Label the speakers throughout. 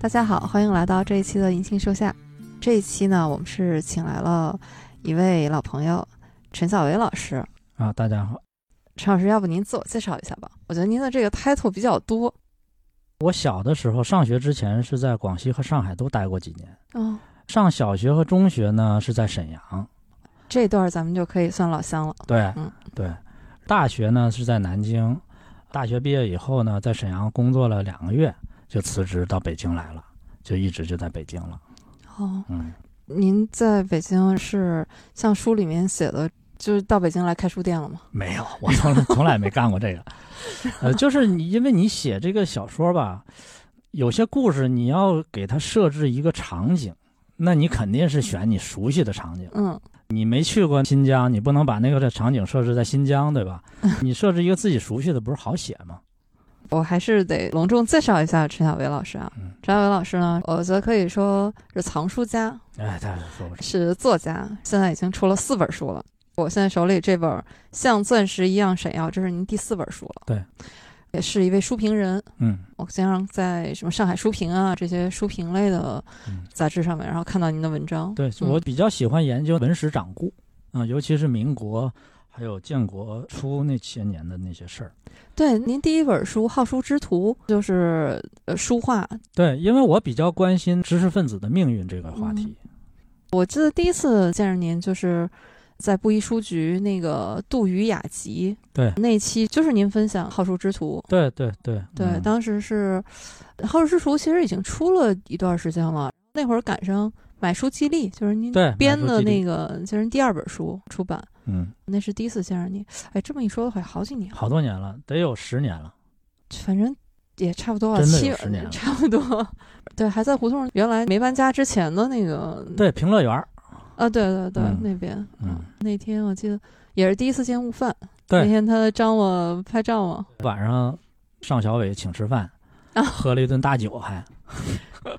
Speaker 1: 大家好，欢迎来到这一期的银杏树下。这一期呢，我们是请来了一位老朋友陈小维老师。
Speaker 2: 啊，大家好，
Speaker 1: 陈老师，要不您自我介绍一下吧？我觉得您的这个 title 比较多
Speaker 2: 我小的时候上学之前是在广西和上海都待过几年，
Speaker 1: 哦，
Speaker 2: 上小学和中学呢是在沈阳，
Speaker 1: 这段咱们就可以算老乡了。
Speaker 2: 对，
Speaker 1: 嗯
Speaker 2: 对，大学呢是在南京，大学毕业以后呢，在沈阳工作了两个月就辞职到北京来了，就一直就在北京了，
Speaker 1: 哦，
Speaker 2: 嗯，
Speaker 1: 您在北京是像书里面写的，就是到北京来开书店了吗？
Speaker 2: 没有，我从来 从来没干过这个，呃，就是你因为你写这个小说吧，有些故事你要给它设置一个场景，那你肯定是选你熟悉的场景。
Speaker 1: 嗯，
Speaker 2: 你没去过新疆，你不能把那个场景设置在新疆，对吧？你设置一个自己熟悉的，不是好写吗？
Speaker 1: 我还是得隆重介绍一下陈小维老师啊。
Speaker 2: 嗯
Speaker 1: 陈小维老师呢，我觉得可以说是藏书家，
Speaker 2: 哎，他说不是，
Speaker 1: 是作家，现在已经出了四本书了。我现在手里这本《像钻石一样闪耀》，这是您第四本书了。
Speaker 2: 对，
Speaker 1: 也是一位书评人，
Speaker 2: 嗯
Speaker 1: 我经常在什么上海书评啊这些书评类的
Speaker 2: 嗯，
Speaker 1: 杂志上面，然后看到您的文章。
Speaker 2: 对
Speaker 1: 嗯
Speaker 2: 我比较喜欢研究文史掌故，啊、尤其是民国还有建国初那些年的那些事儿。
Speaker 1: 对，您第一本书《好书之徒》就是呃书画。
Speaker 2: 对，因为我比较关心知识分子的命运这个话题。
Speaker 1: 嗯我记得第一次见着您就是在布衣书局那个杜宇雅集
Speaker 2: 对
Speaker 1: 那期，就是您分享《好书之徒》。
Speaker 2: 对对对
Speaker 1: 对，
Speaker 2: 嗯
Speaker 1: 当时是《好事之徒》，其实已经出了一段时间了。那会儿赶上买书激励，就是您
Speaker 2: 对
Speaker 1: 编
Speaker 2: 买
Speaker 1: 的
Speaker 2: 书激
Speaker 1: 那
Speaker 2: 励
Speaker 1: 个，就是第二本书出版，
Speaker 2: 嗯，
Speaker 1: 那是第一次见着你。哎，这么一说的话，好几年了，
Speaker 2: 好多年了，得有十年了。
Speaker 1: 反正也差不多了，
Speaker 2: 真的
Speaker 1: 七
Speaker 2: 有10年 了
Speaker 1: 差不多。对，还在胡同原来没搬家之前的那个，
Speaker 2: 对，评乐园儿，
Speaker 1: 啊，对对对，
Speaker 2: 嗯
Speaker 1: 那边，
Speaker 2: 嗯，
Speaker 1: 那天我记得也是第一次见悟饭，
Speaker 2: 对
Speaker 1: 那天他张我拍照嘛，
Speaker 2: 晚上尚小伟请吃饭，
Speaker 1: 啊
Speaker 2: 喝了一顿大酒还。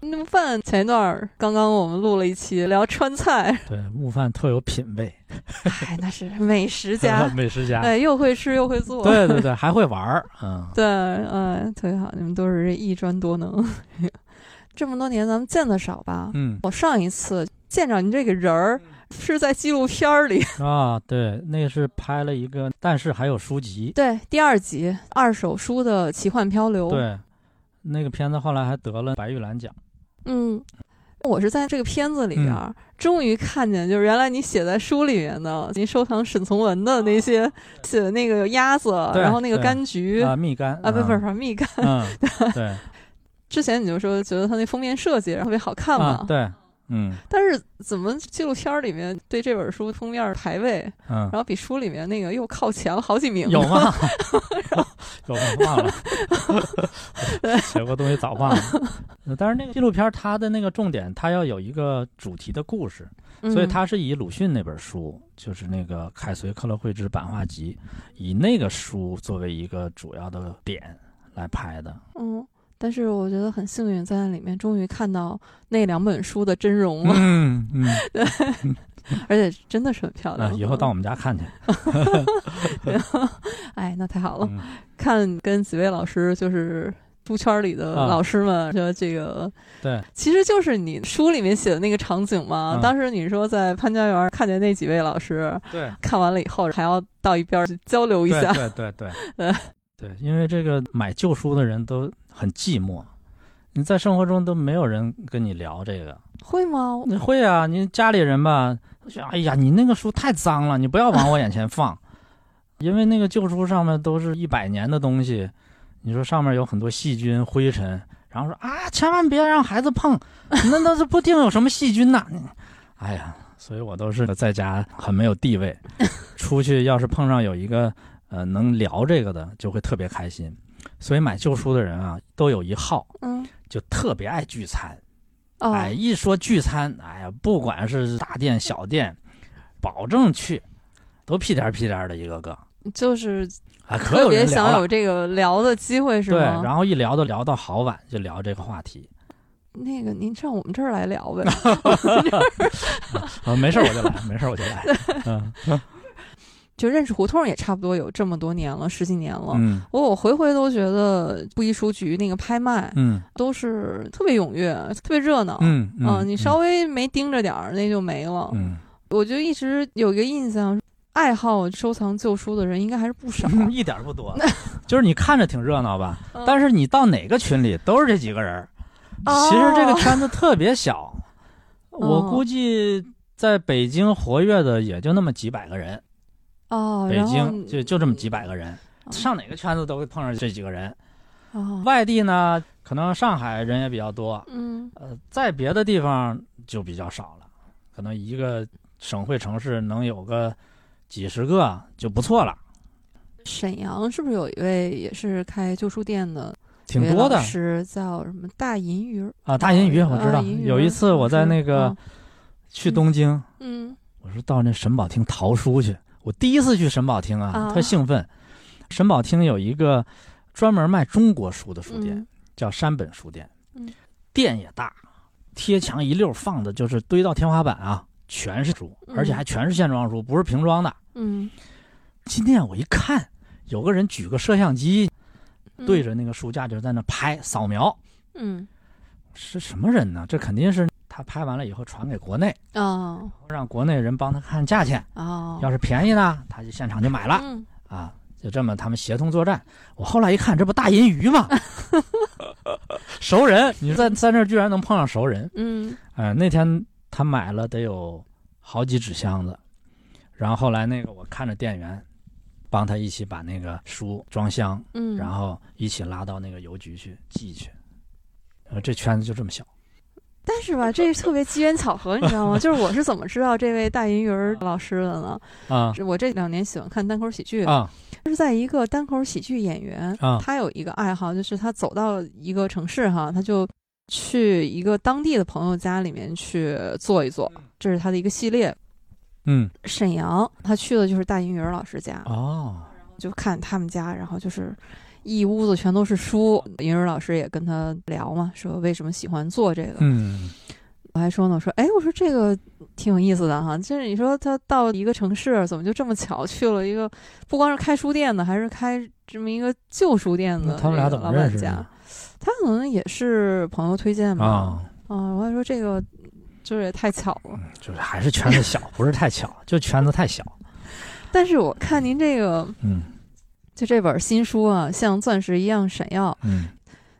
Speaker 1: 那悟饭前一段儿刚刚我们录了一期聊川菜，
Speaker 2: 对，悟饭特有品味，
Speaker 1: 哎，那是美食家，
Speaker 2: 美食家。
Speaker 1: 哎，又会吃又会做，
Speaker 2: 对对对，还会玩儿， 嗯，
Speaker 1: 对，哎，特别好，你们都是一专多能。 这么多年咱们见的少吧？
Speaker 2: 嗯
Speaker 1: 我上一次见着您这个人儿是在纪录片儿里，
Speaker 2: 啊，对，那是拍了一个，但是还有书籍，
Speaker 1: 对，第二集二手书的奇幻漂流。，
Speaker 2: 对，那个片子后来还得了白玉兰奖，
Speaker 1: 嗯。我是在这个片子里边
Speaker 2: 嗯
Speaker 1: 儿，终于看见，就是原来你写在书里面的，您收藏沈从文的那些写的那个鸭子，
Speaker 2: 哦对
Speaker 1: 然后那个
Speaker 2: 对
Speaker 1: 柑橘
Speaker 2: 啊，蜜柑
Speaker 1: 啊，不不是，不是蜜柑，
Speaker 2: 嗯， 嗯对，
Speaker 1: 之前你就说觉得它那封面设计特别好看嘛，
Speaker 2: 啊，对，嗯
Speaker 1: 但是怎么纪录片里面对这本书封面排位，
Speaker 2: 嗯
Speaker 1: 然，后比书里面那个又靠前了好几名？
Speaker 2: 有？吗？有吗？忘了，写过东西早忘了。 但是那个纪录片，它的那个重点，它要有一个主题的故事，所以
Speaker 1: 嗯
Speaker 2: 他是以鲁迅那本书，就是那个《凯随克勒惠之版画集》，以那个书作为一个主要的点来拍的。
Speaker 1: 嗯，但是我觉得很幸运，在里面终于看到那两本书的真容了，
Speaker 2: 嗯嗯，
Speaker 1: 而且真的是很漂
Speaker 2: 啊，
Speaker 1: 亮。
Speaker 2: 以后到我们家看去。
Speaker 1: 哎，那太好了，
Speaker 2: 嗯
Speaker 1: 看跟几位老师就是。书圈里的
Speaker 2: 啊
Speaker 1: 老师们说：“这个
Speaker 2: 对
Speaker 1: 其实就是你书里面写的那个场景嘛。
Speaker 2: 嗯
Speaker 1: 当时你说在潘家园看见那几位老师，
Speaker 2: 对
Speaker 1: 看完了以后还要到一边儿去交流一下。
Speaker 2: 对对对对 对，因为这个买旧书的人都很寂寞。你在生活中都没有人跟你聊这个，
Speaker 1: 会吗？
Speaker 2: 你会啊？你家里人吧，说哎呀，你那个书太脏了，你不要往我眼前放， 因为那个旧书上面都是一百年的东西，你说上面有很多细菌、灰尘，然后说啊，千万别让孩子碰，那那是不定有什么细菌呐、 你哎呀，所以我都是在家很没有地位，出去要是碰上有一个呃能聊这个的，就会特别开心。所以买旧书的人啊，都有一好，
Speaker 1: 嗯，
Speaker 2: 就特别爱聚餐。
Speaker 1: 哦，
Speaker 2: 哎，一说聚餐，哎呀，不管是大店小店，保证去，都屁颠儿屁颠儿的，一个个，
Speaker 1: 就是
Speaker 2: 啊，可
Speaker 1: 特
Speaker 2: 有
Speaker 1: 别
Speaker 2: 人聊
Speaker 1: 想
Speaker 2: 了。
Speaker 1: 有这个聊的机会，是
Speaker 2: 对，
Speaker 1: 吗？
Speaker 2: 然后一聊都聊到好晚，就聊这个话题。
Speaker 1: 那个您上我们这儿来聊呗。
Speaker 2: 呃 啊，没事儿我就来，没事儿我就来。嗯
Speaker 1: 就认识胡同也差不多有这么多年了，十几年了。
Speaker 2: 嗯
Speaker 1: 我我回回都觉得布艺书局那个拍卖
Speaker 2: 嗯
Speaker 1: 都是特别踊跃，特别热闹。
Speaker 2: 嗯
Speaker 1: 啊
Speaker 2: 嗯，
Speaker 1: 你稍微没盯着点儿，那就没了。
Speaker 2: 嗯，
Speaker 1: 我就一直有一个印象，爱好收藏旧书的人应该还是不少。
Speaker 2: 嗯一点儿 不多，就是你看着挺热闹吧，
Speaker 1: 嗯
Speaker 2: 但是你到哪个群里都是这几个人儿，
Speaker 1: 哦
Speaker 2: 其实这个圈子特 别小，我
Speaker 1: 哦
Speaker 2: 估计在北京活跃的也就那么几百个人，
Speaker 1: 哦，
Speaker 2: 北
Speaker 1: 然后
Speaker 2: 京就就这么几百个人，
Speaker 1: 哦
Speaker 2: 上哪个圈子都会碰上这几个人。
Speaker 1: 哦，
Speaker 2: 外地呢，可能上海人也比较多，
Speaker 1: 嗯
Speaker 2: 呃，在别的地方就比较少了，可能一个省会城市能有个几十个就不错了，
Speaker 1: 沈阳是不是有一位也是开旧书店的？
Speaker 2: 挺多的
Speaker 1: 是叫什么大银鱼儿？
Speaker 2: 啊。大银鱼我知道，
Speaker 1: 啊银鱼
Speaker 2: 有一次我在那
Speaker 1: 是
Speaker 2: 个去东京，
Speaker 1: 啊嗯
Speaker 2: 我说到那沈宝厅淘书去，我第一次去沈宝厅啊，
Speaker 1: 啊
Speaker 2: 特兴奋。沈宝厅有一个专门卖中国书的书店，
Speaker 1: 嗯
Speaker 2: 叫山本书店，
Speaker 1: 嗯
Speaker 2: 店也大，贴墙一溜放的就是堆到天花板啊，全是书，
Speaker 1: 嗯
Speaker 2: 而且还全是线装书，不是平装的。
Speaker 1: 嗯，
Speaker 2: 今天我一看，有个人举个摄像机
Speaker 1: 嗯
Speaker 2: 对着那个书架就在那拍扫描，
Speaker 1: 嗯
Speaker 2: 是什么人呢？这肯定是他拍完了以后传给国内，
Speaker 1: 哦
Speaker 2: 让国内人帮他看价钱，
Speaker 1: 哦，
Speaker 2: 要是便宜呢，他就现场就买了。
Speaker 1: 嗯
Speaker 2: 啊，就这么他们协同作战。我后来一看，这不大银鱼吗？ 熟人，你在在那儿居然能碰上熟人。
Speaker 1: 嗯
Speaker 2: 哎、那天他买了得有好几纸箱子，然后后来那个我看着店员帮他一起把那个书装箱，
Speaker 1: 嗯，
Speaker 2: 然后一起拉到那个邮局去寄去。呃，这圈子就这么小。
Speaker 1: 但是吧，这特别机缘巧合，你知道吗？就是我是怎么知道这位大银鱼儿老师的呢？
Speaker 2: 啊
Speaker 1: 是我这两年喜欢看单口喜剧，
Speaker 2: 啊
Speaker 1: 是在一个单口喜剧演员，
Speaker 2: 啊
Speaker 1: 他有一个爱好，就是他走到一个城市哈，他就去一个当地的朋友家里面去坐一坐，这是他的一个系列。
Speaker 2: 嗯
Speaker 1: 沈阳，他去的就是大银鱼儿老师家，
Speaker 2: 哦
Speaker 1: 就看他们家，然后就是一屋子全都是书。银儿老师也跟他聊嘛，说为什么喜欢做这个。
Speaker 2: 嗯
Speaker 1: 我还说呢，我说哎，我说这个挺有意思的哈。就是你说他到一个城市，怎么就这么巧去了一个不光是开书店的，还是开这么一个旧书店
Speaker 2: 那
Speaker 1: 的
Speaker 2: 他们俩
Speaker 1: 这
Speaker 2: 怎
Speaker 1: 个
Speaker 2: 么
Speaker 1: 嗯老
Speaker 2: 认
Speaker 1: 板
Speaker 2: 识
Speaker 1: 家
Speaker 2: 的？
Speaker 1: 他可能也是朋友推荐吧。
Speaker 2: 啊？嗯
Speaker 1: 啊我还说这个就是也太巧了。
Speaker 2: 就是还是圈子小，不是太巧，就圈子太小。
Speaker 1: 但是我看您这个
Speaker 2: 嗯
Speaker 1: 就这本新书啊，像钻石一样闪耀。
Speaker 2: 嗯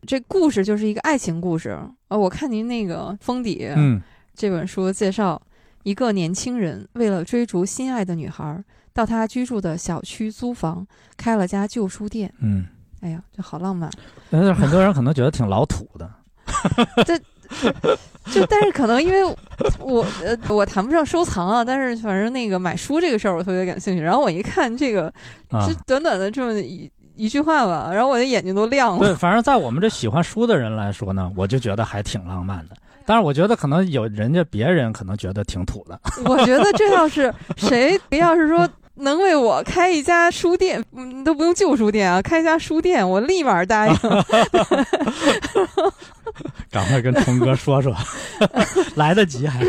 Speaker 1: 这故事就是一个爱情故事。呃，我看您那个封底、
Speaker 2: 嗯
Speaker 1: 这本书介绍，一个年轻人为了追逐心爱的女孩，到他居住的小区租房，开了家旧书店。
Speaker 2: 嗯，
Speaker 1: 哎呀，这好浪漫！
Speaker 2: 但是很多人可能觉得挺老土的。
Speaker 1: 就但是可能因为我呃我谈不上收藏啊，但是反正那个买书这个事儿我特别感兴趣。然后我一看这个，
Speaker 2: 啊
Speaker 1: 这，短短的这么一一句话吧，然后我的眼睛都亮了。
Speaker 2: 对，反正在我们这喜欢书的人来说呢，我就觉得还挺浪漫的。但是我觉得可能有人家别人可能觉得挺土的。
Speaker 1: 我觉得这要是谁要是说能为我开一家书店，嗯，都不用旧书店啊，开一家书店，我立马答应。
Speaker 2: 赶快跟虫哥说说， 来得 及还。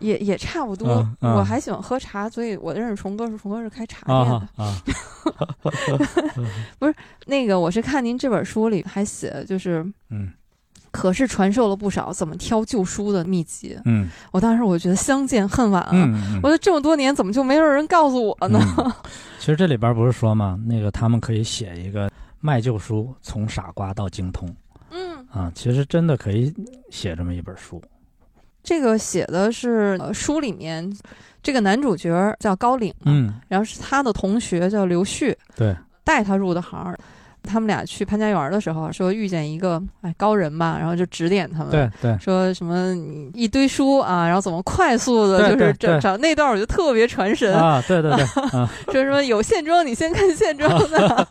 Speaker 1: 也也差不多，
Speaker 2: 嗯嗯
Speaker 1: 我还喜欢喝茶，所以我认识虫哥是虫哥是开茶店的。
Speaker 2: 啊啊，
Speaker 1: 那个我是看您这本书里还写，就是
Speaker 2: 嗯
Speaker 1: 可是传授了不少怎么挑旧书的秘籍。
Speaker 2: 嗯
Speaker 1: 我当时我觉得相见恨晚啊，
Speaker 2: 嗯，
Speaker 1: 我说这么多年怎么就没有人告诉我呢？
Speaker 2: 嗯其实这里边不是说吗？那个他们可以写一个卖旧书，从傻瓜到精通
Speaker 1: 嗯，
Speaker 2: 啊，其实真的可以写这么一本书。
Speaker 1: 这个写的是、呃、书里面这个男主角叫高岭，
Speaker 2: 嗯，
Speaker 1: 然后是他的同学叫刘旭，
Speaker 2: 对，
Speaker 1: 带他入的行儿。他们俩去潘家园的时候，啊说遇见一个哎高人吧，然后就指点他们，
Speaker 2: 对啊对，
Speaker 1: 说什么你一堆书啊，然后怎么快速的，
Speaker 2: 对
Speaker 1: 就是
Speaker 2: 对对
Speaker 1: 找找那段我就特别传神，
Speaker 2: 啊，对对 对，啊，
Speaker 1: 说什么有现装你先看现装 的，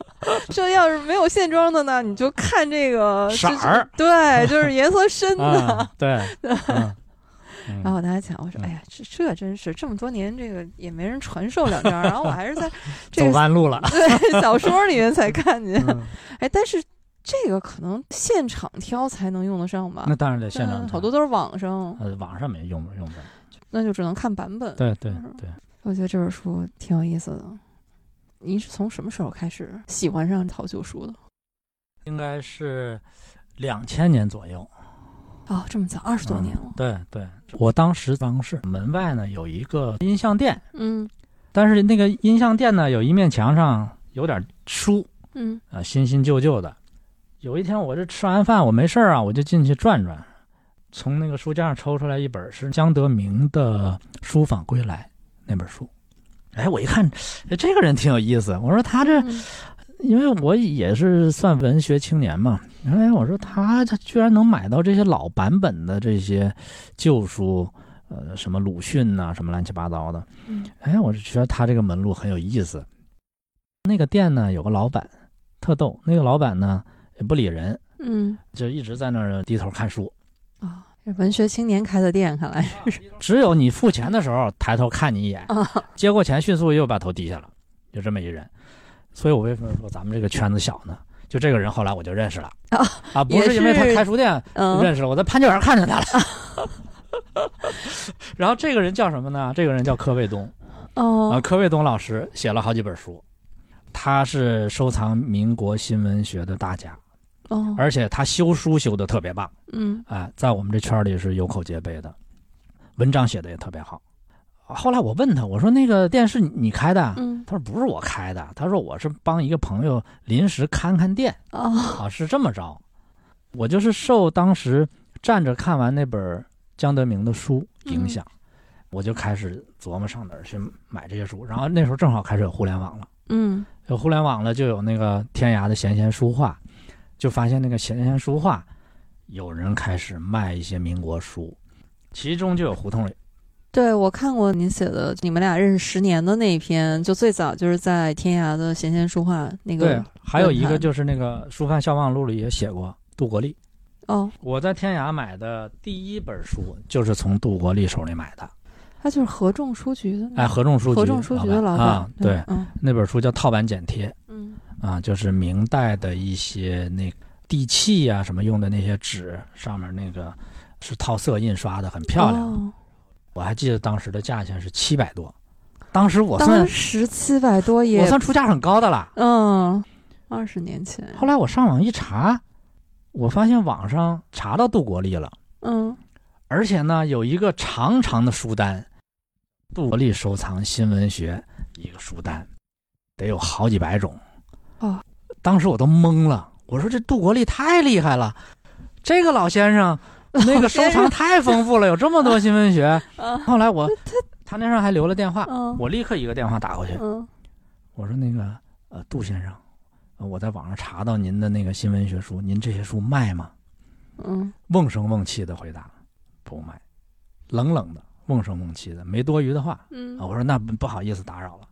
Speaker 1: 说要是没有现装的呢，你就看这个
Speaker 2: 色儿，
Speaker 1: 就是对，就是颜色深的。
Speaker 2: 啊，对，嗯
Speaker 1: 然
Speaker 2: 嗯
Speaker 1: 后我当时想，我说，
Speaker 2: 嗯
Speaker 1: 哎呀，这这真是这么多年，这个也没人传授两招儿，然后我还 是在这
Speaker 2: 走
Speaker 1: 个啊
Speaker 2: 弯路了。
Speaker 1: 对小说里面才看见。
Speaker 2: 嗯
Speaker 1: 哎，但是这个可能现场挑才能用得上吧
Speaker 2: 那，当然得现场啊
Speaker 1: 嗯
Speaker 2: 唱
Speaker 1: 好多都是网上，
Speaker 2: 呃网上没用用不了。
Speaker 1: 那就只能看版本。
Speaker 2: 对对对，
Speaker 1: 我觉得这本书挺有意思的。你是从什么时候开始喜欢上淘旧书的？
Speaker 2: 应该是两千年左右。
Speaker 1: 哦，这么早，二十
Speaker 2: 嗯
Speaker 1: 多年了。
Speaker 2: 对对，我当时办公室门外呢有一个音像店，
Speaker 1: 嗯
Speaker 2: 但是那个音像店呢有一面墙上有点书
Speaker 1: 嗯
Speaker 2: 啊，新新旧旧的。有一天我这吃完饭我没事儿啊，我就进去转转，从那个书架上抽出来一本是江德明的《书法归来》那本书。哎，我一看，哎这个人挺有意思。我说他这
Speaker 1: 嗯
Speaker 2: 因为我也是算文学青年嘛，然后哎，我说他他居然能买到这些老版本的这些旧书，呃，什么鲁迅呐、什么乱七八糟的，
Speaker 1: 嗯
Speaker 2: 哎，我就觉得他这个门路很有意思。那个店呢，有个老板，特逗。那个老板呢也不理人，
Speaker 1: 嗯
Speaker 2: 就一直在那儿低头看书。
Speaker 1: 啊，这文学青年开的店，看来是
Speaker 2: 只有你付钱的时候抬头看你一眼，
Speaker 1: 啊，
Speaker 2: 接过钱迅速又把头低下了，就这么一人。所以我为什么说咱们这个圈子小呢？就这个人后来我就认识了
Speaker 1: 啊
Speaker 2: 啊，不
Speaker 1: 也
Speaker 2: 是因为他
Speaker 1: 是
Speaker 2: 开书店
Speaker 1: 嗯
Speaker 2: 认识了，我在潘家园看见他了。 然后这个人叫什么呢？这个人叫柯卫东啊，
Speaker 1: 哦
Speaker 2: 柯卫东老师写了好几本书，他是收藏民国新文学的大家，
Speaker 1: 哦，
Speaker 2: 而且他修书修的特别棒。
Speaker 1: 嗯
Speaker 2: 哎，在我们这圈儿里是有口皆碑的，文章写的也特别好。后来我问他，我说那个店是你开的啊？
Speaker 1: 嗯
Speaker 2: 他说不是我开的，他说我是帮一个朋友临时看看店
Speaker 1: 哦
Speaker 2: 啊，是这么着。我就是受当时站着看完那本江德明的书影响，我就开始琢磨上哪儿去买这些书。然后那时候正好开始有互联网了，
Speaker 1: 嗯
Speaker 2: 有互联网了就有那个天涯的闲闲书画，就发现那个闲闲书画有人开始卖一些民国书，其中就有胡同里。
Speaker 1: 对，我看过您写的你们俩认识十年的那一篇，就最早就是在天涯的闲闲书画那
Speaker 2: 对啊
Speaker 1: 个，
Speaker 2: 还有一个就是那个《书贩笑忘录》里也写过杜国立。
Speaker 1: 哦，
Speaker 2: 我在天涯买的第一本书就是从杜国立手里买的，
Speaker 1: 他就是合众书局的那
Speaker 2: 哎，
Speaker 1: 个
Speaker 2: 合众书局，
Speaker 1: 合众嗯书局的老板
Speaker 2: 啊，对，，
Speaker 1: 嗯
Speaker 2: 那本书叫《套版剪贴
Speaker 1: 嗯》
Speaker 2: 啊，就是明代的一些那地契啊什么用的那些纸上面那个是套色印刷的，很漂亮。
Speaker 1: 哦
Speaker 2: 我还记得当时的价钱是七百多，当时我算
Speaker 1: 当时七百多也
Speaker 2: 我算出价很高的了。
Speaker 1: 嗯，二十年前，
Speaker 2: 后来我上网一查，我发现网上查到杜国立了，
Speaker 1: 嗯
Speaker 2: 而且呢有一个长长的书单，杜国立收藏新文学一个书单，得有好几百种。
Speaker 1: 哦，
Speaker 2: 当时我都懵了，我说这杜国立太厉害了，这个老 先生那个收
Speaker 1: 先
Speaker 2: 藏
Speaker 1: 生
Speaker 2: 太丰富了，有这么多新 文学。
Speaker 1: 啊
Speaker 2: 后来我他那上还留了电话，
Speaker 1: 嗯
Speaker 2: 我立刻一个电话打过去。
Speaker 1: 嗯
Speaker 2: 我说那个呃，杜先生，呃我在网上查到您的那个新文学书，您这些书卖吗？
Speaker 1: 嗯
Speaker 2: 瓮声瓮气的回答，不卖，冷冷的，瓮声瓮气的，没多余的话。
Speaker 1: 嗯
Speaker 2: 啊我说那不不好意思打扰了。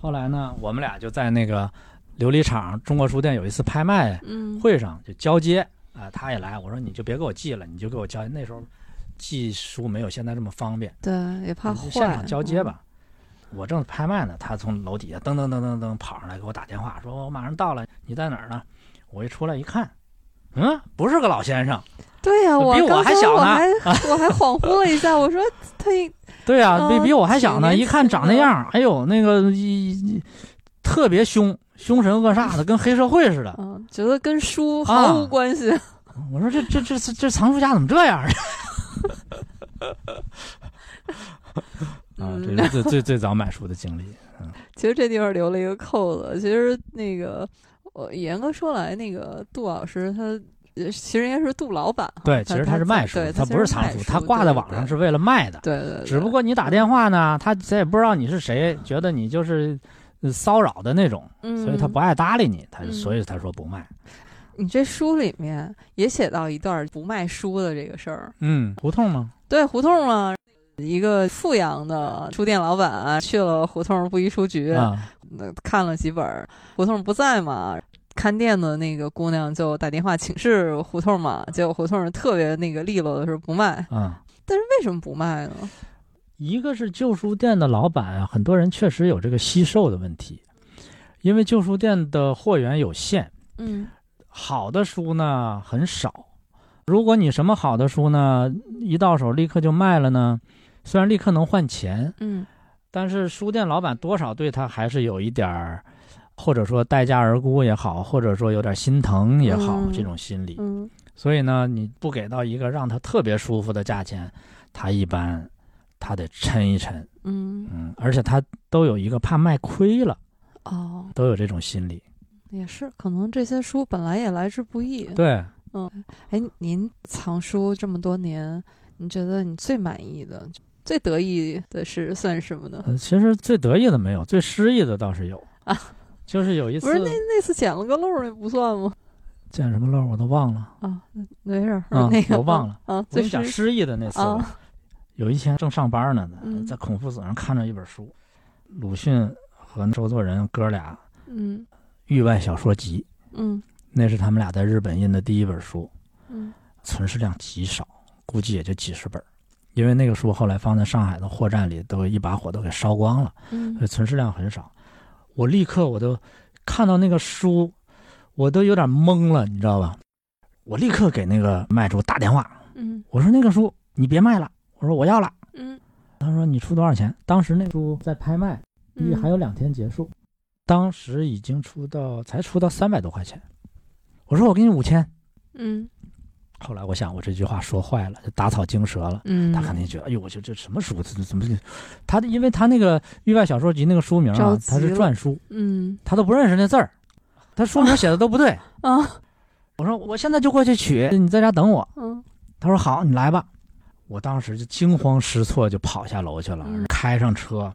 Speaker 2: 后来呢，我们俩就在那个琉璃厂中国书店有一次拍卖
Speaker 1: 嗯
Speaker 2: 会上就交接啊、他也来，我说你就别给我寄了，你就给我交。那时候寄书没有现在这么方便。
Speaker 1: 对也怕
Speaker 2: 你就
Speaker 1: 坏
Speaker 2: 现场交
Speaker 1: 嗯
Speaker 2: 接，吧。我正拍卖呢，他从楼底下噔噔噔噔噔跑上来给我打电话，说我马上到了，你在哪儿呢？我一出来一看，嗯，不是个老先生，
Speaker 1: 嗯对呀，我
Speaker 2: 比我
Speaker 1: 刚才
Speaker 2: 还小呢
Speaker 1: 我还 我还恍惚了一下，我说他
Speaker 2: 对呀、
Speaker 1: 哦
Speaker 2: 比比我还小
Speaker 1: 挺
Speaker 2: 呢，
Speaker 1: 年轻
Speaker 2: 一看长那样儿，哎呦，那个一一特别凶，凶神恶煞的，跟黑社会似的。
Speaker 1: 嗯觉得跟书毫无
Speaker 2: 啊
Speaker 1: 关系，
Speaker 2: 我说这这这这这藏书家怎么这样 儿？啊，这
Speaker 1: 嗯哦
Speaker 2: 是 最最最早买书的经历。
Speaker 1: 其实这地方留了一个扣子。其实那个，我严格说来，那个杜老师他呃其实应该是杜老板哈，
Speaker 2: 对，其实
Speaker 1: 他
Speaker 2: 是卖书
Speaker 1: 对，
Speaker 2: 他
Speaker 1: 其
Speaker 2: 不
Speaker 1: 实
Speaker 2: 是藏
Speaker 1: 卖
Speaker 2: 书，
Speaker 1: 书
Speaker 2: 他挂在网上，是为了卖的。
Speaker 1: 对对对对，
Speaker 2: 只不过你打电话呢，他他也不知道你是谁，觉得你就是呃骚扰的那种，
Speaker 1: 嗯，
Speaker 2: 所以他不爱搭理你，他
Speaker 1: 嗯
Speaker 2: 所以他说不卖。
Speaker 1: 你这书里面也写到一段不卖书的这个事儿，
Speaker 2: 嗯，胡同吗？
Speaker 1: 对胡同嘛，一个富阳的书店老板啊、去了胡同布衣书局，
Speaker 2: 啊，
Speaker 1: 那看了几本儿，胡同不在嘛。看店的那个姑娘就打电话请示胡同嘛，结果胡同特别那个利落的说不卖，
Speaker 2: 嗯，
Speaker 1: 但是为什么不卖呢？
Speaker 2: 一个是旧书店的老板啊，很多人确实有这个惜售的问题，因为旧书店的货源有限，
Speaker 1: 嗯
Speaker 2: 好的书呢很少。如果你什么好的书呢，一到手立刻就卖了呢，虽然立刻能换钱，
Speaker 1: 嗯
Speaker 2: 但是书店老板多少对他还是有一点儿，或者说待价而沽也好，或者说有点心疼也好，
Speaker 1: 嗯
Speaker 2: 这种心理。
Speaker 1: 嗯
Speaker 2: 所以呢，你不给到一个让他特别舒服的价钱，他一般他得抻一抻，
Speaker 1: 嗯，
Speaker 2: 嗯，而且他都有一个怕卖亏了，
Speaker 1: 哦，
Speaker 2: 都有这种心理。
Speaker 1: 也是，可能这些书本来也来之不易。
Speaker 2: 对，
Speaker 1: 哎，您藏书这么多年，你觉得你最满意的、最得意的是算什么呢？
Speaker 2: 呃，其实最得意的没有，最失意的倒是有
Speaker 1: 啊，
Speaker 2: 就是有一
Speaker 1: 不
Speaker 2: 次
Speaker 1: 是那那次捡了个漏儿，那不算吗？
Speaker 2: 见什么漏儿我都忘了，
Speaker 1: 啊，没事儿，
Speaker 2: 啊
Speaker 1: 那个
Speaker 2: 我忘了
Speaker 1: 啊，
Speaker 2: 我跟
Speaker 1: 最
Speaker 2: 你讲
Speaker 1: 是
Speaker 2: 失意的那次吧。
Speaker 1: 啊，
Speaker 2: 有一天正上班呢，
Speaker 1: 嗯
Speaker 2: 在孔夫子上看着一本书，鲁迅和周作人哥俩《
Speaker 1: 嗯
Speaker 2: 域外小说集》，
Speaker 1: 嗯
Speaker 2: 那是他们俩在日本印的第一本书，
Speaker 1: 嗯
Speaker 2: 存世量极少，估计也就几十本儿。因为那个书后来放在上海的货站里，都一把火都给烧光了，所以
Speaker 1: 嗯，
Speaker 2: 存世量很少。我立刻我都看到那个书，我都有点懵了，你知道吧？我立刻给那个卖主打电话，
Speaker 1: 嗯
Speaker 2: 我说那个书你别卖了，我说我要了。
Speaker 1: 嗯，
Speaker 2: 他说你出多少钱？当时那书在拍卖，估
Speaker 1: 嗯
Speaker 2: 计还有两天结束，当时已经出到才出到三百多块钱。我说我给你五千。
Speaker 1: 嗯
Speaker 2: 后来我想我这句话说坏了，就打草惊蛇了。
Speaker 1: 嗯，
Speaker 2: 他肯定觉得，哎呦，我这这什么书？这这怎么？他因为他那个域外小说集那个书名
Speaker 1: 着
Speaker 2: 啊，
Speaker 1: 急
Speaker 2: 他是
Speaker 1: 了
Speaker 2: 篆书，
Speaker 1: 嗯
Speaker 2: 他都不认识那字儿，他书名写的都不对。
Speaker 1: 啊
Speaker 2: 我说我现在就过去取，你在家等我。
Speaker 1: 嗯
Speaker 2: 他说好，你来吧。我当时就惊慌失措，就跑下楼去了，
Speaker 1: 嗯
Speaker 2: 开上车，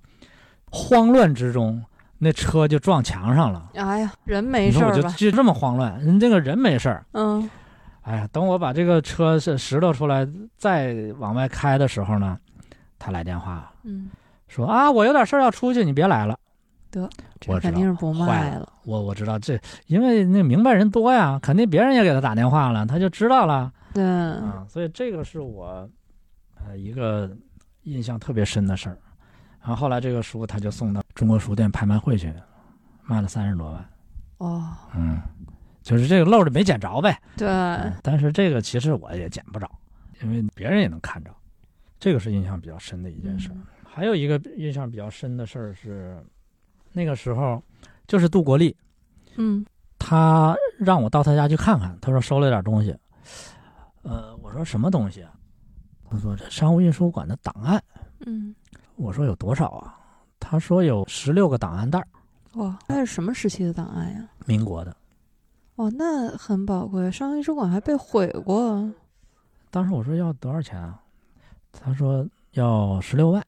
Speaker 2: 慌乱之中，那车就撞墙上了。
Speaker 1: 哎呀，人没
Speaker 2: 你
Speaker 1: 事
Speaker 2: 说我
Speaker 1: 儿
Speaker 2: 就
Speaker 1: 吧？
Speaker 2: 就这么慌乱，人这个人没事儿。
Speaker 1: 嗯
Speaker 2: 哎呀，等我把这个车是拾掇出来，再往外开的时候呢，他来电话了
Speaker 1: 嗯，
Speaker 2: 说啊，我有点事儿要出去，你别来了。
Speaker 1: 这
Speaker 2: 我知
Speaker 1: 肯定
Speaker 2: 道
Speaker 1: 是不
Speaker 2: 坏
Speaker 1: 卖
Speaker 2: 了
Speaker 1: 了。
Speaker 2: 我我知道这，因为那明白人多呀，肯定别人也给他打电话了，他就知道了。
Speaker 1: 对，
Speaker 2: 啊，所以这个是我呃一个印象特别深的事儿。然后后来这个书他就送到中国书店拍卖会去，卖了三十多万。
Speaker 1: 哦，
Speaker 2: 嗯，就是这个漏着没捡着呗。
Speaker 1: 对，
Speaker 2: 嗯但是这个其实我也捡不着，因为别人也能看着。这个是印象比较深的一件事儿。
Speaker 1: 嗯
Speaker 2: 还有一个印象比较深的事儿是，那个时候就是杜国立，
Speaker 1: 嗯
Speaker 2: 他让我到他家去看看，他说收了点东西。呃，我说什么东西啊？他说这商务印书馆的档案。
Speaker 1: 嗯，
Speaker 2: 我说有多少啊？他说有十六个档案袋儿，
Speaker 1: 哇，那是什么时期的档案呀？
Speaker 2: 民国的。
Speaker 1: 哇，哦那很宝贵，商业书馆还被毁过。
Speaker 2: 当时我说要多少钱啊？他说要十六万。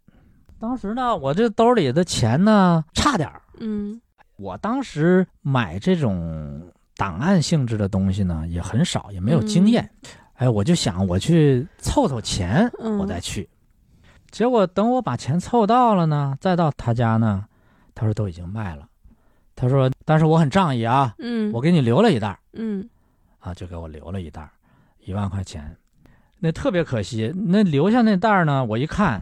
Speaker 2: 当时呢，我这兜里的钱呢差点儿。
Speaker 1: 嗯
Speaker 2: 我当时买这种档案性质的东西呢也很少，也没有经验。哎，我就想我去凑凑钱，
Speaker 1: 嗯，
Speaker 2: 我再去。结果等我把钱凑到了呢，再到他家呢，他说都已经卖了。他说，但是我很仗义啊，
Speaker 1: 嗯，
Speaker 2: 我给你留了一袋儿
Speaker 1: 嗯
Speaker 2: 啊，就给我留了一袋儿，一万块钱。那特别可惜，那留下那袋儿呢，我一看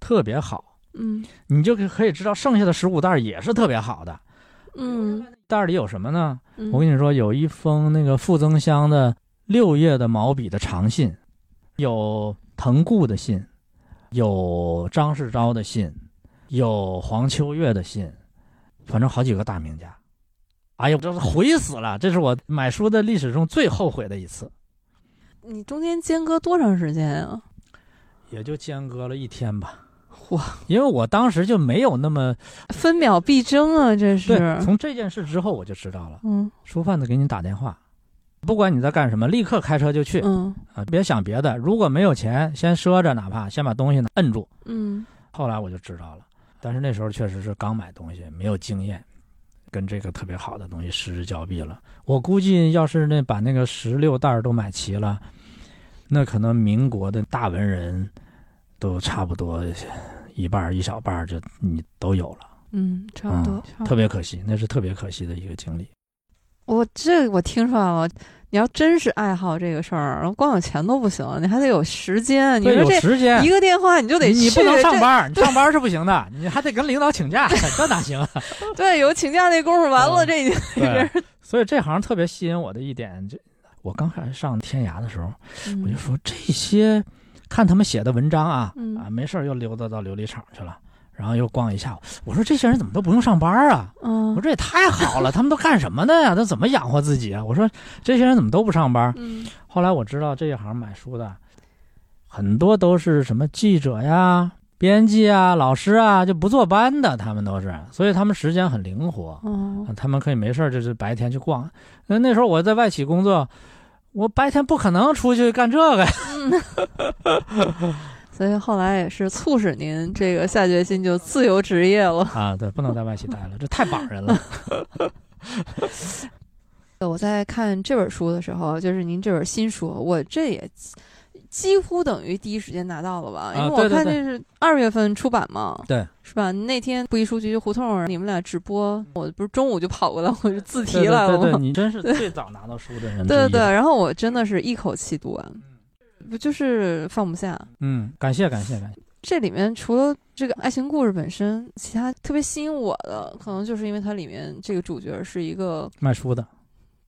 Speaker 2: 特别好，
Speaker 1: 嗯
Speaker 2: 你就可以知道剩下的十五袋儿也是特别好的。
Speaker 1: 嗯，
Speaker 2: 袋儿里有什么呢？
Speaker 1: 嗯
Speaker 2: 我跟你说，有一封那个傅增湘的六月的毛笔的长信，有滕固的信，有张世钊的信，有黄秋月的信，反正好几个大名家。哎呦，这是悔死了！这是我买书的历史中最后悔的一次，
Speaker 1: 你中间间隔多长时间啊？
Speaker 2: 也就间隔了一天吧，
Speaker 1: 哇，
Speaker 2: 因为我当时就没有那么
Speaker 1: 分秒必争啊，这是
Speaker 2: 对。。从这件事之后，我就知道了，
Speaker 1: 嗯
Speaker 2: 书贩子给你打电话，不管你在干什么，立刻开车就去。
Speaker 1: 嗯
Speaker 2: 啊，别想别的，如果没有钱，先赊着，哪怕先把东西摁住。
Speaker 1: 嗯
Speaker 2: 后来我就知道了，但是那时候确实是刚买东西，没有经验，跟这个特别好的东西失之交臂了。我估计要是那把那个十六袋儿都买齐了，那可能民国的大文人都差不多一半儿一小半儿就你都有了，
Speaker 1: 嗯，差不多
Speaker 2: 嗯。特别可惜，那是特别可惜的一个经历。
Speaker 1: 我这我听出来了，你要真是爱好这个事儿，光有钱都不行，你还得有时间。你
Speaker 2: 对，
Speaker 1: 说
Speaker 2: 有
Speaker 1: 这
Speaker 2: 时间
Speaker 1: 一。个电话你就得
Speaker 2: 你你
Speaker 1: 去，
Speaker 2: 不能上
Speaker 1: 这
Speaker 2: 班儿，你
Speaker 1: 对
Speaker 2: 上班儿是不行的，你还得跟领导请 假，这哪行啊？
Speaker 1: 对，有请假那功夫，完了
Speaker 2: 嗯
Speaker 1: 这已经
Speaker 2: 对，所以这行特别吸引我的一点，就我刚开始上天涯的时候，我就说这些看他们写的文章啊，
Speaker 1: 嗯
Speaker 2: 啊，没事儿又溜达到琉璃厂去了，然后又逛一下午。我说这些人怎么都不用上班啊？我
Speaker 1: 嗯
Speaker 2: 说这也太好了，他们都干什么呢呀？他怎么养活自己啊？我说这些人怎么都不上班？
Speaker 1: 嗯
Speaker 2: 后来我知道这一行买书的，很多都是什么记者呀、编辑啊、老师啊，就不坐班的，他们都是，所以他们时间很灵活，
Speaker 1: 哦
Speaker 2: 啊他们可以没事儿就是白天去逛。呃那那时候我在外企工作，我白天不可能出去干这个呀。
Speaker 1: 所以后来也是促使您这个下决心就自由职业了。
Speaker 2: 啊，对，不能在外企待了，这太绑人了。
Speaker 1: 我在看这本书的时候，就是您这本新书，我这也几乎等于第一时间拿到了吧？因为
Speaker 2: 啊
Speaker 1: 我
Speaker 2: 对对
Speaker 1: 看
Speaker 2: 对
Speaker 1: 这是二月份出版嘛，
Speaker 2: 对，
Speaker 1: 是吧？那天布艺书局胡同你们俩直播，我不是中午就跑过来，我就自
Speaker 2: 对
Speaker 1: 提来了
Speaker 2: 对
Speaker 1: 吗？
Speaker 2: 对，你真是最早拿到书的人。
Speaker 1: 对对对，，然后我真的是一口气读完，不就是放不下。
Speaker 2: 嗯，感谢感谢感谢。
Speaker 1: 这里面除了这个爱情故事本身，其他特别吸引我的，可能就是因为它里面这个主角是一个
Speaker 2: 卖书的，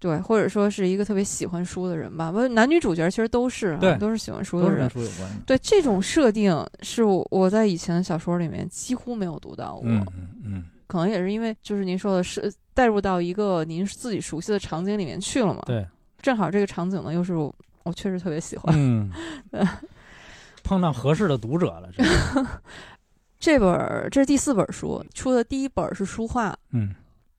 Speaker 1: 对，或者说是一个特别喜欢书的人吧。不，男女主角其实都是、啊，
Speaker 2: 对
Speaker 1: 都是喜欢书
Speaker 2: 都
Speaker 1: 的
Speaker 2: 是跟
Speaker 1: 人。
Speaker 2: 书有关的。
Speaker 1: 对，这种设定是我我在以前的小说里面几乎没有读到过，
Speaker 2: 嗯嗯嗯，
Speaker 1: 可能也是因为就是您说的是带入到一个您自己熟悉的场景里面去了嘛。
Speaker 2: 对，
Speaker 1: 正好这个场景呢，又是我我确实特别喜欢。
Speaker 2: 嗯， 碰上合适的读者了， 这是
Speaker 1: 这本儿这是第四本书，出的第一本是书画《
Speaker 2: 嗯，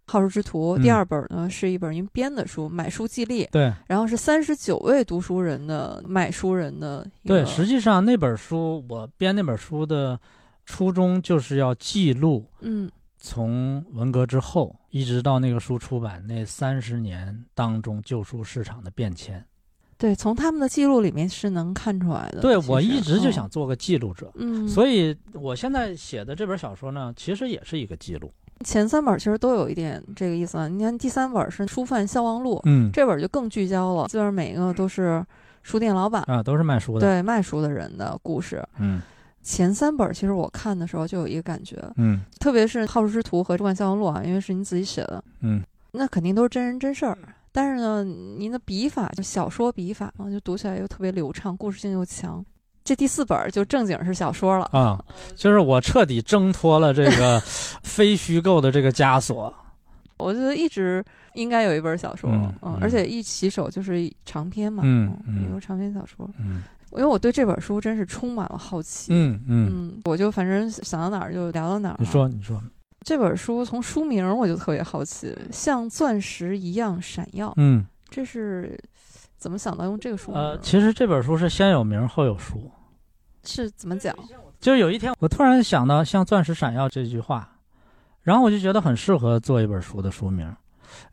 Speaker 1: 好书之徒》，
Speaker 2: 嗯
Speaker 1: 第二本呢是一本您编的书《买书记历》，
Speaker 2: 对
Speaker 1: 然后是三十九位读书人的买书人的一个
Speaker 2: 对，实际上那本书我编那本书的初衷就是要记录
Speaker 1: 嗯
Speaker 2: 从文革之后一直到那个书出版那三十年当中旧书市场的变迁。
Speaker 1: 对，从他们的记录里面是能看出来的。
Speaker 2: 对
Speaker 1: 其实嗯
Speaker 2: 我一直就想，做个记录者，
Speaker 1: 嗯，嗯
Speaker 2: 所以我现在写的这本小说呢，其实也是一个记录。
Speaker 1: 前三本其实都有一点这个意思啊。你看第三本是《书贩消亡录》，
Speaker 2: 嗯，
Speaker 1: 这本就更聚焦了，基本上每个都是书店老板。
Speaker 2: 啊，都是卖书的。
Speaker 1: 对卖书的人的故事，
Speaker 2: 嗯
Speaker 1: 前三本其实我看的时候就有一个感觉，
Speaker 2: 嗯
Speaker 1: 特别是《好书之徒》和《万象路》啊，因为是您自己写的，
Speaker 2: 嗯，
Speaker 1: 那肯定都是真人真事儿。但是呢，您的笔法就小说笔法嗯嘛，就读起来又特别流畅，故事性又强。这第四本儿就正经是小说了，
Speaker 2: 啊，就是我彻底挣脱了这个非虚构的这个枷锁。
Speaker 1: 我觉得一直应该有一本小说，
Speaker 2: 嗯
Speaker 1: 嗯，
Speaker 2: 嗯
Speaker 1: 而且一起手就是长篇嘛，
Speaker 2: 嗯嗯
Speaker 1: 有长篇小说。
Speaker 2: 嗯
Speaker 1: 因为我对这本书真是充满了好奇，
Speaker 2: 嗯嗯，
Speaker 1: 嗯我就反正想到哪儿就聊到哪儿。
Speaker 2: 你说你说，
Speaker 1: 这本书从书名儿我就特别好奇，像钻石一样闪耀。
Speaker 2: 嗯
Speaker 1: 这是怎么想到用这个书名？
Speaker 2: 呃，其实这本书是先有名后有书，
Speaker 1: 是怎么讲？
Speaker 2: 就有一天我突然想到“像钻石闪耀”这句话，然后我就觉得很适合做一本书的书名。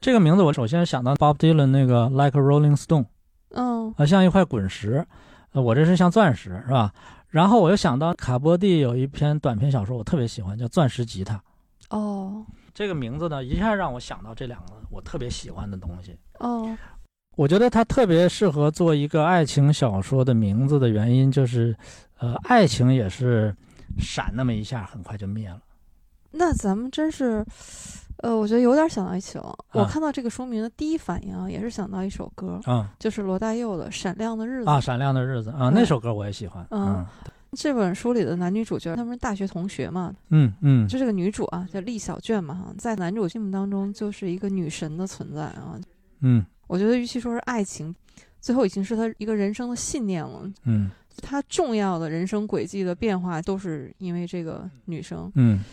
Speaker 2: 这个名字我首先想到 Bob Dylan 那个 “Like a Rolling Stone”
Speaker 1: 嗯
Speaker 2: 啊，像一块滚石，呃我这是像钻石是吧？然后我又想到卡波蒂有一篇短篇小说我特别喜欢，叫《钻石吉他》。
Speaker 1: 哦
Speaker 2: 这个名字呢，一下让我想到这两个我特别喜欢的东西。
Speaker 1: 哦
Speaker 2: 我觉得它特别适合做一个爱情小说的名字的原因就是，呃，爱情也是闪那么一下，很快就灭了。
Speaker 1: 那咱们真是，呃，我觉得有点想到一起了。我
Speaker 2: 啊
Speaker 1: 看到这个书名的第一反应啊，也是想到一首歌，
Speaker 2: 啊、
Speaker 1: 就是罗大佑的《闪亮的日子》
Speaker 2: 啊，闪亮的日子啊，
Speaker 1: 对
Speaker 2: 那首歌我也喜欢。嗯
Speaker 1: 嗯这本书里的男女主角，他们是大学同学嘛，
Speaker 2: 嗯嗯，
Speaker 1: 就这个女主啊，叫厉小娟嘛，哈，在男主心目当中就是一个女神的存在啊。
Speaker 2: 嗯
Speaker 1: 我觉得，与其说是爱情，最后已经是他一个人生的信念了。
Speaker 2: 嗯
Speaker 1: 他重要的人生轨迹的变化都是因为这个女生，
Speaker 2: 嗯，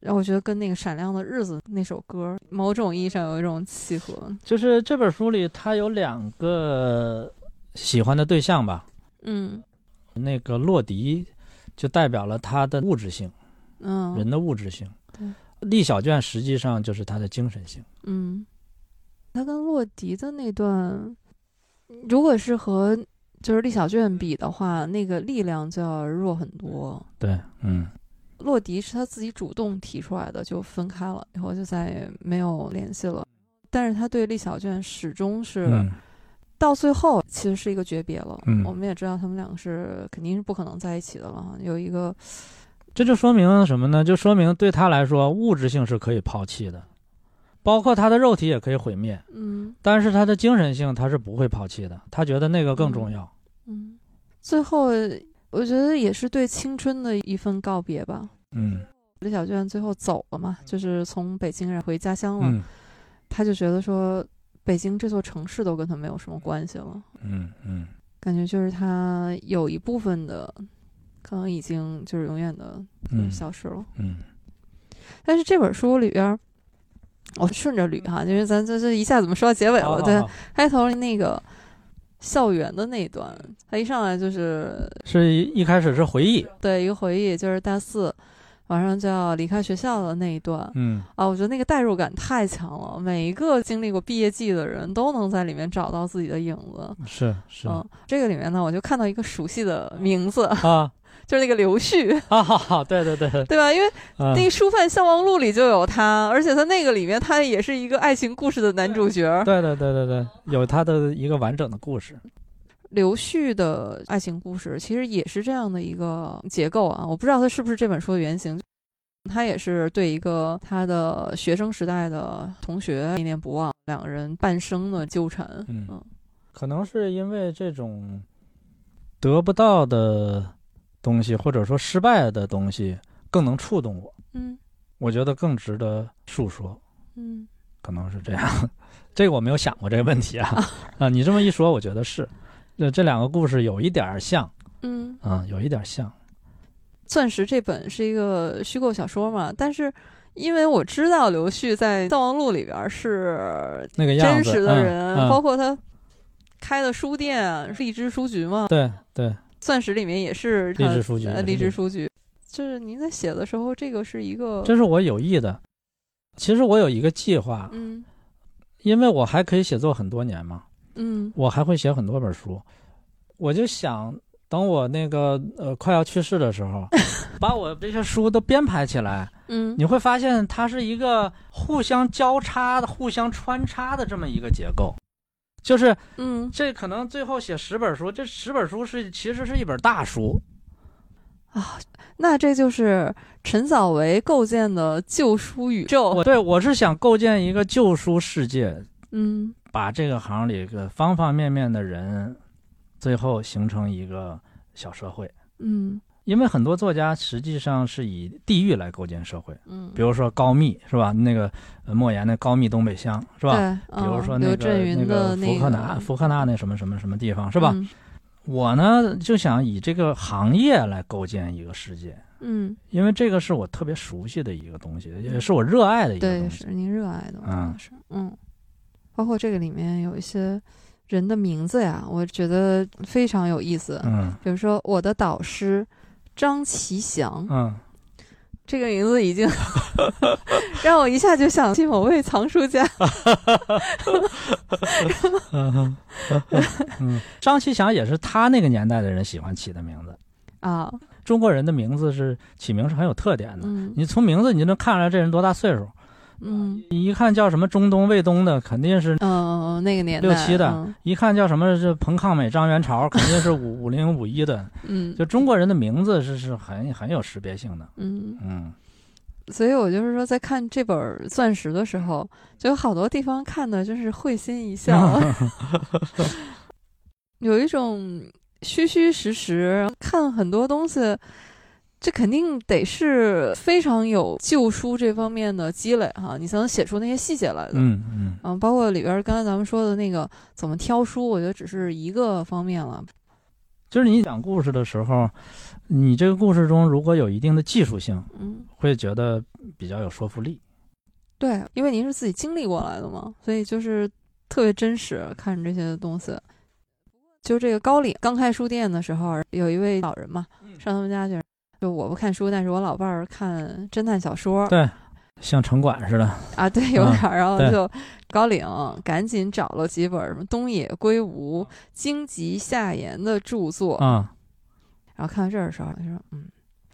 Speaker 1: 然后我觉得跟那个《闪亮的日子》那首歌某种意义上有一种契合。
Speaker 2: 就是这本书里它有两个喜欢的对象吧，
Speaker 1: 嗯
Speaker 2: 那个洛迪就代表了他的物质性，人
Speaker 1: 嗯
Speaker 2: 的物质性
Speaker 1: 对。
Speaker 2: 厉小娟实际上就是他的精神性。
Speaker 1: 嗯，他跟洛迪的那段，如果是和就是厉小娟比的话，那个力量就要弱很多。
Speaker 2: 对，嗯。
Speaker 1: 洛迪是他自己主动提出来的，就分开了，以后就再也没有联系了。但是他对厉小娟始终是、
Speaker 2: 嗯
Speaker 1: 到最后其实是一个诀别了。
Speaker 2: 嗯
Speaker 1: 我们也知道他们两个是肯定是不可能在一起的了哈。有一个
Speaker 2: 这就说明什么呢？就说明对他来说，物质性是可以抛弃的，包括他的肉体也可以毁灭，
Speaker 1: 嗯
Speaker 2: 但是他的精神性他是不会抛弃的。他觉得那个更重要。
Speaker 1: 嗯，最后我觉得也是对青春的一份告别吧。
Speaker 2: 嗯，
Speaker 1: 李小娟最后走了嘛，就是从北京人回家乡了，
Speaker 2: 嗯
Speaker 1: 他就觉得说北京这座城市都跟他没有什么关系了，
Speaker 2: 嗯嗯
Speaker 1: 感觉就是他有一部分的可能已经就是永远的
Speaker 2: 嗯
Speaker 1: 消失了。
Speaker 2: 嗯
Speaker 1: 但是这本书里边儿，我顺着捋哈，因为咱这这一下怎么说到结尾
Speaker 2: 嗯好
Speaker 1: 了？
Speaker 2: 好
Speaker 1: 对
Speaker 2: 好，
Speaker 1: 开头那个校园的那一段，他一上来就是
Speaker 2: 是一一开始是回忆，
Speaker 1: 对一个回忆，就是大四马上就要离开学校的那一段
Speaker 2: 嗯
Speaker 1: 啊，我觉得那个代入感太强了，每一个经历过毕业季的人都能在里面找到自己的影子。
Speaker 2: 是是
Speaker 1: 嗯，这个里面呢，我就看到一个熟悉的名字，
Speaker 2: 啊
Speaker 1: 就是那个刘旭，
Speaker 2: 啊哈哈，对对对，
Speaker 1: 对吧？因为
Speaker 2: 嗯
Speaker 1: 那个《书贩相望录》里就有他，而且他那个里面他也是一个爱情故事的男主角。
Speaker 2: 对对对对对，有他的一个完整的故事，
Speaker 1: 刘旭的爱情故事其实也是这样的一个结构啊，我不知道他是不是这本书的原型。他也是对一个他的学生时代的同学念念不忘，两个人半生的纠缠。
Speaker 2: 嗯可能是因为这种得不到的东西，或者说失败的东西，更能触动我，
Speaker 1: 嗯
Speaker 2: 我觉得更值得述说，
Speaker 1: 嗯
Speaker 2: 可能是这样。 这个我没有想过这个问题 啊啊！你这么一说，我觉得是，这这两个故事有一点儿像
Speaker 1: 嗯，
Speaker 2: 啊，有一点儿像，
Speaker 1: 《钻石》这本是一个虚构小说嘛，但是因为我知道刘旭在《藏王录》里边是
Speaker 2: 那个样
Speaker 1: 真
Speaker 2: 子，
Speaker 1: 实的人，
Speaker 2: 嗯
Speaker 1: 包
Speaker 2: 嗯、
Speaker 1: 括他开的书店荔枝书局嘛，
Speaker 2: 对对，
Speaker 1: 钻石里面也是
Speaker 2: 荔
Speaker 1: 他
Speaker 2: 枝书局
Speaker 1: 呃
Speaker 2: 也是
Speaker 1: 荔
Speaker 2: 这
Speaker 1: 枝
Speaker 2: 个
Speaker 1: 书局。就是您在写的时候，这个是一个
Speaker 2: 这是我有意的。其实我有一个计划，
Speaker 1: 嗯
Speaker 2: 因为我还可以写作很多年嘛，
Speaker 1: 嗯
Speaker 2: 我还会写很多本书，我就想等我那个呃快要去世的时候，把我这些书都编排起来，
Speaker 1: 嗯
Speaker 2: 你会发现它是一个互相交叉的、互相穿插的这么一个结构。就是
Speaker 1: 嗯
Speaker 2: 这可能最后写十本书，这十本书是其实是一本大书，
Speaker 1: 啊，那这就是陈早为构建的旧书宇宙
Speaker 2: 我。对我是想构建一个旧书世界，
Speaker 1: 嗯
Speaker 2: 把这个行里个方方面面的人，最后形成一个小社会。
Speaker 1: 嗯
Speaker 2: 因为很多作家实际上是以地域来构建社会，
Speaker 1: 嗯，
Speaker 2: 比如说高密是吧？那个呃莫言的高密东北乡是
Speaker 1: 对，
Speaker 2: 吧？
Speaker 1: 嗯
Speaker 2: 比如说
Speaker 1: 刘
Speaker 2: 那
Speaker 1: 震
Speaker 2: 个
Speaker 1: 云的
Speaker 2: 个
Speaker 1: 那嗯
Speaker 2: 福克纳福克纳那什么什么什么地方是吧？？我呢就想以这个行业来构建一个世界，
Speaker 1: 嗯，嗯
Speaker 2: 因为这个是我特别熟悉的一个东西，也是我热爱的一个
Speaker 1: 对，
Speaker 2: 东西。
Speaker 1: 是您热爱的，我觉得
Speaker 2: 嗯
Speaker 1: 是，嗯，包括这个里面有一些人的名字呀，我觉得非常有意思。
Speaker 2: 嗯
Speaker 1: 比如说我的导师张其祥，
Speaker 2: 嗯，
Speaker 1: 这个名字已经 让我一下就想起某位藏书家。
Speaker 2: 嗯，嗯，张其祥也是他那个年代的人喜欢起的名字。
Speaker 1: 啊，
Speaker 2: 中国人的名字是起名是很有特点的，
Speaker 1: 嗯
Speaker 2: 你从名字你就能看出来这人多大岁数。
Speaker 1: 嗯
Speaker 2: 你一看叫什么中东、卫东的，肯定是
Speaker 1: 嗯、呃那个年代，
Speaker 2: 六七的
Speaker 1: 嗯
Speaker 2: 一看叫什么是彭抗美、张元朝，肯定是五五零五一的。
Speaker 1: 嗯
Speaker 2: 就中国人的名字是是很很有识别性的。
Speaker 1: 嗯，
Speaker 2: 嗯
Speaker 1: 所以我就是说，在看这本《钻石》的时候，就有好多地方看的就是会心一 笑，有一种虚虚实实，看很多东西，这肯定得是非常有旧书这方面的积累哈，你才能写出那些细节来的。
Speaker 2: 嗯嗯
Speaker 1: 嗯包括里边儿刚才咱们说的那个怎么挑书，我觉得只是一个方面了。
Speaker 2: 就是你讲故事的时候，你这个故事中如果有一定的技术性，
Speaker 1: 嗯，
Speaker 2: 会觉得比较有说服力。
Speaker 1: 对，因为您是自己经历过来的嘛，所以就是特别真实看这些东西。就这个高岭刚开书店的时候，有一位老人嘛，
Speaker 2: 嗯
Speaker 1: 上他们家去，就我不看书，但是我老伴儿看侦探小说
Speaker 2: 对像城管似的，
Speaker 1: 啊，对，有点儿，然后
Speaker 2: 对
Speaker 1: 就高岭赶紧找了几本什么东野圭吾、荆棘夏言的著作，
Speaker 2: 啊、
Speaker 1: 然后看到这儿的时候，他说：“嗯，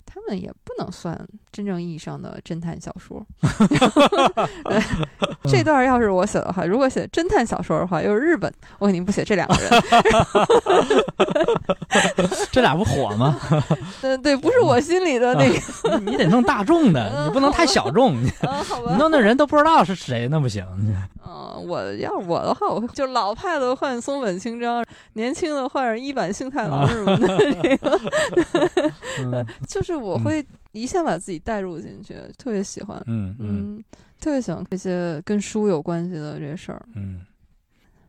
Speaker 1: 他 们也不能算真正意义上的侦探小说。对”这段要是我写的话，如果写侦探小说的话，又是日本，我肯定不写这两个人。
Speaker 2: 这俩不火吗？
Speaker 1: 嗯，对，不是我心里的那个。
Speaker 2: 你你得弄大众的，你不能太小众，你
Speaker 1: 嗯，好
Speaker 2: 你
Speaker 1: 吧。
Speaker 2: 弄的人都不知道是谁，那不行。
Speaker 1: 嗯，我要是我的话，我会就老派的换松本清张，年轻的换上一坂幸太郎什么的，这个
Speaker 2: 啊嗯
Speaker 1: 就是我会一下把自己带入进去，特别喜欢。
Speaker 2: 嗯嗯
Speaker 1: 嗯，特别喜欢这些跟书有关系的这些事儿。
Speaker 2: 嗯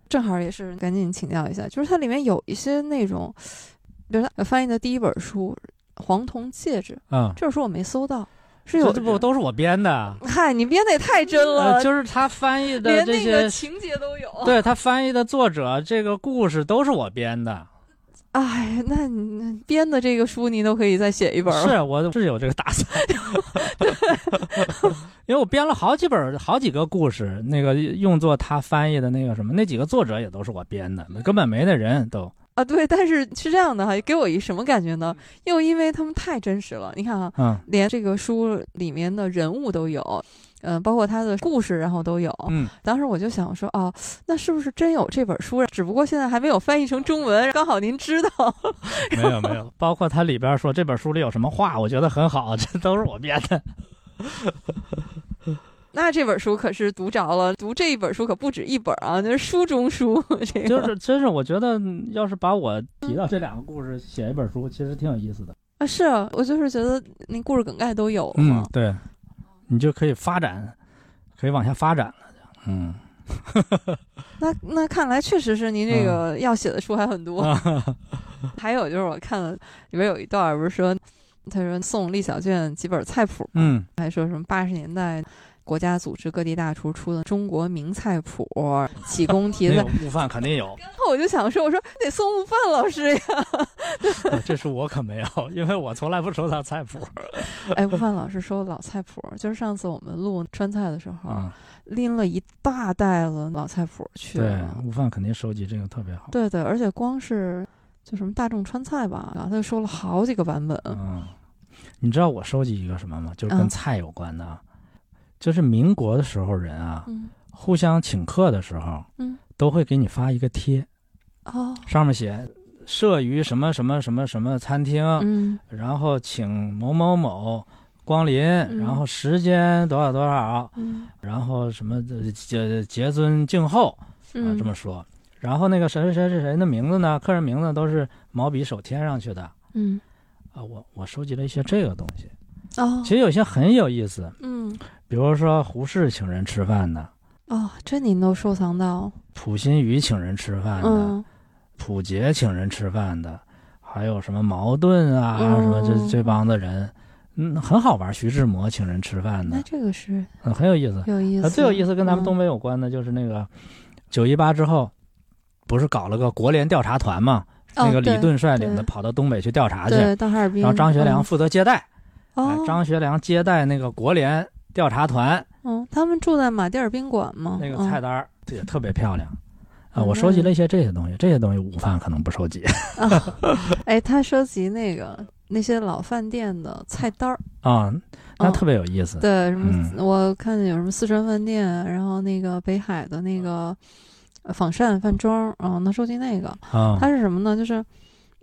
Speaker 1: 正好也是赶紧请教一下，就是它里面有一些那种，比如他翻译的第一本书《黄铜戒指》，
Speaker 2: 嗯，
Speaker 1: 这本书我没搜到，是有
Speaker 2: 这这不都是我编的？
Speaker 1: 嗨，你编的也太真了，
Speaker 2: 呃，就是他翻译的
Speaker 1: 连
Speaker 2: 这
Speaker 1: 那
Speaker 2: 些
Speaker 1: 个，情节都有。，
Speaker 2: 对他翻译的作者，这个故事都是我编的。
Speaker 1: 哎，那你编的这个书你都可以再写一本儿了。
Speaker 2: 是啊我是有这个打算， 因为我编了好几本、好几个故事，那个用作他翻译的那个什么，那几个作者也都是我编的，根本没那人都。
Speaker 1: 啊，对，但是是这样的哈，给我一什么感觉呢？又因为他们太真实了，你看啊，
Speaker 2: 嗯
Speaker 1: 连这个书里面的人物都有，嗯、包括他的故事，然后都有。
Speaker 2: 嗯，
Speaker 1: 当时我就想说，哦，那是不是真有这本书？啊只不过现在还没有翻译成中文，刚好您知道。
Speaker 2: 没有没有，包括他里边说这本书里有什么话，我觉得很好，这都是我编的。
Speaker 1: 那这本书可是读着了，读这一本书可不止一本啊，那是书中书。 这个
Speaker 2: 就是真是，我觉得嗯要是把我提到这两个故事写一本书，其实挺有意思的。
Speaker 1: 啊，是啊，我就是觉得那故事梗概都有了
Speaker 2: 嗯
Speaker 1: 嘛，。
Speaker 2: 对，你就可以发展，可以往下发展了。嗯，
Speaker 1: 那那看来确实是您这个要写的书还很多。
Speaker 2: 啊
Speaker 1: 还有就是我看了里边有一段儿，不是说他说送立小卷几本菜谱嘛，
Speaker 2: 嗯
Speaker 1: 还说什么八十年代国家组织各地大厨出的中国名菜谱、启功题材
Speaker 2: 那有。悟饭肯 定有，
Speaker 1: 然后我就想说，我说得送悟饭老师呀，
Speaker 2: 对这是我可没有，因为我从来不收藏菜谱。
Speaker 1: 哎，悟饭老师说老菜谱，就是上次我们录川菜的时候，
Speaker 2: 啊，
Speaker 1: 拎了一大袋子老菜谱去
Speaker 2: 对
Speaker 1: 了，。
Speaker 2: 悟饭肯定收集这个特别好。
Speaker 1: 对对，而且光是就什么大众川菜吧，然后他就说了好几个版本。
Speaker 2: 嗯，你知道我收集一个什么吗？就是
Speaker 1: 嗯
Speaker 2: 跟菜有关的啊，就是民国的时候人啊，
Speaker 1: 嗯，
Speaker 2: 互相请客的时候，
Speaker 1: 嗯，
Speaker 2: 都会给你发一个贴，
Speaker 1: 哦，
Speaker 2: 上面写设于什么什么什么什么餐厅，
Speaker 1: 嗯
Speaker 2: 然后请某某某光临，然后时间多少多少，
Speaker 1: 嗯
Speaker 2: 然后什么呃节节尊敬后啊
Speaker 1: 嗯，
Speaker 2: 这么说。然后那个谁谁谁谁谁的名字呢？客人名字都是毛笔手添上去的
Speaker 1: 嗯
Speaker 2: 啊。我我收集了一些这个东西，
Speaker 1: 哦
Speaker 2: 其，实有些很有意思，
Speaker 1: 嗯
Speaker 2: 比如说胡适请人吃饭的，
Speaker 1: 哦，这您都收藏到，
Speaker 2: 普心宇请人吃饭的，
Speaker 1: 嗯
Speaker 2: 普杰请人吃饭的，还有什么矛盾啊，
Speaker 1: 嗯
Speaker 2: 什么这这帮子人，嗯，很好玩。徐志摩请人吃饭的
Speaker 1: 那，这个是
Speaker 2: 嗯很有意思。
Speaker 1: 有意
Speaker 2: 呃
Speaker 1: 思，嗯
Speaker 2: 最有意思跟咱们东
Speaker 1: 北，
Speaker 2: 北有关的就是那个九一八之后，不是搞了个国联调查团嘛？
Speaker 1: 哦
Speaker 2: 那个李
Speaker 1: 对
Speaker 2: 顿率领的
Speaker 1: 对
Speaker 2: 跑到东北去调查去，
Speaker 1: 对，到哈尔滨，
Speaker 2: 然后张学良负责接待，
Speaker 1: 嗯
Speaker 2: 哎
Speaker 1: 哦，
Speaker 2: 张学良接待那个国联调查团，
Speaker 1: 嗯，他们住在马蒂尔宾馆吗？
Speaker 2: 那个
Speaker 1: 嗯
Speaker 2: 菜单儿也特别漂亮。啊，
Speaker 1: 嗯
Speaker 2: 我收集了一些这些东西，这些东西午饭可能不收集
Speaker 1: 哎，他收集那个那些老饭店的菜单儿，
Speaker 2: 啊，那
Speaker 1: 嗯
Speaker 2: 特别有意思。
Speaker 1: 对，什么、
Speaker 2: 嗯
Speaker 1: 我看见有什么四川饭店，啊然后那个北海的那个呃仿膳饭庄，嗯，他收集那个，
Speaker 2: 啊，
Speaker 1: 它是什么呢？就是。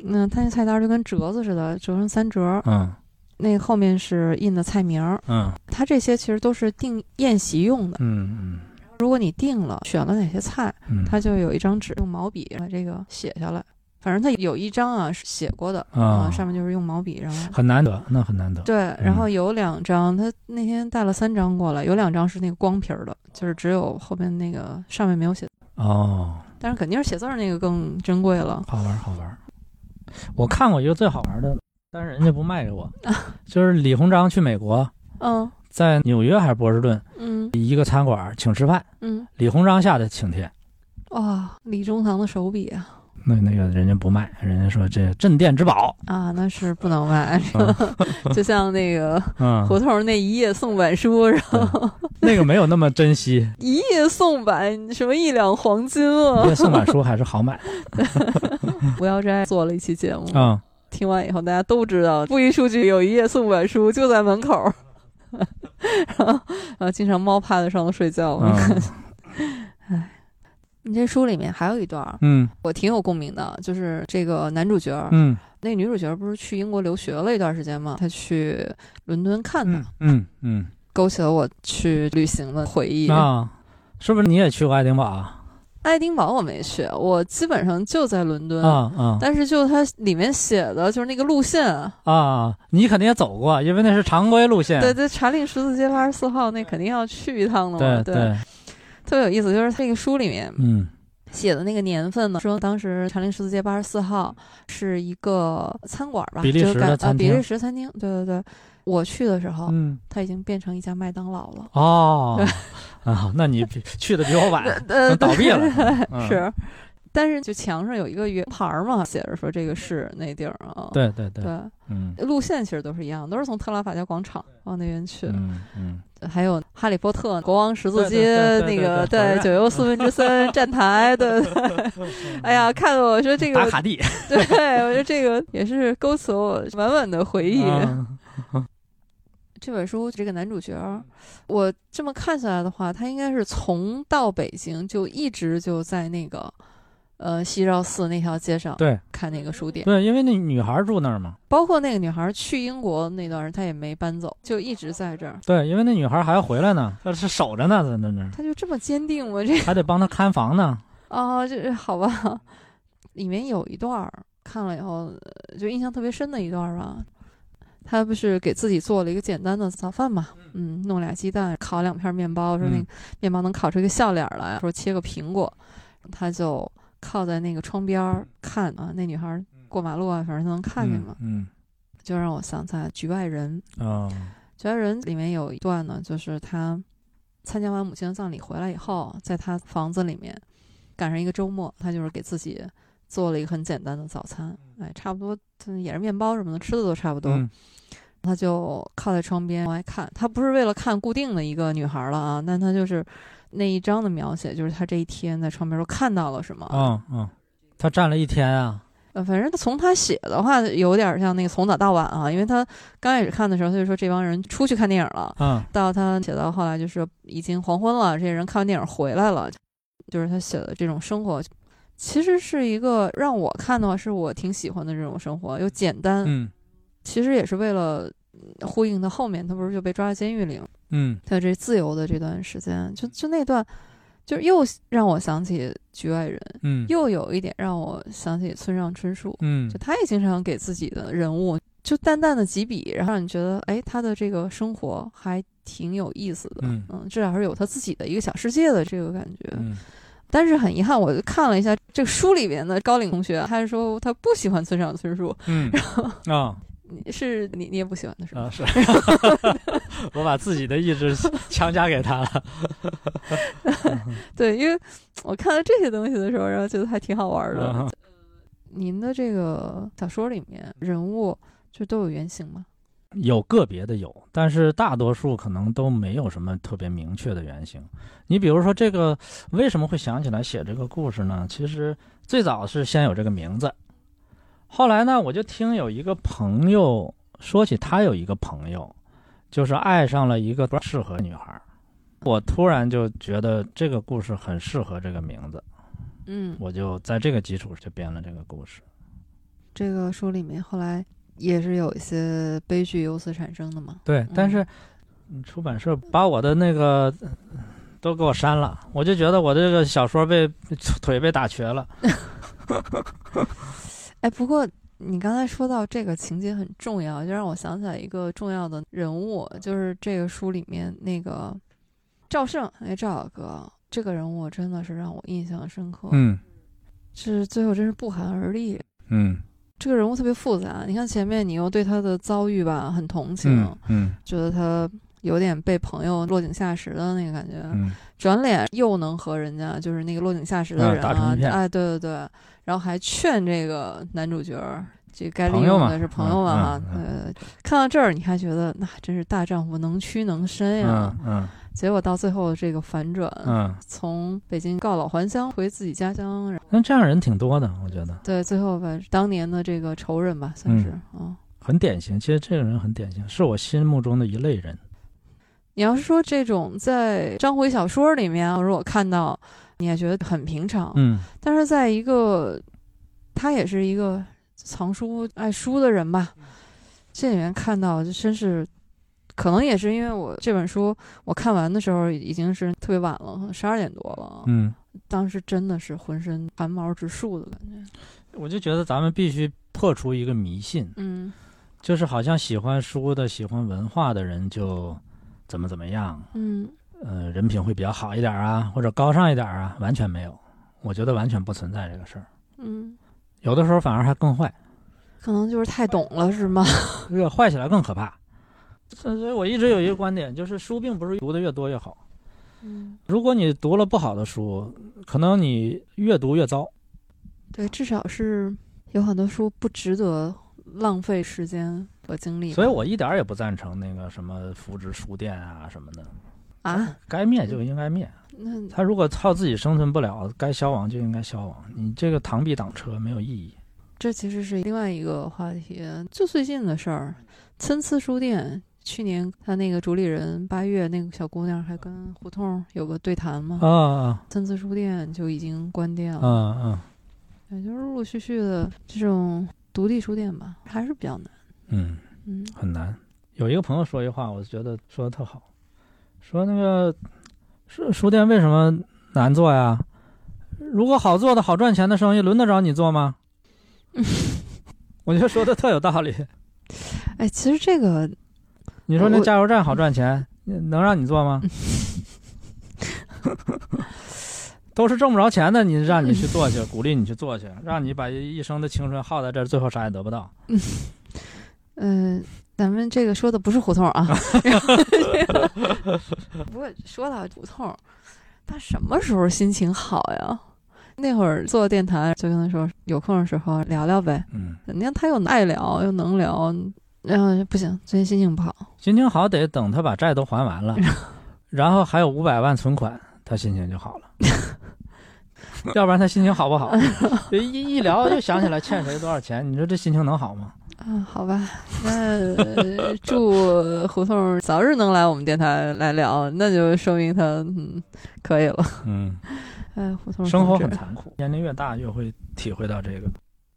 Speaker 1: 嗯，它那菜单儿就跟折子似的，折成三折儿，
Speaker 2: 嗯
Speaker 1: 那后面是印的菜名儿。
Speaker 2: 嗯
Speaker 1: 它这些其实都是订宴席用的。
Speaker 2: 嗯
Speaker 1: 如果你订了，选了哪些菜，
Speaker 2: 嗯
Speaker 1: 它就有一张纸用毛笔把这个写下来。反正它有一张啊是写过的
Speaker 2: 啊
Speaker 1: 啊、上面就是用毛笔，然后
Speaker 2: 很难得，那很难得。
Speaker 1: 对，然
Speaker 2: 嗯
Speaker 1: 后有两张，他那天带了三张过来，有两张是那个光皮儿的，就是只有后面那个上面没有写，
Speaker 2: 哦，
Speaker 1: 但是肯定是写字儿那个更珍贵了。
Speaker 2: 好玩儿好玩儿。我看过一个最好玩儿的，但是人家不卖给我，就是李鸿章去美国，
Speaker 1: 嗯
Speaker 2: 在纽约还是波士顿
Speaker 1: 嗯
Speaker 2: 一个餐馆儿请吃饭，
Speaker 1: 嗯，
Speaker 2: 李鸿章下的请帖，
Speaker 1: 哇，李中堂的手笔啊，
Speaker 2: 那那个人家不卖，人家说这镇店之宝，
Speaker 1: 啊，那是不能卖，
Speaker 2: 嗯
Speaker 1: 就像那个
Speaker 2: 嗯，
Speaker 1: 胡同那一夜送板书，然后
Speaker 2: 那个没有那么珍惜，
Speaker 1: 一夜送板什么一两黄金
Speaker 2: 因
Speaker 1: 啊
Speaker 2: 为，宋版书还是好买的。
Speaker 1: 不要斋做了一期节目，
Speaker 2: 嗯，
Speaker 1: 听完以后大家都知道，布衣书局有一夜送板书就在门口儿。然后然后经常猫趴在上头睡觉。
Speaker 2: 嗯
Speaker 1: 你这书里面还有一段儿
Speaker 2: 嗯
Speaker 1: 我挺有共鸣的，就是这个男主角，
Speaker 2: 嗯
Speaker 1: 那女主角不是去英国留学了一段时间吗？她去伦敦看他，
Speaker 2: 嗯嗯嗯
Speaker 1: 勾起了我去旅行的回忆。
Speaker 2: 嗯啊，是不是你也去过爱丁堡啊？
Speaker 1: 爱丁堡我没去，我基本上就在伦敦。
Speaker 2: 啊啊
Speaker 1: 但是就它里面写的就是那个路线啊，
Speaker 2: 啊！你肯定也走过，因为那是常规路线。
Speaker 1: 对对，查理十字街八十四号那肯定要去一趟的嘛，
Speaker 2: 对
Speaker 1: 对，特别有意思，就是这个书里面
Speaker 2: 嗯
Speaker 1: 写的那个年份呢，说当时长林十字街八十四号是一个餐馆吧，
Speaker 2: 比利时的
Speaker 1: 就是感
Speaker 2: 餐
Speaker 1: 啊，
Speaker 2: 厅
Speaker 1: 比利时餐厅，对对对，我去的时候、
Speaker 2: 嗯
Speaker 1: 它已经变成一家麦当劳了，
Speaker 2: 哦 啊，那你比去的比我晚，
Speaker 1: 呃，
Speaker 2: 能哎倒闭了
Speaker 1: 对
Speaker 2: 嗯
Speaker 1: 是，但是就墙上有一个圆牌儿嘛，写着说这个是那地儿啊，
Speaker 2: 对对对，
Speaker 1: 对
Speaker 2: 嗯
Speaker 1: 路线其实都是一样，都是从特拉法加广场往那边去，
Speaker 2: 嗯嗯
Speaker 1: 还有《哈利波特》国王十字
Speaker 2: 对
Speaker 1: 街
Speaker 2: 对对
Speaker 1: 那
Speaker 2: 对
Speaker 1: 个，
Speaker 2: 对对
Speaker 1: 对九又四分之 三站台，对对对。哎呀，看得我说这个
Speaker 2: 打，卡地
Speaker 1: 对我说这个也是勾起我满满的回忆。
Speaker 2: 嗯
Speaker 1: 这本书这个男主角，我这么看下来的话，他应该是从到北京就一直就在那个。呃，西绕寺那条街上，
Speaker 2: 对
Speaker 1: 看那个书店，
Speaker 2: 对，因为那女孩住那儿嘛，
Speaker 1: 包括那个女孩去英国那段儿，她也没搬走，就一直在这儿。
Speaker 2: 对，因为那女孩还要回来呢，那是守着呢，在那那儿
Speaker 1: 她就这么坚定吗？这
Speaker 2: 还得帮她看房呢。
Speaker 1: 哦，这 好吧，里面有一段儿看了以后呃就印象特别深的一段儿吧。他不是给自己做了一个简单的早饭嘛？嗯，弄俩鸡蛋，烤两片面包，说那
Speaker 2: 嗯
Speaker 1: 个面包能烤出一个笑脸儿来，说切个苹果，他就靠在那个窗边儿看啊，那女孩儿过马路啊，反正都能看见嘛，
Speaker 2: 嗯嗯
Speaker 1: 就让我想起来《局外人》。
Speaker 2: 嗯哦
Speaker 1: 《绝人》里面有一段呢，就是他参加完母亲的葬礼回来以后，在他房子里面赶上一个周末，他就是给自己做了一个很简单的早餐，哎，差不多嗯也是面包什么的，吃的都差不多。
Speaker 2: 嗯
Speaker 1: 他就靠在窗边往外看，他不是为了看固定的一个女孩了啊，但他就是那一章的描写，就是他这一天在窗边都看到了什么。
Speaker 2: 哦哦，她站了一天啊，
Speaker 1: 呃，反正从他写的话，有点像那个从早到晚啊，因为他刚开始看的时候，他就说这帮人出去看电影了，
Speaker 2: 嗯
Speaker 1: 到他写到后来就是已经黄昏了，这些人看完电影回来了，就是他写的这种生活，其实是一个让我看的话是我挺喜欢的这种生活，又简单，
Speaker 2: 嗯
Speaker 1: 其实也是为了嗯呼应他后面他不是就被抓到监狱里了，
Speaker 2: 嗯
Speaker 1: 他这自由的这段时间，就就那段，就又让我想起《局外人》，
Speaker 2: 嗯
Speaker 1: 又有一点让我想起村上春树，
Speaker 2: 嗯
Speaker 1: 就他也经常给自己的人物就淡淡的几笔，然后让你觉得，哎，他的这个生活还挺有意思的，
Speaker 2: 嗯
Speaker 1: 至少是有他自己的一个小世界的这个感觉。
Speaker 2: 嗯
Speaker 1: 但是很遗憾，我看了一下这个书里边的高岭同学，他是说他不喜欢村上春树，
Speaker 2: 嗯啊
Speaker 1: 你是你你也不喜欢他是吧？
Speaker 2: 啊 是，我把自己的意志强加给她了。
Speaker 1: 对，因为我看到这些东西的时候，然后觉得还挺好玩的。
Speaker 2: 嗯
Speaker 1: 您的这个小说里面人物就都有原型吗？
Speaker 2: 有个别的有，但是大多数可能都没有什么特别明确的原型。你比如说这个，为什么会想起来写这个故事呢？其实最早是先有这个名字，后来呢，我就听有一个朋友说起他有一个朋友，就是爱上了一个不适合的女孩儿。我突然就觉得这个故事很适合这个名字，
Speaker 1: 嗯，
Speaker 2: 我就在这个基础上就编了这个故事。
Speaker 1: 这个书里面后来也是有一些悲剧由此产生的嘛。
Speaker 2: 对，但
Speaker 1: 嗯
Speaker 2: 是嗯出版社把我的那个呃都给我删了，我就觉得我这个小说被腿被打瘸了。
Speaker 1: 哎，不过你刚才说到这个情节很重要，就让我想起来一个重要的人物，就是这个书里面那个赵胜，哎，赵老哥，这个人物真的是让我印象深刻，
Speaker 2: 嗯
Speaker 1: 是最后真是不寒而栗。
Speaker 2: 嗯
Speaker 1: 这个人物特别复杂，你看前面你又对他的遭遇吧很同情，
Speaker 2: 嗯
Speaker 1: 觉得他有点被朋友落井下石的那个感觉，
Speaker 2: 嗯
Speaker 1: 转脸又能和人家就是那个落井下石
Speaker 2: 啊
Speaker 1: 的人
Speaker 2: 打成
Speaker 1: 啊
Speaker 2: 一，片
Speaker 1: 哎，对对对，然后还劝这个男主角儿，这该利
Speaker 2: 朋友
Speaker 1: 用
Speaker 2: 嘛
Speaker 1: 的是朋友嘛哈，
Speaker 2: 嗯
Speaker 1: 呃，看到这儿你还觉得那真是大丈夫能屈能伸呀，
Speaker 2: 嗯嗯
Speaker 1: 结果到最后这个反转，
Speaker 2: 嗯，
Speaker 1: 从北京告老还乡回自己家乡，然后
Speaker 2: 那这样人挺多的，我觉得
Speaker 1: 对，最后把当年的这个仇人吧，算是啊、嗯
Speaker 2: 很典型。其实这个人很典型，是我心目中的一类人。
Speaker 1: 你要是说这种在章回小说里面，如果看到，你也觉得很平常。
Speaker 2: 嗯
Speaker 1: 但是在一个，他也是一个藏书爱书的人吧，这里面看到就真是，可能也是因为我这本书我看完的时候已经是特别晚了，十二点多了，
Speaker 2: 嗯，
Speaker 1: 当时真的是浑身汗毛直竖的感觉。
Speaker 2: 我就觉得咱们必须破除一个迷信，
Speaker 1: 嗯
Speaker 2: 就是好像喜欢书的、喜欢文化的人就怎么怎么样，
Speaker 1: 嗯
Speaker 2: 呃，人品会比较好一点啊，或者高尚一点啊，完全没有，我觉得完全不存在这个事儿。
Speaker 1: 嗯，
Speaker 2: 有的时候反而还更坏，
Speaker 1: 可能就是太懂了，是吗？
Speaker 2: 这个坏起来更可怕。所以所以我一直有一个观点，就是书并不是读的越多越好。
Speaker 1: 嗯，
Speaker 2: 如果你读了不好的书，可能你越读越糟。
Speaker 1: 对，至少是有很多书不值得浪费时间和精力吧。
Speaker 2: 所以我一点儿也不赞成那个什么扶植书店啊什么的，
Speaker 1: 啊，
Speaker 2: 该灭就应该灭。
Speaker 1: 那
Speaker 2: 他如果靠自己生存不了，该消亡就应该消亡。你这个螳臂挡车没有意义。
Speaker 1: 这其实是另外一个话题，就最近的事儿，参差书店。去年他那个主理人八月那个小姑娘还跟胡同有个对谈嘛，
Speaker 2: 啊啊
Speaker 1: 参差书店就已经关店
Speaker 2: 啊
Speaker 1: 了，
Speaker 2: 啊！
Speaker 1: 也就是陆陆续续的这种独立书店吧，还是比较难。
Speaker 2: 嗯，
Speaker 1: 嗯
Speaker 2: 很难。有一个朋友说一话，我觉得说的特好，说那个书书店为什么难做呀？如果好做的、好赚钱的生意，轮得着你做吗？我觉得说的特有道理。
Speaker 1: 哎，其实这个
Speaker 2: 你说那
Speaker 1: 我
Speaker 2: 加油站好赚钱，能让你做吗？都是挣不着钱的，你让你去做去，鼓励你去做去，让你把一生的青春耗在这儿，最后啥也得不到。
Speaker 1: 嗯、咱们这个说的不是胡同 啊。不过说到胡同，他什么时候心情好呀？那会儿做电台，就跟他说有空的时候聊聊呗。
Speaker 2: 嗯，
Speaker 1: 人家他又爱聊又能聊，然后不行，最近心情不好。
Speaker 2: 心情好得等他把债都还完了，然后还有五百万存款，他心情就好了。要不然他心情好不好？就一一聊又想起来欠谁多少钱，你说这心情能好吗？
Speaker 1: 啊，好吧，那 祝胡同早日能来我们电台来聊，那就说明他嗯可以了。
Speaker 2: 嗯，
Speaker 1: 哎，胡同
Speaker 2: 生
Speaker 1: 同
Speaker 2: 活
Speaker 1: 志
Speaker 2: 很残酷，年龄越大越会体会到这个。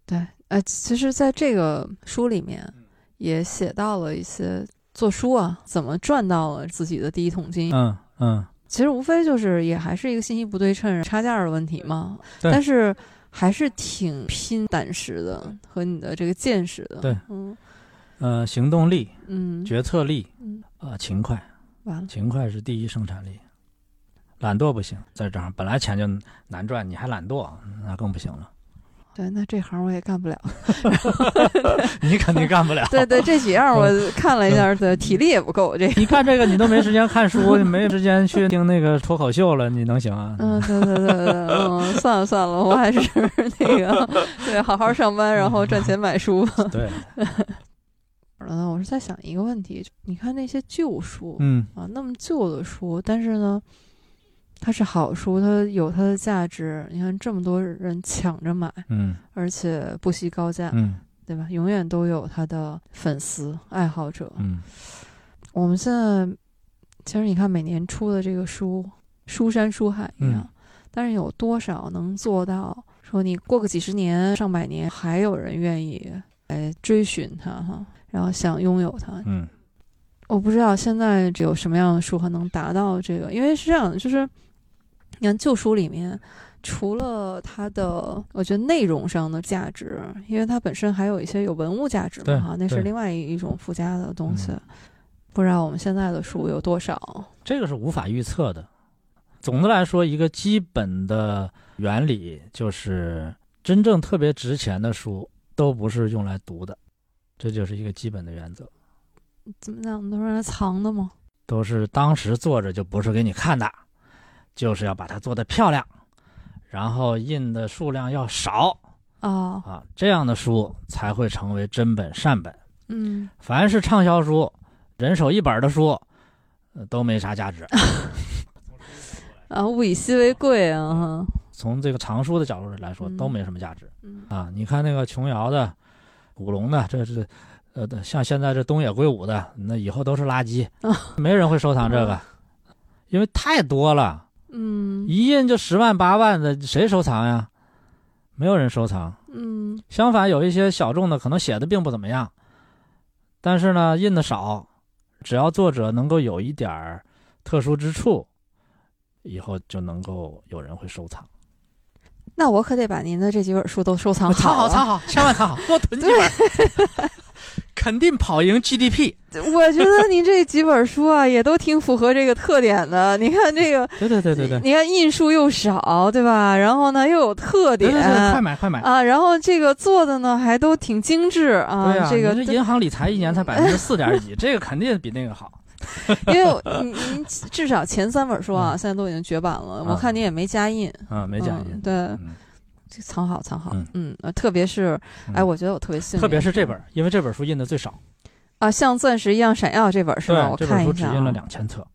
Speaker 1: 对，呃，其实在这个书里面
Speaker 2: 嗯
Speaker 1: 也写到了一些做书啊，怎么赚到了自己的第一桶金。
Speaker 2: 嗯嗯，
Speaker 1: 其实无非就是也还是一个信息不对称、差价的问题嘛。
Speaker 2: 对
Speaker 1: 但是还是挺拼胆识的和你的这个见识的。
Speaker 2: 对，
Speaker 1: 嗯
Speaker 2: 呃，行动力、
Speaker 1: 嗯，
Speaker 2: 决策力，
Speaker 1: 嗯
Speaker 2: 呃，勤快，
Speaker 1: 完了，
Speaker 2: 勤快是第一生产力。懒惰不行，在这儿本来钱就难赚，你还懒惰，那更不行了。
Speaker 1: 对，那这行我也干不 了。
Speaker 2: 你肯定干不了。
Speaker 1: 对对，这几样我
Speaker 2: 嗯
Speaker 1: 看了一下，对，体力也不够 这个。
Speaker 2: 你看这个，你都没时间看书，没时间去听那个脱口秀了，你能行啊？
Speaker 1: 嗯，对对对对，嗯，算了算了，我还是 那个， 对，好好上班，然后赚钱买书吧。
Speaker 2: 对，
Speaker 1: 呢，我是在想一个问题，就你看那些旧书、
Speaker 2: 嗯
Speaker 1: 啊，那么旧的书，但是呢，它是好书，它有它的价值。你看这么多人抢着买，
Speaker 2: 嗯
Speaker 1: 而且不惜高价，
Speaker 2: 嗯
Speaker 1: 对吧？永远都有它的粉丝爱好者。
Speaker 2: 嗯
Speaker 1: 我们现在其实你看每年出的这个书，书山书海一样，
Speaker 2: 嗯
Speaker 1: 但是有多少能做到说你过个几十年、上百年，还有人愿意来追寻它哈，然后想拥有它？
Speaker 2: 嗯
Speaker 1: 我不知道现在有什么样的书还能达到这个，因为是这样的，就是你看旧书里面，除了它的我觉得内容上的价值，因为它本身还有一些有文物价值嘛，
Speaker 2: 对
Speaker 1: 哈，那是
Speaker 2: 对
Speaker 1: 另外一种附加的东西
Speaker 2: 嗯。
Speaker 1: 不知道我们现在的书有多少？
Speaker 2: 这个是无法预测的。总的来说，一个基本的原理就是，真正特别值钱的书都不是用来读的，这就是一个基本的原则。
Speaker 1: 怎么讲？都是来藏的吗？
Speaker 2: 都是当时做着就不是给你看的，就是要把它做得漂亮，然后印的数量要少
Speaker 1: 啊，
Speaker 2: 啊，这样的书才会成为真本善本。
Speaker 1: 嗯，
Speaker 2: 凡是畅销书，人手一本的书，呃都没啥价值。
Speaker 1: 啊，物以稀为贵啊，哈
Speaker 2: 从这个藏书的角度来说
Speaker 1: 嗯，
Speaker 2: 都没什么价值
Speaker 1: 嗯
Speaker 2: 啊。你看那个琼瑶的、古龙的，这是呃，像现在这东野圭吾的，那以后都是垃圾，
Speaker 1: 啊
Speaker 2: 没人会收藏这个，因为太多了，
Speaker 1: 嗯
Speaker 2: 一印就十万八万的，谁收藏呀？没有人收藏。
Speaker 1: 嗯
Speaker 2: 相反，有一些小众的可能写的并不怎么样，但是呢，印的少，只要作者能够有一点儿特殊之处，以后就能够有人会收藏。
Speaker 1: 那我可得把您的这几本书都收藏
Speaker 2: 藏
Speaker 1: 啊好
Speaker 2: 好，
Speaker 1: 了
Speaker 2: 藏好，千万 藏好，多囤几本儿，肯定跑赢 GDP。
Speaker 1: 我觉得您这几本书 啊，也都挺符合这个特点的。你看这个，
Speaker 2: 对对对对对，
Speaker 1: 你看印数又少，对吧？然后呢又有特
Speaker 2: 对
Speaker 1: 点
Speaker 2: 对对，快买快买。
Speaker 1: 啊，然后这个做的呢还都挺精致啊。
Speaker 2: 对呀、
Speaker 1: 这个
Speaker 2: 你这银行理财一年才百分之四点几，这个肯定比那个好。
Speaker 1: 因为 我您您至少前三本书啊，现在都已经绝版了。我看您也没加印，
Speaker 2: 嗯，啊没讲印
Speaker 1: 嗯、。对，
Speaker 2: 嗯，
Speaker 1: 这藏好藏好
Speaker 2: 嗯，
Speaker 1: 嗯，呃特别是哎，我觉得我特别幸运，
Speaker 2: 特别是这本儿，因为这本书印的最少，
Speaker 1: 啊，像钻石一样闪耀这本是吧？
Speaker 2: 对，
Speaker 1: 我
Speaker 2: 这本
Speaker 1: 看
Speaker 2: 书
Speaker 1: 一
Speaker 2: 只
Speaker 1: 下
Speaker 2: 印了
Speaker 1: 啊，
Speaker 2: 两千册。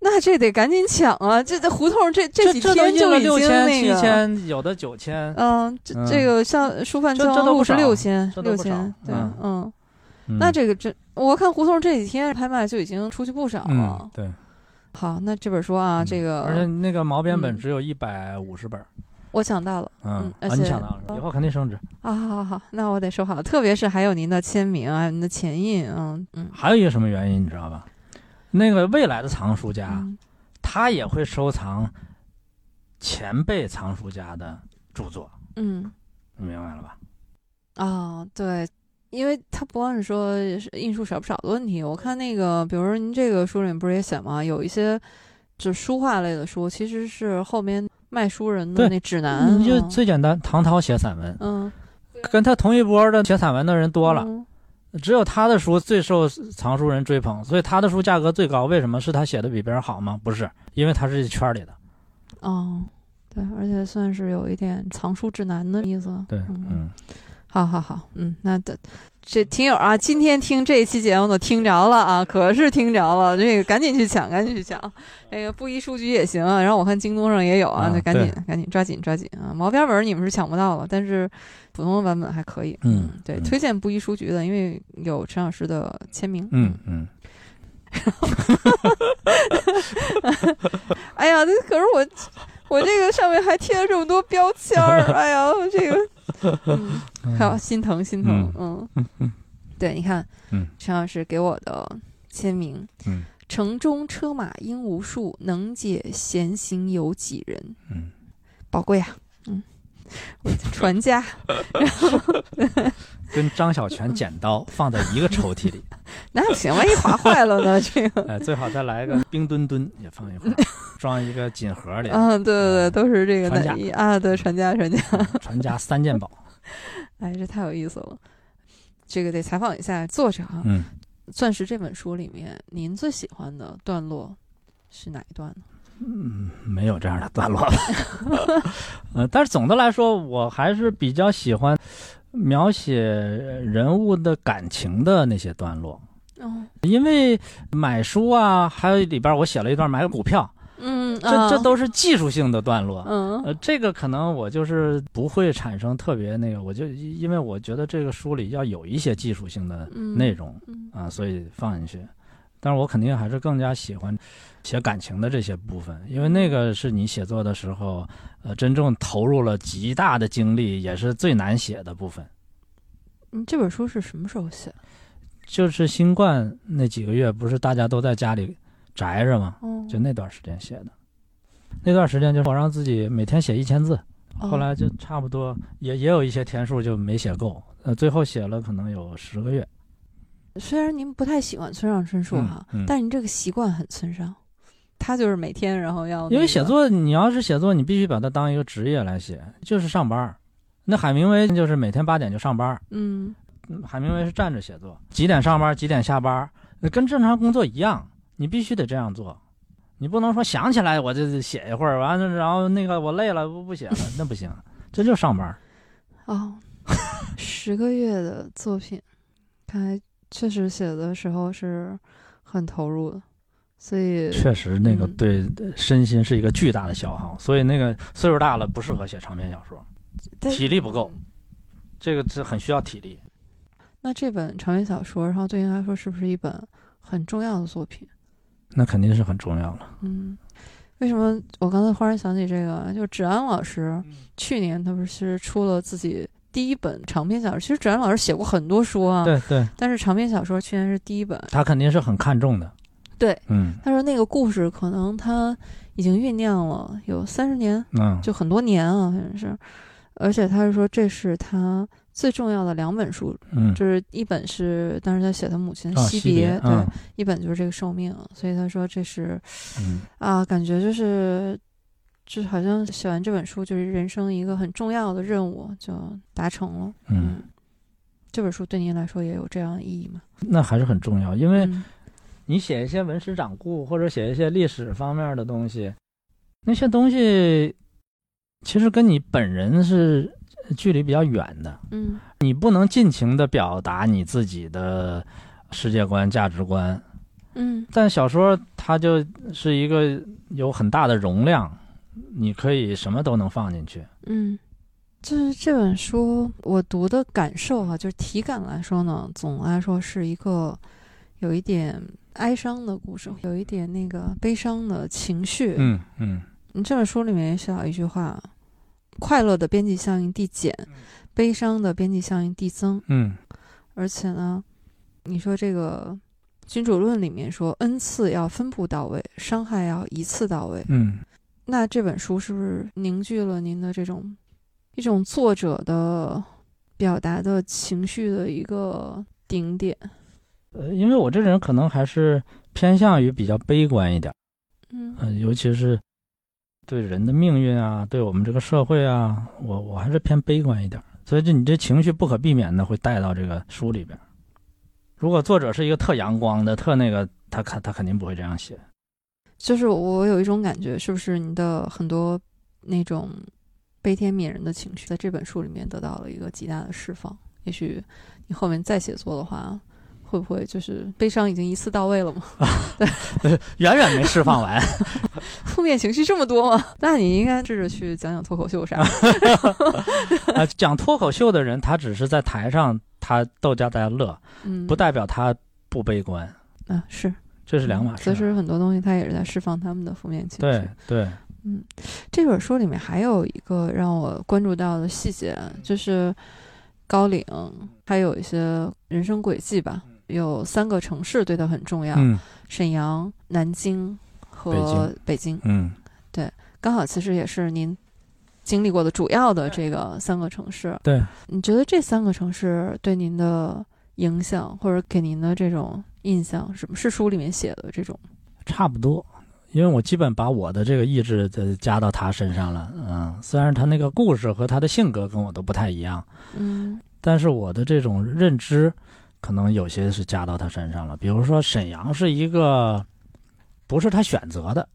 Speaker 1: 那这得赶紧抢啊！这这胡同这这几
Speaker 2: 这都
Speaker 1: 天
Speaker 2: 印
Speaker 1: 就
Speaker 2: 了
Speaker 1: 已经
Speaker 2: 六千、
Speaker 1: 那
Speaker 2: 七
Speaker 1: 个。
Speaker 2: 千，有的九千。
Speaker 1: 嗯，这
Speaker 2: 嗯
Speaker 1: 这个像书贩
Speaker 2: 这
Speaker 1: 教
Speaker 2: 这
Speaker 1: 堂
Speaker 2: 都不
Speaker 1: 路是
Speaker 2: 少啊
Speaker 1: 六千
Speaker 2: 这，都
Speaker 1: 六
Speaker 2: 不少
Speaker 1: 千，对，
Speaker 2: 嗯
Speaker 1: 嗯，那
Speaker 2: 那
Speaker 1: 这个这，我看胡同这几天拍卖就已经出去不少了
Speaker 2: 嗯。对嗯
Speaker 1: 好，那这本书啊，这
Speaker 2: 而且
Speaker 1: 个
Speaker 2: 那个毛边本
Speaker 1: 嗯
Speaker 2: 只有一百五十本儿，
Speaker 1: 我抢到了
Speaker 2: 嗯
Speaker 1: 而
Speaker 2: 啊，你
Speaker 1: 且
Speaker 2: 想到了是吧，
Speaker 1: 嗯
Speaker 2: 以后肯定升值。
Speaker 1: 啊，好好好，那我得收好，特别是还有您的签名啊，您的前印，嗯嗯
Speaker 2: 还有一个什么原因你知道吧？那个未来的藏书家，
Speaker 1: 嗯
Speaker 2: 他也会收藏前辈藏书家的著作，
Speaker 1: 嗯
Speaker 2: 你明白了吧？
Speaker 1: 啊，对。因为它不光是说是印数少不少的问题，我看那个，比如说您这个书里面不是也写吗？有一些就书画类的书，其实是后面卖书人的
Speaker 2: 对
Speaker 1: 那指南，
Speaker 2: 你就
Speaker 1: 嗯
Speaker 2: 最简单，唐涛写散文，
Speaker 1: 嗯，
Speaker 2: 跟他同一波的写散文的人多了，
Speaker 1: 嗯
Speaker 2: 只有他的书最受藏书人追捧，所以他的书价格最高。为什么？是他写的比别人好吗？不是，因为他是圈里的。
Speaker 1: 哦，对，而且算是有一点藏书指南的意思。
Speaker 2: 对，
Speaker 1: 嗯，，好好好，嗯，那的这听友啊，今天听这一期节目的听着了啊，可是听着了，这个赶紧去抢，赶紧去抢，那个不依书局也行啊，然后我看京东上也有啊，
Speaker 2: 啊
Speaker 1: 就赶紧赶紧抓紧抓紧啊，毛边本你们是抢不到了，但是普通的版本还可以。
Speaker 2: 嗯
Speaker 1: 对，
Speaker 2: 嗯
Speaker 1: 推荐不依书局的，因为有陈老师的签名。
Speaker 2: 嗯嗯，
Speaker 1: 哎呀，那可是我我这个上面还贴了这么多标签儿，哎呀，我这个， 嗯，还有心疼心疼，嗯，对，你看，
Speaker 2: 嗯
Speaker 1: 陈老师给我的签名，
Speaker 2: 嗯，
Speaker 1: 城中车马应无数，能解闲行有几人，
Speaker 2: 嗯，
Speaker 1: 宝贵啊，嗯，我 的传家，
Speaker 2: 跟张小泉剪刀放在一个抽屉 里，
Speaker 1: 那不行，万一划坏了呢？这个。
Speaker 2: 哎，最好再来个冰墩墩也放一块 儿，装一个锦盒里，
Speaker 1: 嗯，对对对，都是这个
Speaker 2: 传
Speaker 1: 男
Speaker 2: 家
Speaker 1: 一啊，对，传家传家，
Speaker 2: 传家三件宝。
Speaker 1: 哎，这太有意思了，这个得采访一下作者啊，
Speaker 2: 嗯，
Speaker 1: 《钻石》这本书里面，您最喜欢的段落是哪一段呢？
Speaker 2: 嗯，没有这样的段落了。 呃，但是总的来说，我还是比较喜欢描写人物的感情的那些段落，
Speaker 1: 哦，
Speaker 2: 因为买书啊，还有里边我写了一段买股票，
Speaker 1: 嗯，
Speaker 2: 这这都是技术性的段落。
Speaker 1: 嗯
Speaker 2: 呃，这个可能我就是不会产生特别那个，我就因为我觉得这个书里要有一些技术性的
Speaker 1: 嗯
Speaker 2: 内容
Speaker 1: 嗯
Speaker 2: 啊，所以放进去。但是我肯定还是更加喜欢写感情的这些部分，因为那个是你写作的时候，呃，真正投入了极大的精力，也是最难写的部分。
Speaker 1: 嗯，这本书是什么时候写的？
Speaker 2: 就是新冠那几个月，不是大家都在家里宅着吗？
Speaker 1: 哦，
Speaker 2: 就那段时间写的。那段时间就是我让自己每天写一千字，
Speaker 1: 哦
Speaker 2: 后来就差不多也也有一些天数就没写够，呃，最后写了可能有十个月。
Speaker 1: 哦虽然您不太喜欢村上春树
Speaker 2: 嗯
Speaker 1: 哈，
Speaker 2: 嗯
Speaker 1: 但您这个习惯很村上，他就是每天然后要
Speaker 2: 因
Speaker 1: 哦那
Speaker 2: 为写
Speaker 1: 个
Speaker 2: 作，你要是写作，你必须把它当一个职业来写，就是上班儿。那海明威就是每天八点就上班儿，
Speaker 1: 嗯
Speaker 2: 嗯海明威是站着写作，几点上班几点下班儿，那跟正常工作一样，你必须得这样做，你不能说想起来我就写一会儿，完了然后那个我累了不不写了，那不行，这就是上班儿。
Speaker 1: 哦， 十个月的作品，看来确实写的时候是很投入的，所以
Speaker 2: 确实，那个
Speaker 1: 嗯
Speaker 2: 对身心是一个巨大的消耗，所以那个岁数大了不适合写长篇小说，
Speaker 1: 但
Speaker 2: 体力不够，这个是很需要体力。
Speaker 1: 那这本长篇小说，然后对您来说是不是一本很重要的作品？
Speaker 2: 那肯定是很重要了。
Speaker 1: 嗯，为什么我刚才忽然想起这个？就芷安老师，
Speaker 2: 嗯
Speaker 1: 去年他不是出了自己第一本长篇小说？其实芷安老师写过很多书啊，
Speaker 2: 对对，
Speaker 1: 但是长篇小说去年是第一本。
Speaker 2: 他肯定是很看重的。
Speaker 1: 对，
Speaker 2: 嗯
Speaker 1: 他说那个故事可能他已经酝酿了有三十年，
Speaker 2: 嗯，
Speaker 1: 就很多年啊，好像是。而且他是说这是他最重要的两本书，
Speaker 2: 嗯
Speaker 1: 就是一本是当时他写他母亲的
Speaker 2: 啊
Speaker 1: 惜
Speaker 2: 惜别
Speaker 1: 对，
Speaker 2: 嗯
Speaker 1: 一本就是这个寿命，所以他说这是
Speaker 2: 嗯
Speaker 1: 啊，感觉就是，就是好像写完这本书，就是人生一个很重要的任务就达成了。
Speaker 2: 嗯，，
Speaker 1: 这本书对您来说也有这样的意义吗？
Speaker 2: 那还是很重要，因为
Speaker 1: 嗯
Speaker 2: 你写一些文史掌故或者写一些历史方面的东西，那些东西其实跟你本人是距离比较远的，
Speaker 1: 嗯
Speaker 2: 你不能尽情的表达你自己的世界观、价值观。
Speaker 1: 嗯
Speaker 2: 但小说它就是一个有很大的容量，你可以什么都能放进去。
Speaker 1: 嗯，就是这本书我读的感受哈、就是体感来说呢，总的来说是一个有一点哀伤的故事，有一点那个悲伤的情绪。
Speaker 2: 嗯嗯
Speaker 1: 你这本书里面也写到一句话：“快乐的边际效应递减，悲伤的边际效应递增。
Speaker 2: 嗯”
Speaker 1: 而且呢，你说这个《君主论》里面说恩赐要分布到位，伤害要一次到位。
Speaker 2: 嗯，
Speaker 1: 那这本书是不是凝聚了您的这种一种作者的表达的情绪的一个顶点？
Speaker 2: 呃，因为我这人可能还是偏向于比较悲观一点。
Speaker 1: 嗯
Speaker 2: 嗯，尤其是对人的命运啊，对我们这个社会啊，我我还是偏悲观一点儿，所以这你这情绪不可避免的会带到这个书里边儿。如果作者是一个特阳光的、特那个，他肯他肯定不会这样写。
Speaker 1: 就是我有一种感觉，是不是你的很多那种悲天悯人的情绪，在这本书里面得到了一个极大的释放？也许你后面再写作的话，会不会就是悲伤已经一次到位了吗？
Speaker 2: 远远没释放完，
Speaker 1: 负面情绪这么多吗？ 那你应该试着去讲讲脱口秀啥的。
Speaker 2: 啊，讲脱口秀的人，他只是在台上他逗大家乐，
Speaker 1: 嗯，
Speaker 2: 不代表他不悲观，
Speaker 1: 啊，是
Speaker 2: 这是两码事
Speaker 1: 其
Speaker 2: 儿。
Speaker 1: 实很多东西它嗯也是在释放他们的负面情绪。
Speaker 2: 对对，
Speaker 1: 这本书里面还有一个让我关注到的细节，就是高岭，还有一些人生轨迹吧。有三个城市对他很重要：
Speaker 2: 嗯
Speaker 1: 沈阳、南京和
Speaker 2: 北
Speaker 1: 北
Speaker 2: 京嗯
Speaker 1: 刚好其实也是您经历过的主要的这个三个城市。
Speaker 2: 对。
Speaker 1: 你觉得这三个城市对您的影响，或者给您的这种印象，是不是书里面写的这种？
Speaker 2: 差不多，因为我基本把我的这个意志呃加到他身上了。嗯，虽然他那个故事和他的性格跟我都不太一样，
Speaker 1: 嗯
Speaker 2: 但是我的这种认知可能有些是加到他身上了。比如说，沈阳是一个不是他选择的，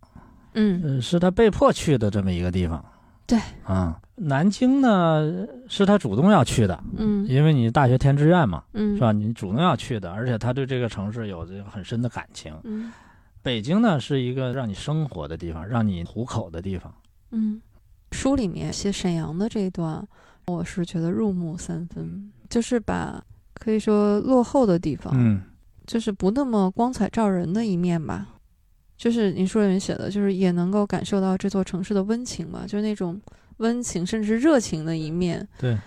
Speaker 1: 嗯
Speaker 2: 呃，是他被迫去的这么一个地方。
Speaker 1: 对，
Speaker 2: 嗯，南京呢是他主动要去的，
Speaker 1: 嗯
Speaker 2: 因为你大学填志愿嘛，
Speaker 1: 嗯，
Speaker 2: 是吧？你主动要去的，而且他对这个城市有这个很深的感情。
Speaker 1: 嗯
Speaker 2: 北京呢是一个让你生活的地方，让你糊口的地方。
Speaker 1: 嗯，书里面写沈阳的这一段，我是觉得入木三分，就是把可以说落后的地方，
Speaker 2: 嗯
Speaker 1: 就是不那么光彩照人的一面吧。就是你书里面写的，就是也能够感受到这座城市的温情吧，就是那种温情甚至热情的一面。
Speaker 2: 对，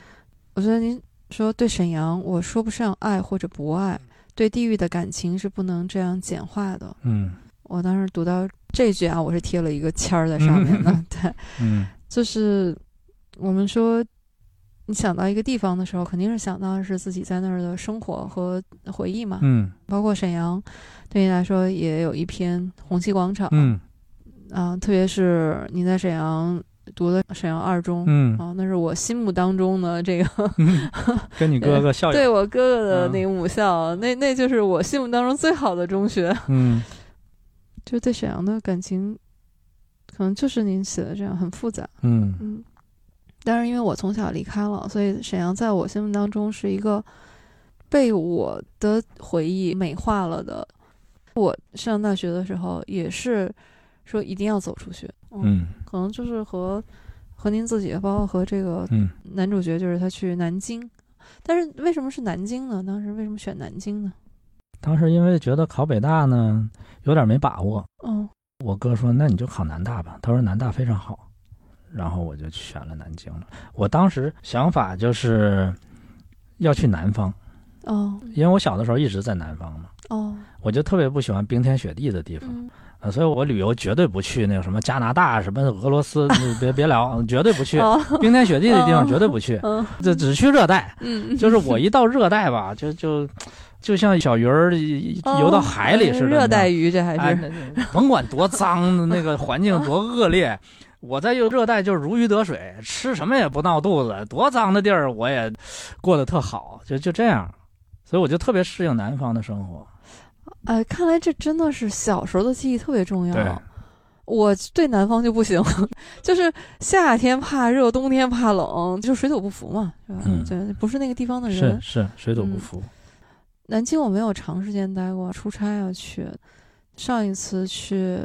Speaker 1: 我觉得您说对沈阳，我说不上爱或者不爱，对地域的感情是不能这样简化的。
Speaker 2: 嗯
Speaker 1: 我当时读到这句啊，我是贴了一个签儿在上面的， 对。
Speaker 2: 嗯
Speaker 1: 就是我们说，你想到一个地方的时候，肯定是想到的是自己在那儿的生活和回忆嘛。
Speaker 2: 嗯
Speaker 1: 包括沈阳，对你来说也有一篇红旗广场，
Speaker 2: 嗯
Speaker 1: 啊，特别是你在沈阳读的沈阳二中。
Speaker 2: 嗯，
Speaker 1: 啊，那是我心目当中的这个，
Speaker 2: 跟你哥哥 校
Speaker 1: 对
Speaker 2: 友，
Speaker 1: 我哥哥的
Speaker 2: 哎嗯
Speaker 1: 那个母校，那那就是我心目当中最好的中 学。
Speaker 2: 嗯
Speaker 1: 就对沈阳的感情，可能就是您写的这样很复杂。
Speaker 2: 嗯
Speaker 1: 嗯，但是因为我从小离开了，所以沈阳在我心目当中是一个被我的回忆美化了的。我上大学的时候也是说一定要走出去，
Speaker 2: 嗯
Speaker 1: 可能就是和和您自己，包括和这个
Speaker 2: 嗯
Speaker 1: 男主角，就是他去南京，但是为什么是南京呢？当时为什么选南京呢？
Speaker 2: 当时因为觉得考北大呢有点没把握，
Speaker 1: 嗯，
Speaker 2: 我哥说那你就考南大吧，他说南大非常好，然后我就选了南京了。我当时想法就是要去南方，
Speaker 1: 哦，
Speaker 2: 因为我小的时候一直在南方嘛，
Speaker 1: 哦，
Speaker 2: 我就特别不喜欢冰天雪地的地方。
Speaker 1: 嗯，
Speaker 2: 啊，所以我旅游绝对不去那个什么加拿大、什么俄罗斯，你别别聊，绝对不去，
Speaker 1: 哦，
Speaker 2: 冰天雪地的地方
Speaker 1: 哦
Speaker 2: 绝对不去，
Speaker 1: 嗯
Speaker 2: 就只去热带。
Speaker 1: 嗯，
Speaker 2: 就是我一到热带吧，就就就像小鱼儿一
Speaker 1: 哦
Speaker 2: 游到海里似的，
Speaker 1: 热带鱼这还
Speaker 2: 哎
Speaker 1: 是，
Speaker 2: 那甭管多脏，那个环境多恶劣，我在热带就是如鱼得水，吃什么也不闹肚子，多脏的地儿我也过得特好，就就这样，所以我就特别适应南方的生活。
Speaker 1: 哎，看来这真的是小时候的记忆特别重要。
Speaker 2: 对，
Speaker 1: 我对南方就不行， 就是夏天怕热，冬天怕冷，就水土不服嘛，是吧？
Speaker 2: 嗯
Speaker 1: 就不是那个地方的
Speaker 2: 是
Speaker 1: 哦人。
Speaker 2: 是，水土不
Speaker 1: 嗯
Speaker 2: 服。
Speaker 1: 南京我没有长时间待过，出差啊去，上一次去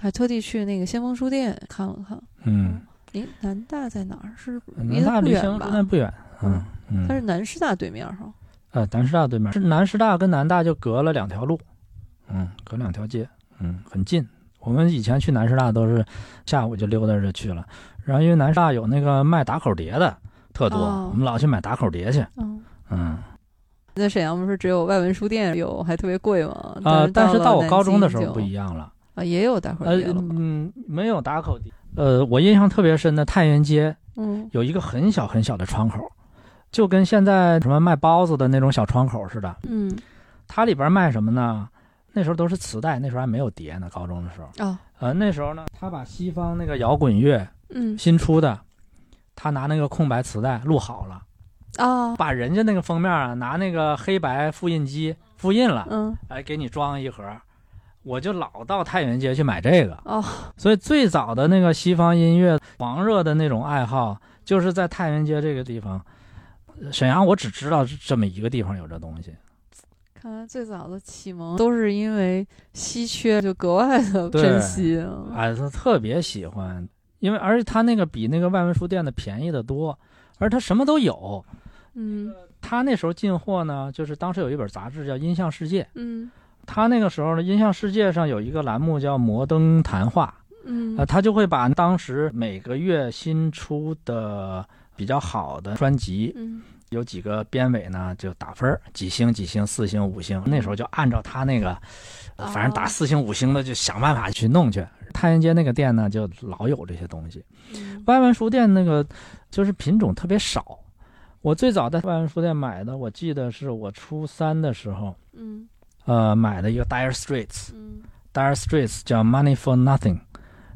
Speaker 1: 还特地去那个先锋书店看了看。
Speaker 2: 嗯，
Speaker 1: 诶，南大在哪儿？是离
Speaker 2: 南
Speaker 1: 得
Speaker 2: 大
Speaker 1: 不
Speaker 2: 离香
Speaker 1: 远
Speaker 2: 那
Speaker 1: 吧？
Speaker 2: 不远，嗯嗯，
Speaker 1: 它是南师大对面哈。
Speaker 2: 呃南师大对面，是南师大跟南大就隔了两条路，嗯，隔两条街，嗯，很近。我们以前去南师大都是下午就溜达着去了，然后因为南师大有那个卖打口碟的特多，
Speaker 1: 哦
Speaker 2: 我们老去买打口碟去，
Speaker 1: 嗯，
Speaker 2: 嗯
Speaker 1: 在沈阳不是只有外文书店有，还特别贵吗？
Speaker 2: 啊、但是
Speaker 1: 到
Speaker 2: 到
Speaker 1: 了
Speaker 2: 我高中的时
Speaker 1: 南京
Speaker 2: 候不
Speaker 1: 就
Speaker 2: 一样了，
Speaker 1: 啊，也有大伙
Speaker 2: 呃
Speaker 1: 儿了吧。
Speaker 2: 嗯，没有打口碟，呃，我印象特别深的太原街
Speaker 1: 嗯
Speaker 2: 有一个很小很小的窗口，就跟现在什么卖包子的那种小窗口似的，
Speaker 1: 嗯
Speaker 2: 它里边卖什么呢？那时候都是磁带，那时候还没有碟呢。高中的时候，
Speaker 1: 啊
Speaker 2: 呃，那时候呢，他把西方那个摇滚乐
Speaker 1: 嗯
Speaker 2: 新出的，他拿那个空白磁带录好了，
Speaker 1: 啊
Speaker 2: 把人家那个封面啊，拿那个黑白复印机复印了，
Speaker 1: 嗯
Speaker 2: 哎，给你装一盒。我就老到太原街去买这个，
Speaker 1: 哦
Speaker 2: 所以最早的那个西方音乐狂热的那种爱好，就是在太原街这个地方。沈阳我只知道这么一个地方有这东西，
Speaker 1: 看来最早的启蒙都是因为稀缺，就格外的
Speaker 2: 对
Speaker 1: 珍惜。
Speaker 2: 啊，他特别喜欢，因为而且他那个比那个外文书店的便宜的多，而他什么都有。
Speaker 1: 嗯
Speaker 2: 他那时候进货呢，就是当时有一本杂志叫《音像世界》，
Speaker 1: 嗯
Speaker 2: 他那个时候呢，《音像世界》上有一个栏目叫“摩登谈话”，
Speaker 1: 嗯
Speaker 2: 啊，他就会把当时每个月新出的比较好的专辑，
Speaker 1: 嗯
Speaker 2: 有几个编委呢就打分儿，几星、几星、四星、五星。那时候就按照他那个，呃反正打
Speaker 1: 哦
Speaker 2: 四星、五星的就想办法去弄去。太原街那个店呢，就老有这些东西。
Speaker 1: 嗯
Speaker 2: 外文书店那个就是品种特别少。我最早在外文书店买的，我记得是我初三的时候，
Speaker 1: 嗯
Speaker 2: 呃，买的一个 Dire Straits，Dire
Speaker 1: 嗯
Speaker 2: Straits 叫 Money for Nothing，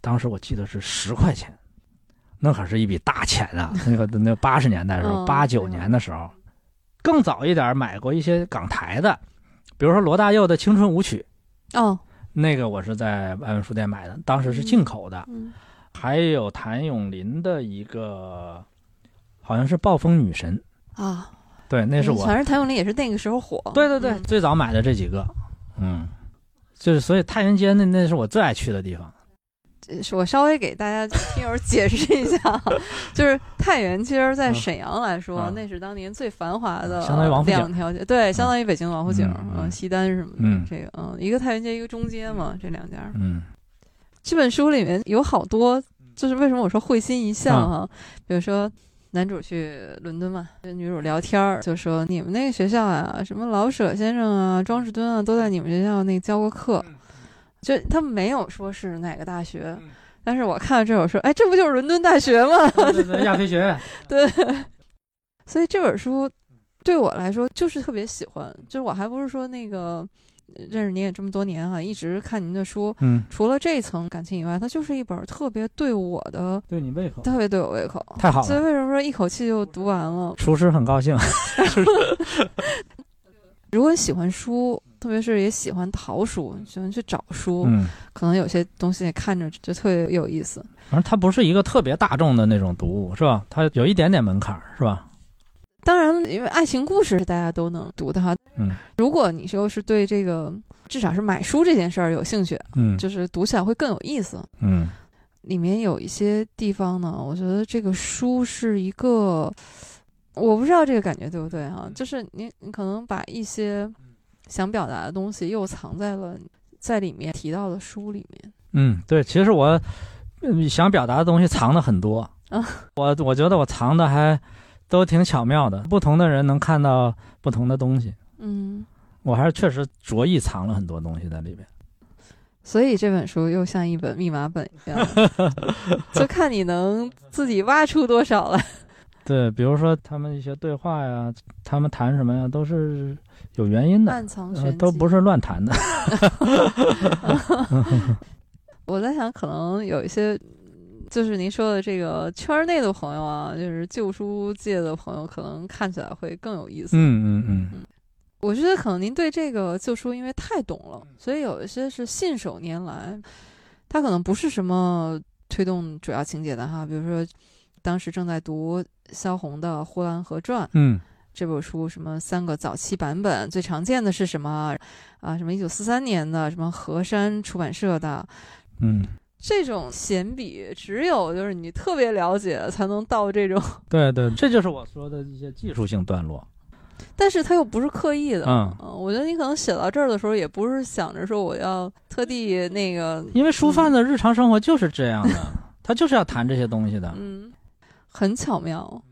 Speaker 2: 当时我记得是十块钱，那可是一笔大钱啊！那个那八十年代的时
Speaker 1: 嗯
Speaker 2: 候，八九
Speaker 1: 对
Speaker 2: 年的时候，更早一点买过一些港台的，比如说罗大佑的《青春舞曲
Speaker 1: 哦》，
Speaker 2: 那个我是在外文书店买的，当时是进口的。
Speaker 1: 嗯
Speaker 2: 还有谭咏麟的一个，好像是《暴风女神
Speaker 1: 啊，》，
Speaker 2: 对，那是我
Speaker 1: 反正谭咏麟也是那个时候火。
Speaker 2: 对对对、
Speaker 1: 嗯
Speaker 2: 最早买的这几个，嗯，就是所以太原街那那是我最爱去的地方，
Speaker 1: 是我稍微给大家听友解释一下，啊 就是太原其实在沈阳来说，
Speaker 2: 嗯
Speaker 1: 那是当年最繁华的，
Speaker 2: 啊相当于王府井
Speaker 1: 两条街，对，相当于北京王府井，
Speaker 2: 嗯嗯
Speaker 1: 嗯，西单什么的，
Speaker 2: 嗯
Speaker 1: 这个，嗯，一个太原街，一个中街嘛，这两家，
Speaker 2: 嗯
Speaker 1: 这本书里面有好多，就是为什么我说会心一笑哈、比如说，男主去伦敦嘛，跟女主聊天儿，就说你们那个学校啊，什么老舍先生啊、庄士敦啊，都在你们学校那教过课。就他们没有说是哪个大学，但是我看了这本书，哎，这不就是伦敦大学吗？
Speaker 2: 对对对，亚非学院，
Speaker 1: 对，所以这本书对我来说就是特别喜欢，就是我还不是说那个呃认识您也这么多年哈、一直看您的书，
Speaker 2: 嗯，
Speaker 1: 除了这层感情以外，它就是一本特别对我的，
Speaker 2: 对你胃口
Speaker 1: 特别对我胃口。
Speaker 2: 太好
Speaker 1: 所以
Speaker 2: 了，
Speaker 1: 为什么说一口气就读完了？
Speaker 2: 厨师很高兴，
Speaker 1: 如果你喜欢书，特别是也喜欢淘书，喜欢去找书，
Speaker 2: 嗯，
Speaker 1: 可能有些东西看着就特别有意思。
Speaker 2: 反正它不是一个特别大众的那种读物，是吧？它有一点点门槛儿，是吧？
Speaker 1: 当然，因为爱情故事大家都能读的哈。
Speaker 2: 嗯，
Speaker 1: 如果你就是对这个至少是买书这件事儿有兴趣，
Speaker 2: 嗯
Speaker 1: 就是读起来会更有意思。
Speaker 2: 嗯
Speaker 1: 里面有一些地方呢，我觉得这个书是一个我不知道这个感觉对不对哈、就是你你可能把一些想表达的东西又藏在了在里面提到的书里面。
Speaker 2: 嗯，对，其实我嗯想表达的东西藏的很多
Speaker 1: 啊，
Speaker 2: 我我觉得我藏的还都挺巧妙的，不同的人能看到不同的东西。
Speaker 1: 嗯，
Speaker 2: 我还是确实着意藏了很多东西在里边。
Speaker 1: 所以这本书又像一本密码本一样， 就看你能自己挖出多少来。
Speaker 2: 对，比如说他们一些对话呀，他们谈什么呀，都是有原因的，
Speaker 1: 暗藏玄
Speaker 2: 呃、
Speaker 1: 机、
Speaker 2: 都不是乱谈 的。
Speaker 1: 我在想，可能有一些，就是您说的这个圈儿内的朋友啊，就是旧书界的朋友，可能看起来会更有意思。
Speaker 2: 嗯嗯嗯，
Speaker 1: 我觉得可能您对这个旧书因为太懂了，所以有一些是信手拈来，它可能不是什么推动主要情节的哈。比如说，当时正在读萧红的《呼兰河传》
Speaker 2: 嗯
Speaker 1: 这本书，什么三个早期版本，最常见的是什么啊？什么一九四三年的，什么河山出版社的，
Speaker 2: 嗯，
Speaker 1: 这种闲笔，只有就是你特别了解才能到这种，
Speaker 2: 对对，这就是我说的一些技术性段落。
Speaker 1: 但是他又不是刻意的。
Speaker 2: 嗯，
Speaker 1: 嗯，我觉得你可能写到这儿的时候，也不是想着说我要特地那个，
Speaker 2: 因为书贩的日常生活就是这样的， 他就是要谈这些东西的。
Speaker 1: 嗯，很巧妙。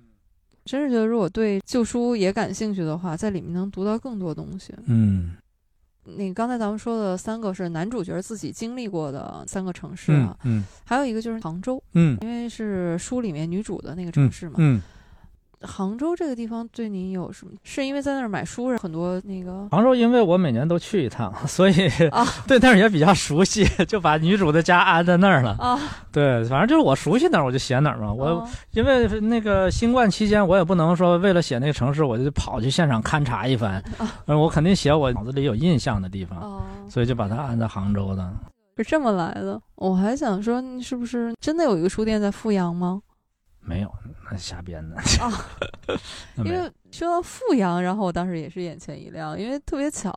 Speaker 1: 真是觉得，如果对旧书也感兴趣的话，在里面能读到更多东西。
Speaker 2: 嗯
Speaker 1: 那刚才咱们说的三个是男主角自己经历过的三个城市
Speaker 2: 嗯
Speaker 1: 啊，
Speaker 2: 嗯
Speaker 1: 还有一个就是杭州，
Speaker 2: 嗯
Speaker 1: 因为是书里面女主的那个城
Speaker 2: 嗯
Speaker 1: 市嘛。
Speaker 2: 嗯，
Speaker 1: 杭州这个地方对您有什么？是因为在那儿买书，很多那个
Speaker 2: 杭州因为我每年都去一趟， 所以、
Speaker 1: 啊
Speaker 2: 对那儿也比较熟悉，就把女主的家安在那儿了。
Speaker 1: 啊，
Speaker 2: 对，反正就是我熟悉哪儿我就写哪儿嘛。我、
Speaker 1: 哦
Speaker 2: 因为那个新冠期间，我也不能说为了写那个城市，我就跑去现场勘察一番，呃我肯定写我脑子里有印象的地方，
Speaker 1: 啊哦，
Speaker 2: 所以就把它安在杭州的。
Speaker 1: 是这么来的。我还想说，你是不是真的有一个书店在富阳吗？
Speaker 2: 没有，那瞎编的。
Speaker 1: 哦
Speaker 2: 那没
Speaker 1: 因
Speaker 2: 有
Speaker 1: 为说到富阳，然后我当时也是眼前一亮，因为特别巧，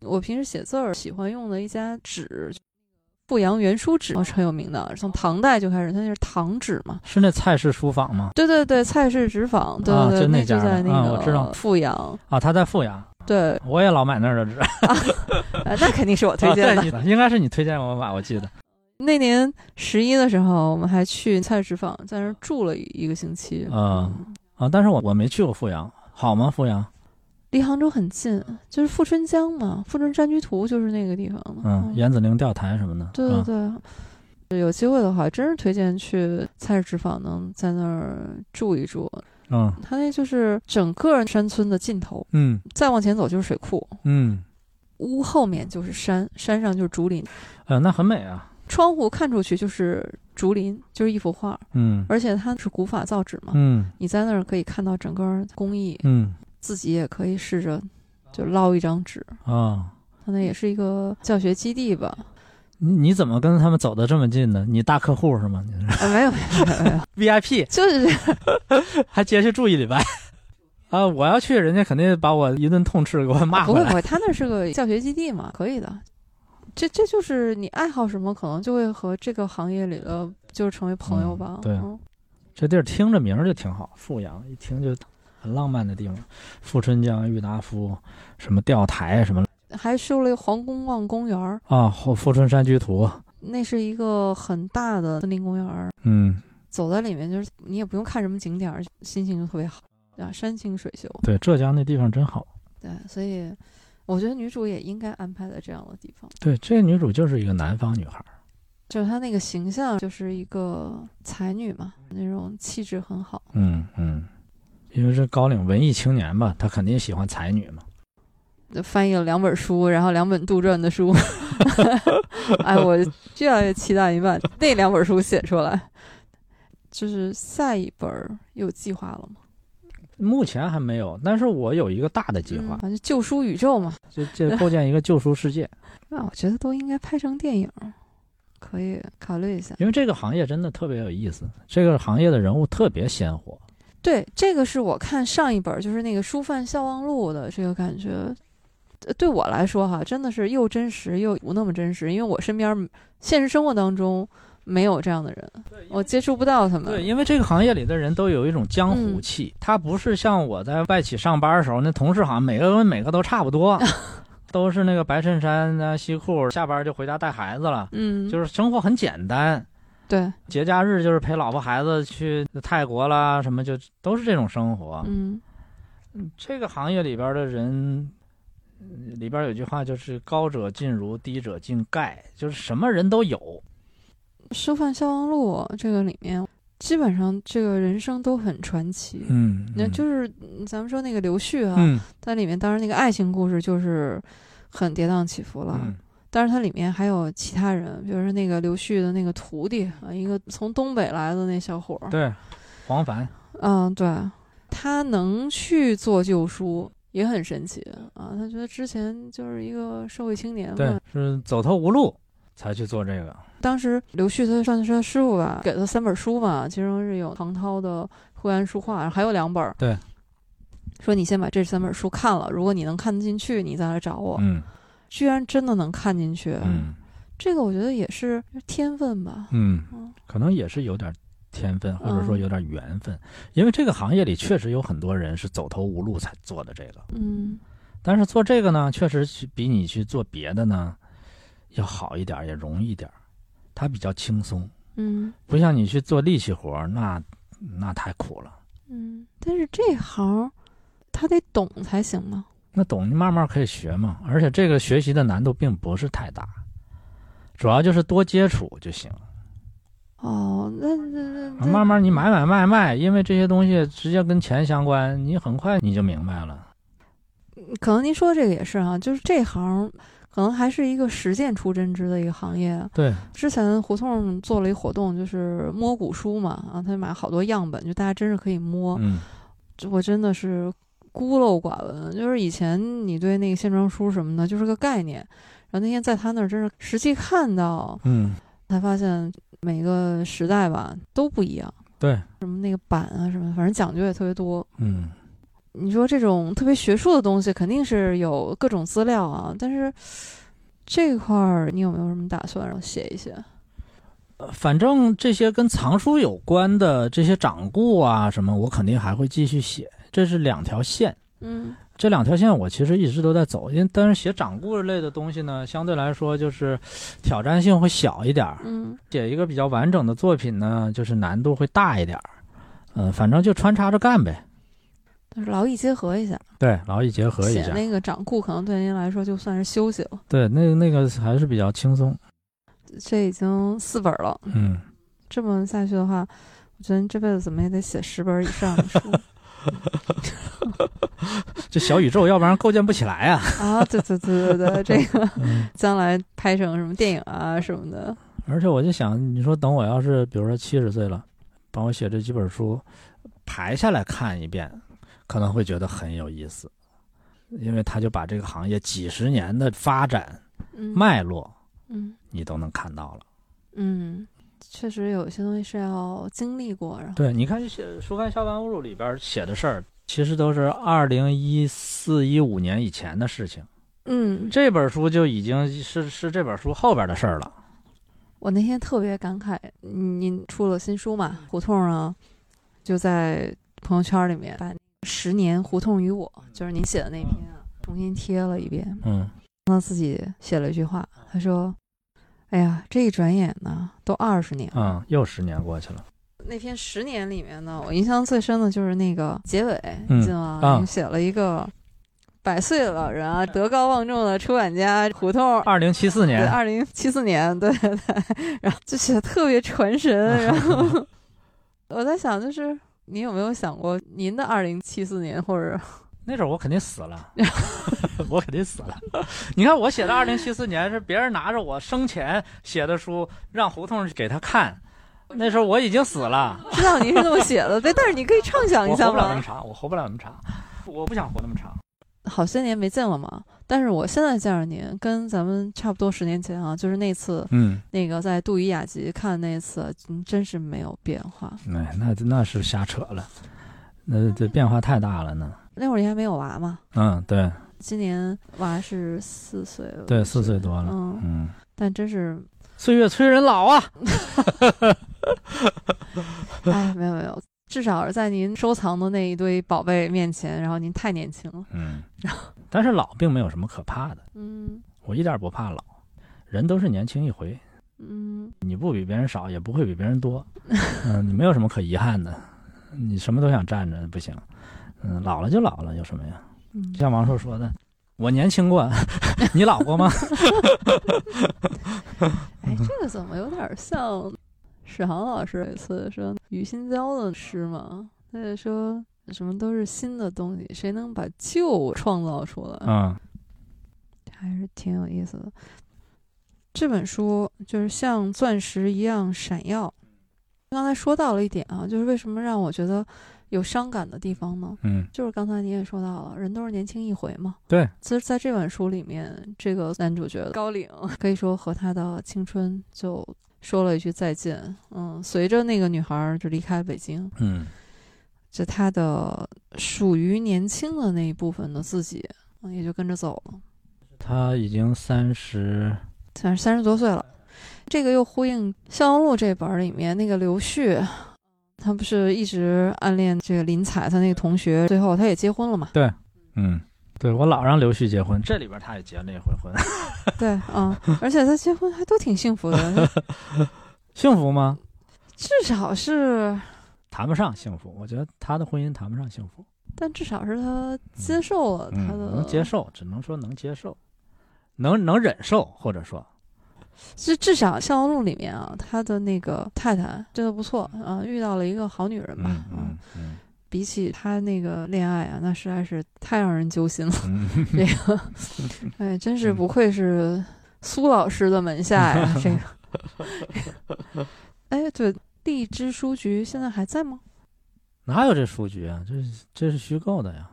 Speaker 1: 我平时写字儿喜欢用的一家纸。富阳原书纸是很有名的，从唐代就开始，它那是唐纸嘛。
Speaker 2: 是那蔡氏书坊吗？
Speaker 1: 对对对，蔡氏纸坊，对
Speaker 2: 啊
Speaker 1: 对对，
Speaker 2: 就那
Speaker 1: 那
Speaker 2: 家
Speaker 1: 就在
Speaker 2: 的
Speaker 1: 那
Speaker 2: 啊
Speaker 1: 个、
Speaker 2: 我知道
Speaker 1: 富阳。
Speaker 2: 啊，他在富阳，
Speaker 1: 对，
Speaker 2: 我也老买那儿的纸。
Speaker 1: 呃那肯定是我推荐
Speaker 2: 啊
Speaker 1: 的。
Speaker 2: 对你应该是你推荐我吧，我记得。
Speaker 1: 那年十一的时候，我们还去菜市坊，在那儿住了一个星期。
Speaker 2: 嗯，啊，但是我我没去过富阳，好吗？富阳，
Speaker 1: 离杭州很近，就是富春江嘛，富春山居图就是那个地方嘛。
Speaker 2: 嗯，
Speaker 1: 嗯
Speaker 2: 严子陵钓台什么的，啊
Speaker 1: 对对对。有机会的话，真是推荐去菜市坊，能在那儿住一住。
Speaker 2: 嗯
Speaker 1: 它那就是整个山村的尽头，
Speaker 2: 嗯
Speaker 1: 再往前走就是水库，
Speaker 2: 嗯，
Speaker 1: 屋后面就是山，山上就是竹林，
Speaker 2: 呃，那很美啊，
Speaker 1: 窗户看出去就是竹林，就是一幅画，
Speaker 2: 嗯
Speaker 1: 而且它是古法造纸嘛，
Speaker 2: 嗯
Speaker 1: 你在那儿可以看到整个工艺，
Speaker 2: 嗯
Speaker 1: 自己也可以试着就捞一张纸，
Speaker 2: 啊，
Speaker 1: 可能也是一个教学基地吧。
Speaker 2: 你你怎么跟他们走得这么近呢？你大客户是吗？你是
Speaker 1: 啊，没 有没有没有没有，
Speaker 2: VIP
Speaker 1: 就是这样
Speaker 2: 还接去住一礼拜啊？我要去，人家肯定把我一顿痛斥，给我骂
Speaker 1: 啊不
Speaker 2: 回
Speaker 1: 会不
Speaker 2: 来。
Speaker 1: 会，他那是个教学基地嘛，可以的。这这就是你爱好什么，可能就会和这个行业里的就是成为朋友吧。
Speaker 2: 嗯对
Speaker 1: 嗯
Speaker 2: 这地儿听着名儿就挺好，富阳一听就很浪漫的地方，富春江、郁达夫，什么钓台什么
Speaker 1: 还修了一个皇宫望公园儿，
Speaker 2: 啊，后富春山居图，
Speaker 1: 那是一个很大的森林公园儿，
Speaker 2: 嗯，
Speaker 1: 走在里面就是你也不用看什么景点儿，心情就特别好啊，山清水秀。
Speaker 2: 对，浙江那地方真好。
Speaker 1: 对，所以我觉得女主也应该安排在这样的地方。
Speaker 2: 对，这个女主就是一个南方女孩儿，
Speaker 1: 就是她那个形象，就是一个才女嘛，那种气质很好。
Speaker 2: 嗯嗯，因为是高岭文艺青年吧，她肯定喜欢才女嘛。
Speaker 1: 翻译了两本书，然后两本杜撰的 书。 哎，我越来越期待你把那两本书写出来。就是下一本儿有计划了吗？
Speaker 2: 目前还没有，但是我有一个大的计划
Speaker 1: 嗯，反正旧书宇宙嘛，
Speaker 2: 就就构建一个救赎世界，
Speaker 1: 那我觉得都应该拍成电影儿，可以考虑一下。
Speaker 2: 因为这个行业真的特别有意思，这个行业的人物特别鲜活。
Speaker 1: 对，这个是我看上一本儿，就是那个《书贩笑忘录》的这个感觉，呃对我来说哈，真的是又真实又不那么真实，因为我身边儿现实生活当中没有这样的人，我接触不到他
Speaker 2: 对，
Speaker 1: 们。
Speaker 2: 因为这个行业里的人都有一种江湖气，他不是像我在外企上班的时候，那同事好像每个人每个都差不多，都是那个白衬衫、啊、西裤，下班就回家带孩子了，
Speaker 1: 嗯，
Speaker 2: 就是啊生活很简单。
Speaker 1: 对，
Speaker 2: 节假日就是陪老婆孩子去泰国啦，什么就都是这种生活。
Speaker 1: 嗯
Speaker 2: 这个行业里边的人，嗯里边有句话就是“高者进儒，低者进丐”，就是什么人都有。
Speaker 1: 《师范消亡录》这个里面，基本上这个人生都很传奇。
Speaker 2: 嗯，
Speaker 1: 那就是嗯咱们说那个刘旭啊，
Speaker 2: 嗯
Speaker 1: 它里面当然那个爱情故事就是很跌宕起伏了，
Speaker 2: 嗯
Speaker 1: 但是它里面还有其他人，比如说那个刘旭的那个徒弟啊，一个从东北来的那小伙儿，
Speaker 2: 对，黄凡，
Speaker 1: 嗯，对，他能去做旧书也很神奇啊。他觉得之前就是一个社会青年
Speaker 2: 对
Speaker 1: 嘛，，
Speaker 2: 是走投无路才去做这个。
Speaker 1: 当时刘旭他算是他师傅吧，给他三本书嘛，其中是有唐涛的《护安书画》，还有两本。
Speaker 2: 对。
Speaker 1: 说你先把这三本书看了，如果你能看得进去，你再来找我。
Speaker 2: 嗯
Speaker 1: 居然真的能看进去，
Speaker 2: 嗯
Speaker 1: 这个我觉得也是天分吧。
Speaker 2: 嗯
Speaker 1: 嗯，
Speaker 2: 可能也是有点天分，或者说有点缘分，因为这个行业里确实有很多人是走投无路才做的这个。
Speaker 1: 嗯
Speaker 2: 但是做这个呢，确实去比你去做别的呢要好一点儿，也容易一点儿，它比较轻松，
Speaker 1: 嗯
Speaker 2: 不像你去做力气活儿，那那太苦了。
Speaker 1: 嗯，但是这行他得懂才行嘛。
Speaker 2: 那懂你慢慢可以学嘛，而且这个学习的难度并不是太大，主要就是多接触就行。
Speaker 1: 哦，那那那
Speaker 2: 慢慢你买买卖卖，因为这些东西直接跟钱相关，你很快你就明白了。
Speaker 1: 可能您说这个也是啊，就是这行可能还是一个实践出真知的一个行业。啊
Speaker 2: 对，
Speaker 1: 之前胡同做了一活动，就是摸古书嘛，啊，他买好多样本，就大家真是可以摸。
Speaker 2: 嗯
Speaker 1: 我真的是孤陋寡闻，就是以前你对那个线装书什么的，就是个概念。然后那天在他那儿，真是实际看到，
Speaker 2: 嗯，
Speaker 1: 才发现每个时代吧都不一样，
Speaker 2: 对，
Speaker 1: 什么那个版啊什么的，反正讲究也特别多。
Speaker 2: 嗯
Speaker 1: 你说这种特别学术的东西，肯定是有各种资料啊，但是这块儿你有没有什么打算，然后写一写？
Speaker 2: 呃反正这些跟藏书有关的这些掌故啊什么，我肯定还会继续写。这是两条线，
Speaker 1: 嗯
Speaker 2: 这两条线我其实一直都在走，因为但是写掌故类的东西呢，相对来说就是挑战性会小一点儿，
Speaker 1: 嗯
Speaker 2: 写一个比较完整的作品呢，就是难度会大一点儿。嗯、反正就穿插着干呗，
Speaker 1: 就是劳逸结合一下，
Speaker 2: 对，劳逸结合一
Speaker 1: 写
Speaker 2: 下。
Speaker 1: 那个掌故可能对您来说就算是休息了。
Speaker 2: 对，那那个还是比较轻松。
Speaker 1: 这已经四本了，
Speaker 2: 嗯，
Speaker 1: 这么下去的话，我觉得你这辈子怎么也得写十本以上的书
Speaker 2: 这小宇宙要不然构建不起来啊。
Speaker 1: 啊！对对对对对，这个
Speaker 2: 嗯
Speaker 1: 将来拍成什么电影啊什么的，
Speaker 2: 而且我就想，你说等我要是比如说七十岁了，帮我写这几本书，排下来看一遍，可能会觉得很有意思，因为他就把这个行业几十年的发展
Speaker 1: 嗯，
Speaker 2: 脉络
Speaker 1: 嗯。
Speaker 2: 你都能看到了。
Speaker 1: 嗯，确实有些东西是要经历过，然后
Speaker 2: 对，你看这写《书刊消亡录》里边写的事儿，其实都是二零一四一五年以前的事情，
Speaker 1: 嗯，
Speaker 2: 这本书就已经是是这本书后边的事儿了。
Speaker 1: 我那天特别感慨，嗯您出了新书嘛，胡同呢就在朋友圈里面把《嗯十年胡同与我》就是您写的那篇啊，重新贴了一遍。
Speaker 2: 嗯
Speaker 1: 他自己写了一句话，他说：“哎呀，这一转眼呢，都二十年了。
Speaker 2: 嗯，又十年过去了。
Speaker 1: 那篇《十年》里面呢，我印象最深的就是那个结尾，你
Speaker 2: 嗯
Speaker 1: 记得吗？
Speaker 2: 啊
Speaker 1: 你们写了一个百岁的老人啊，德高望重的出版家胡同。
Speaker 2: 二零七四
Speaker 1: 对，
Speaker 2: 年，
Speaker 1: 二零七四年，对对， 然后就写的特别传 神。然后 我在想，就是你有没有想过您的二零七四年，或者
Speaker 2: 那时候我肯定死了， 我肯定死了。你看我写的二零七四年是别人拿着我生前写的书让胡同给他看，那时候我已经死了，
Speaker 1: 知道您是这么写的，对，但是你可以畅想一
Speaker 2: 我活
Speaker 1: 下
Speaker 2: 不了那么
Speaker 1: 吗？
Speaker 2: 长，我活不了那么长，我不想活那么长。
Speaker 1: 好些年没见了嘛，但是我现在见着您，跟咱们差不多十年前啊，就是那次
Speaker 2: 嗯，
Speaker 1: 那个在杜伊雅集看那次，嗯真是没有变化。
Speaker 2: 哎，那那是瞎扯了，那这变化太大了呢。
Speaker 1: 那会儿你还没有娃嘛？
Speaker 2: 嗯，对
Speaker 1: 今年娃是四岁了，
Speaker 2: 对，四岁多了。
Speaker 1: 嗯，
Speaker 2: 嗯，
Speaker 1: 但真是
Speaker 2: 岁月催人老啊。
Speaker 1: 哎，没有没有，至少在您收藏的那一堆宝贝面前，然后您太年轻了。
Speaker 2: 嗯，但是老并没有什么可怕的，
Speaker 1: 嗯
Speaker 2: 我一点儿不怕老，人都是年轻一回，
Speaker 1: 嗯，
Speaker 2: 你不比别人少，也不会比别人多， 嗯，你没有什么可遗憾的，你什么都想占着不行，嗯，老了就老了，有什么呀？
Speaker 1: 嗯
Speaker 2: 就像王朔说的，我年轻过， 你老过吗？
Speaker 1: 哎，这个怎么有点像史航老师有一次说于心娇的诗嘛？他就说什么都是新的东西，谁能把旧创造出来？
Speaker 2: 嗯
Speaker 1: 还是挺有意思的。这本书就是像钻石一样闪耀。刚才说到了一点啊，就是为什么让我觉得有伤感的地方呢？
Speaker 2: 嗯
Speaker 1: 就是刚才你也说到了，人都是年轻一回嘛。
Speaker 2: 对，
Speaker 1: 其实在这本书里面，这个男主角高岭 可以说和他的青春就说了一句再见。嗯，随着那个女孩儿就离开北京，
Speaker 2: 嗯
Speaker 1: 就他的属于年轻的那一部分的自己，嗯，也就跟着走了。
Speaker 2: 他已经三十，
Speaker 1: 算是三十多岁了。这个又呼应《逍遥路》这本儿里面那个刘旭，他不是一直暗恋这个林采，他那个同学，最后他也结婚了嘛？
Speaker 2: 嗯，对我老让刘旭结婚，这里边他也结了一回婚，
Speaker 1: 对，啊、 而且他结婚还都挺幸福的，
Speaker 2: 幸福吗？
Speaker 1: 至少是，
Speaker 2: 谈不上幸福，我觉得他的婚姻谈不上幸福，
Speaker 1: 但至少是他接受了他
Speaker 2: 嗯，
Speaker 1: 的，
Speaker 2: 能接，受，只能说能接受，能能忍受，或者说，
Speaker 1: 至至少《逍遥路》里面啊，他的那个太太真的不错啊，遇到了一个好女人吧，
Speaker 2: 嗯嗯嗯
Speaker 1: 比起他那个恋爱啊，那实在是太让人揪心了。
Speaker 2: 嗯，
Speaker 1: 这个， 哎，真是不愧是苏老师的门下呀！ 这个， 哎，对，荔枝书局现在还在吗？
Speaker 2: 哪有这数据啊？这是这是虚构的呀，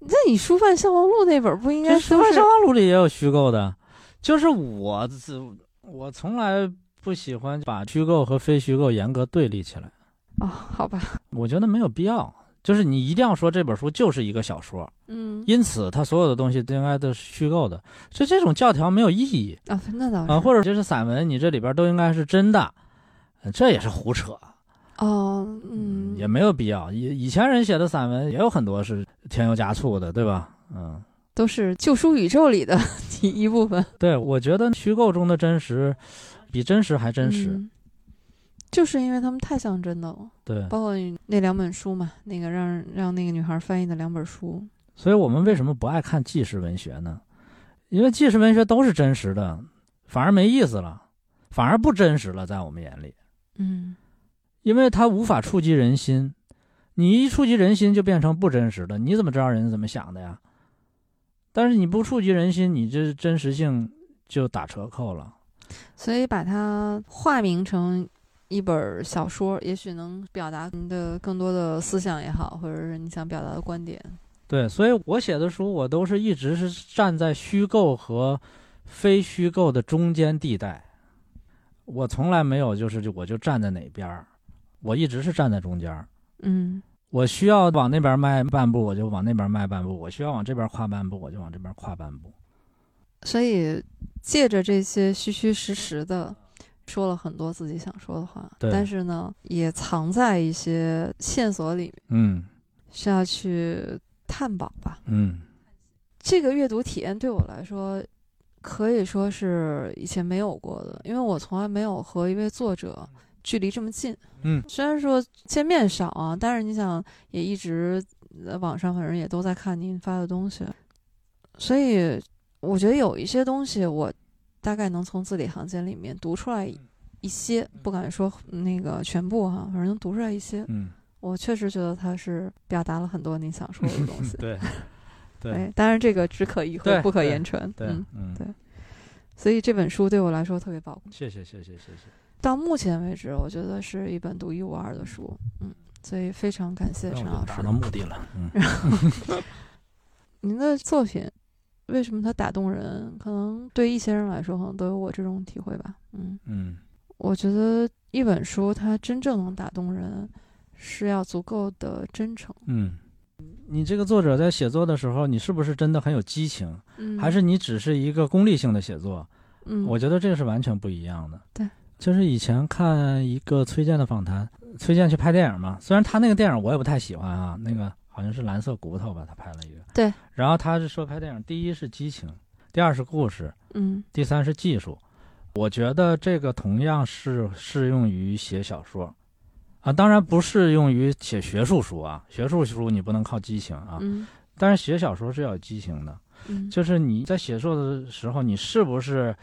Speaker 1: 那你书贩消亡录那本儿不应
Speaker 2: 这
Speaker 1: 该
Speaker 2: 《
Speaker 1: 都
Speaker 2: 生化
Speaker 1: 是
Speaker 2: 消亡录》里也有虚构的，就是我自我从来不喜欢把虚构和非虚构严格对立起来。
Speaker 1: 哦？好吧，
Speaker 2: 我觉得没有必要。就是你一定要说这本书就是一个小说，
Speaker 1: 嗯
Speaker 2: 因此它所有的东西都应该都是虚构的，就这种教条没有意义
Speaker 1: 啊，那倒是
Speaker 2: 啊、或者就是散文，你这里边都应该是真的，呃这也是胡扯，
Speaker 1: 哦，嗯，
Speaker 2: 也没有必要。以以前人写的散文也有很多是添油加醋的，对吧？嗯，
Speaker 1: 都是旧书宇宙里的 一一部分，
Speaker 2: 对，我觉得虚构中的真实比真实还真实。
Speaker 1: 嗯就是因为他们太像真的了，
Speaker 2: 对，
Speaker 1: 包括那两本书嘛，那个让让那个女孩翻译的两本书，
Speaker 2: 所以我们为什么不爱看纪实文学呢？因为纪实文学都是真实的，反而没意思了，反而不真实了，在我们眼里，
Speaker 1: 嗯，
Speaker 2: 因为它无法触及人心。你一触及人心，就变成不真实的。你怎么知道人家怎么想的呀？但是你不触及人心，你这真实性就打折扣了。
Speaker 1: 所以把它化名成一本小说，也许能表达您的更多的思想也好，或者是你想表达的观点。
Speaker 2: 对，所以我写的书，我都是一直是站在虚构和非虚构的中间地带，我从来没有就是我就站在哪边儿，我一直是站在中间儿。
Speaker 1: 嗯
Speaker 2: 我需要往那边迈半步，我就往那边迈半步；我需要往这边跨半步，我就往这边跨半步。，
Speaker 1: 所以借着这些虚虚实实的，说了很多自己想说的话，
Speaker 2: 对
Speaker 1: 但是呢，也藏在一些线索里面，
Speaker 2: 嗯
Speaker 1: 需要去探宝吧。
Speaker 2: 嗯
Speaker 1: 这个阅读体验对我来说，可以说是以前没有过的，因为我从来没有和一位作者距离这么近。
Speaker 2: 嗯，
Speaker 1: 虽然说见面少啊，但是你想也一直呃网上反正也都在看您发的东西，所以我觉得有一些东西我大概能从字里行间里面读出来一些，不敢说那个全部哈、反正能读出来一些。
Speaker 2: 嗯，。
Speaker 1: 我确实觉得他是表达了很多你想说的东西
Speaker 2: 对对
Speaker 1: 哎，当然这个只可意会
Speaker 2: 对
Speaker 1: 不可
Speaker 2: 对
Speaker 1: 言传。
Speaker 2: 对
Speaker 1: 嗯，
Speaker 2: 嗯，
Speaker 1: 对所以这本书对我来说特别宝贵。
Speaker 2: 谢谢谢谢谢谢，
Speaker 1: 到目前为止，我觉得是一本独一无二的书。嗯，所以非常感谢
Speaker 2: 那
Speaker 1: 陈
Speaker 2: 我就
Speaker 1: 老
Speaker 2: 达
Speaker 1: 师
Speaker 2: 到。目的了。嗯
Speaker 1: 您的作品为什么它打动人？可能对一些人来说，可能都有我这种体会吧。嗯，
Speaker 2: 嗯
Speaker 1: 我觉得一本书它真正能打动人，是要足够的真诚。
Speaker 2: 嗯，你这个作者在写作的时候，你是不是真的很有激情？
Speaker 1: 嗯，
Speaker 2: 还是你只是一个功利性的写作，
Speaker 1: 嗯，
Speaker 2: 我觉得这个是完全不一样的。
Speaker 1: 对，
Speaker 2: 就是以前看一个崔健的访谈，崔健去拍电影嘛，虽然他那个电影我也不太喜欢啊，那个好像是《蓝色骨头》吧，他拍了一个。
Speaker 1: 对。
Speaker 2: 然后他是说拍电影，第一是激情，第二是故事，
Speaker 1: 嗯
Speaker 2: 第三是技术。我觉得这个同样是适用于写小说，啊，当然不适用于写学术书啊，学术书你不能靠激情啊，
Speaker 1: 嗯
Speaker 2: 但是写小说是要有激情的。
Speaker 1: 嗯，
Speaker 2: 就是你在写作的时候，你是不是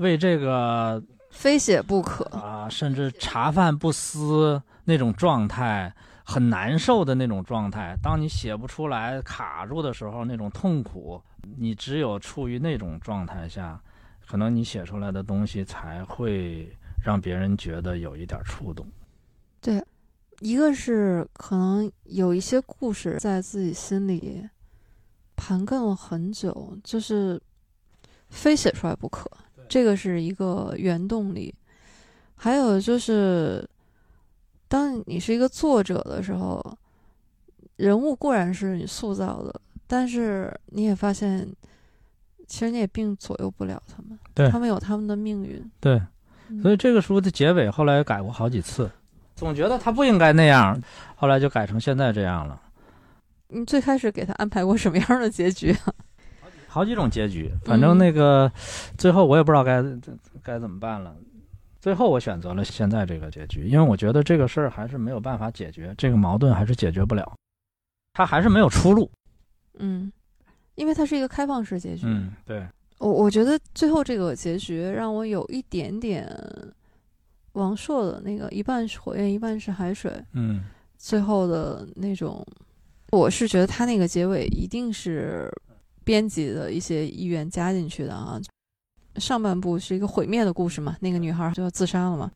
Speaker 2: 为这个
Speaker 1: 非写不可。
Speaker 2: 啊、甚至茶饭不思那种状态，很难受的那种状态？当你写不出来、卡住的时候，那种痛苦，你只有处于那种状态下，可能你写出来的东西才会让别人觉得有一点触动。
Speaker 1: 一个是可能有一些故事在自己心里盘亘了很久，就是非写出来不可，这个是一个原动力。还有就是，当你是一个作者的时候，人物固然是你塑造的，但是你也发现，其实你也并左右不了他们，
Speaker 2: 对
Speaker 1: 他们有他们的命运。
Speaker 2: 对，
Speaker 1: 嗯
Speaker 2: 所以这个书的结尾后来改过好几次，总觉得它不应该那样，后来就改成现在这样了。
Speaker 1: 嗯你最开始给他安排过什么样的结局？
Speaker 2: 好几种结局，反正那个、最后我也不知道该该怎么办了。最后我选择了现在这个结局，因为我觉得这个事儿还是没有办法解决，这个矛盾还是解决不了，他还是没有出路。
Speaker 1: 嗯，因为它是一个开放式结局。
Speaker 2: 嗯，对，
Speaker 1: 我我觉得最后这个结局让我有一点点王朔的那个一半是火焰，一半是海水，
Speaker 2: 嗯
Speaker 1: 最后的那种，我是觉得他那个结尾一定是编辑的一些意愿加进去的啊。上半部是一个毁灭的故事嘛，那个女孩就要自杀了嘛。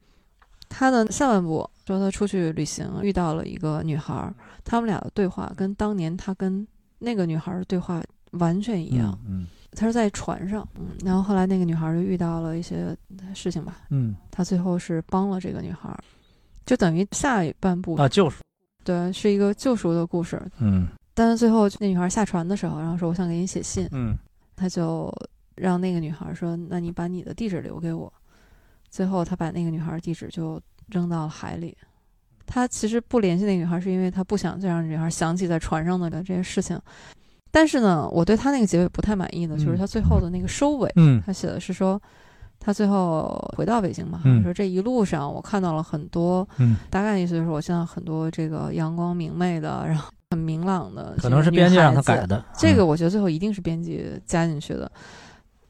Speaker 1: 他的下半部说他出去旅行遇到了一个女孩，他们俩的对话跟当年他跟那个女孩的对话完全一样。
Speaker 2: 嗯
Speaker 1: 他是在船上，嗯，然后后来那个女孩就遇到了一些事情吧，
Speaker 2: 嗯
Speaker 1: 他最后是帮了这个女孩，就等于下一半部
Speaker 2: 啊，就是
Speaker 1: 对是一个救赎的故事，
Speaker 2: 嗯
Speaker 1: 但是最后那女孩下船的时候，然后说我想给你写信，
Speaker 2: 嗯
Speaker 1: 他就让那个女孩说，那你把你的地址留给我，最后他把那个女孩地址就扔到了海里。他其实不联系那个女孩，是因为他不想再让女孩想起在船上的这些事情。但是呢，我对他那个结尾不太满意的，就是
Speaker 2: 嗯
Speaker 1: 他最后的那个收尾，
Speaker 2: 嗯
Speaker 1: 他写的是说，他最后回到北京嘛，
Speaker 2: 嗯
Speaker 1: 说这一路上我看到了很多，
Speaker 2: 嗯，
Speaker 1: 大概意思就是我见到很多这个阳光明媚的，然后很明朗的，
Speaker 2: 可能是编辑让他改。的。嗯
Speaker 1: 这个我觉得最后一定是编辑加进去的。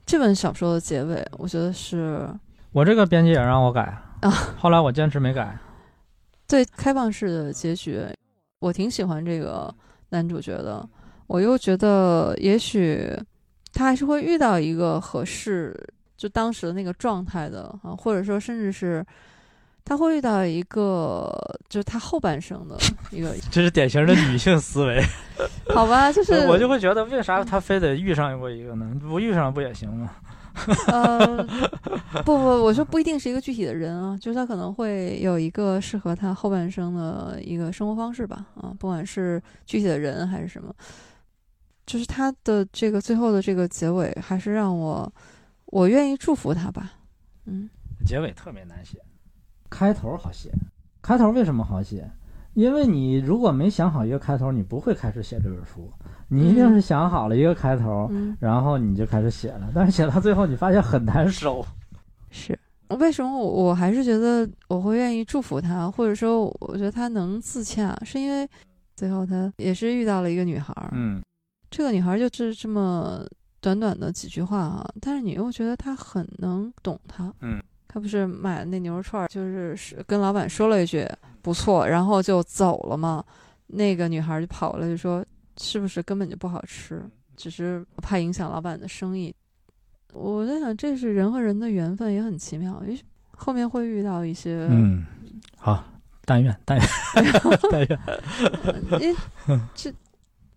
Speaker 1: 这本小说的结尾，我觉得是
Speaker 2: 嗯我这个编辑也让我改
Speaker 1: 啊，
Speaker 2: 后来我坚持没改。
Speaker 1: 对开放式的结局，我挺喜欢这个男主角的。我又觉得也许他还是会遇到一个合适，就当时的那个状态的啊，或者说甚至是他会遇到一个，就是他后半生的一个，
Speaker 2: 这是典型的女性思维，
Speaker 1: 好吧， 就是
Speaker 2: 呃我就会觉得为啥他非得遇上过一个呢？不遇上不也行吗？
Speaker 1: 呃，不不，我说不一定是一个具体的人啊，就是他可能会有一个适合他后半生的一个生活方式吧，啊，不管是具体的人还是什么，就是他的这个最后的这个结尾，还是让我我愿意祝福他吧，嗯
Speaker 2: 结尾特别难写，开头好写。开头为什么好写？因为你如果没想好一个开头，你不会开始写这本书。你一定是想好了一个开头，
Speaker 1: 嗯，
Speaker 2: 然后你就开始写了。但是写到最后，你发现很难收。
Speaker 1: 是。为什么我我还是觉得我会愿意祝福他，或者说我觉得他能自洽，是因为最后他也是遇到了一个女孩，嗯
Speaker 2: 嗯
Speaker 1: 这个女孩就是这么短短的几句话啊，但是你又觉得她很能懂她。
Speaker 2: 嗯，
Speaker 1: 她不是买了那牛肉串儿，就是是跟老板说了一句不错，然后就走了嘛。那个女孩就跑过来就说：“是不是根本就不好
Speaker 2: 嗯
Speaker 1: 吃？只是怕影响老板的生意。”我在想，这是人和人的缘分，也很奇妙。也许后面会遇到一些，
Speaker 2: 嗯，好，但愿 但愿但愿。
Speaker 1: 呃诶这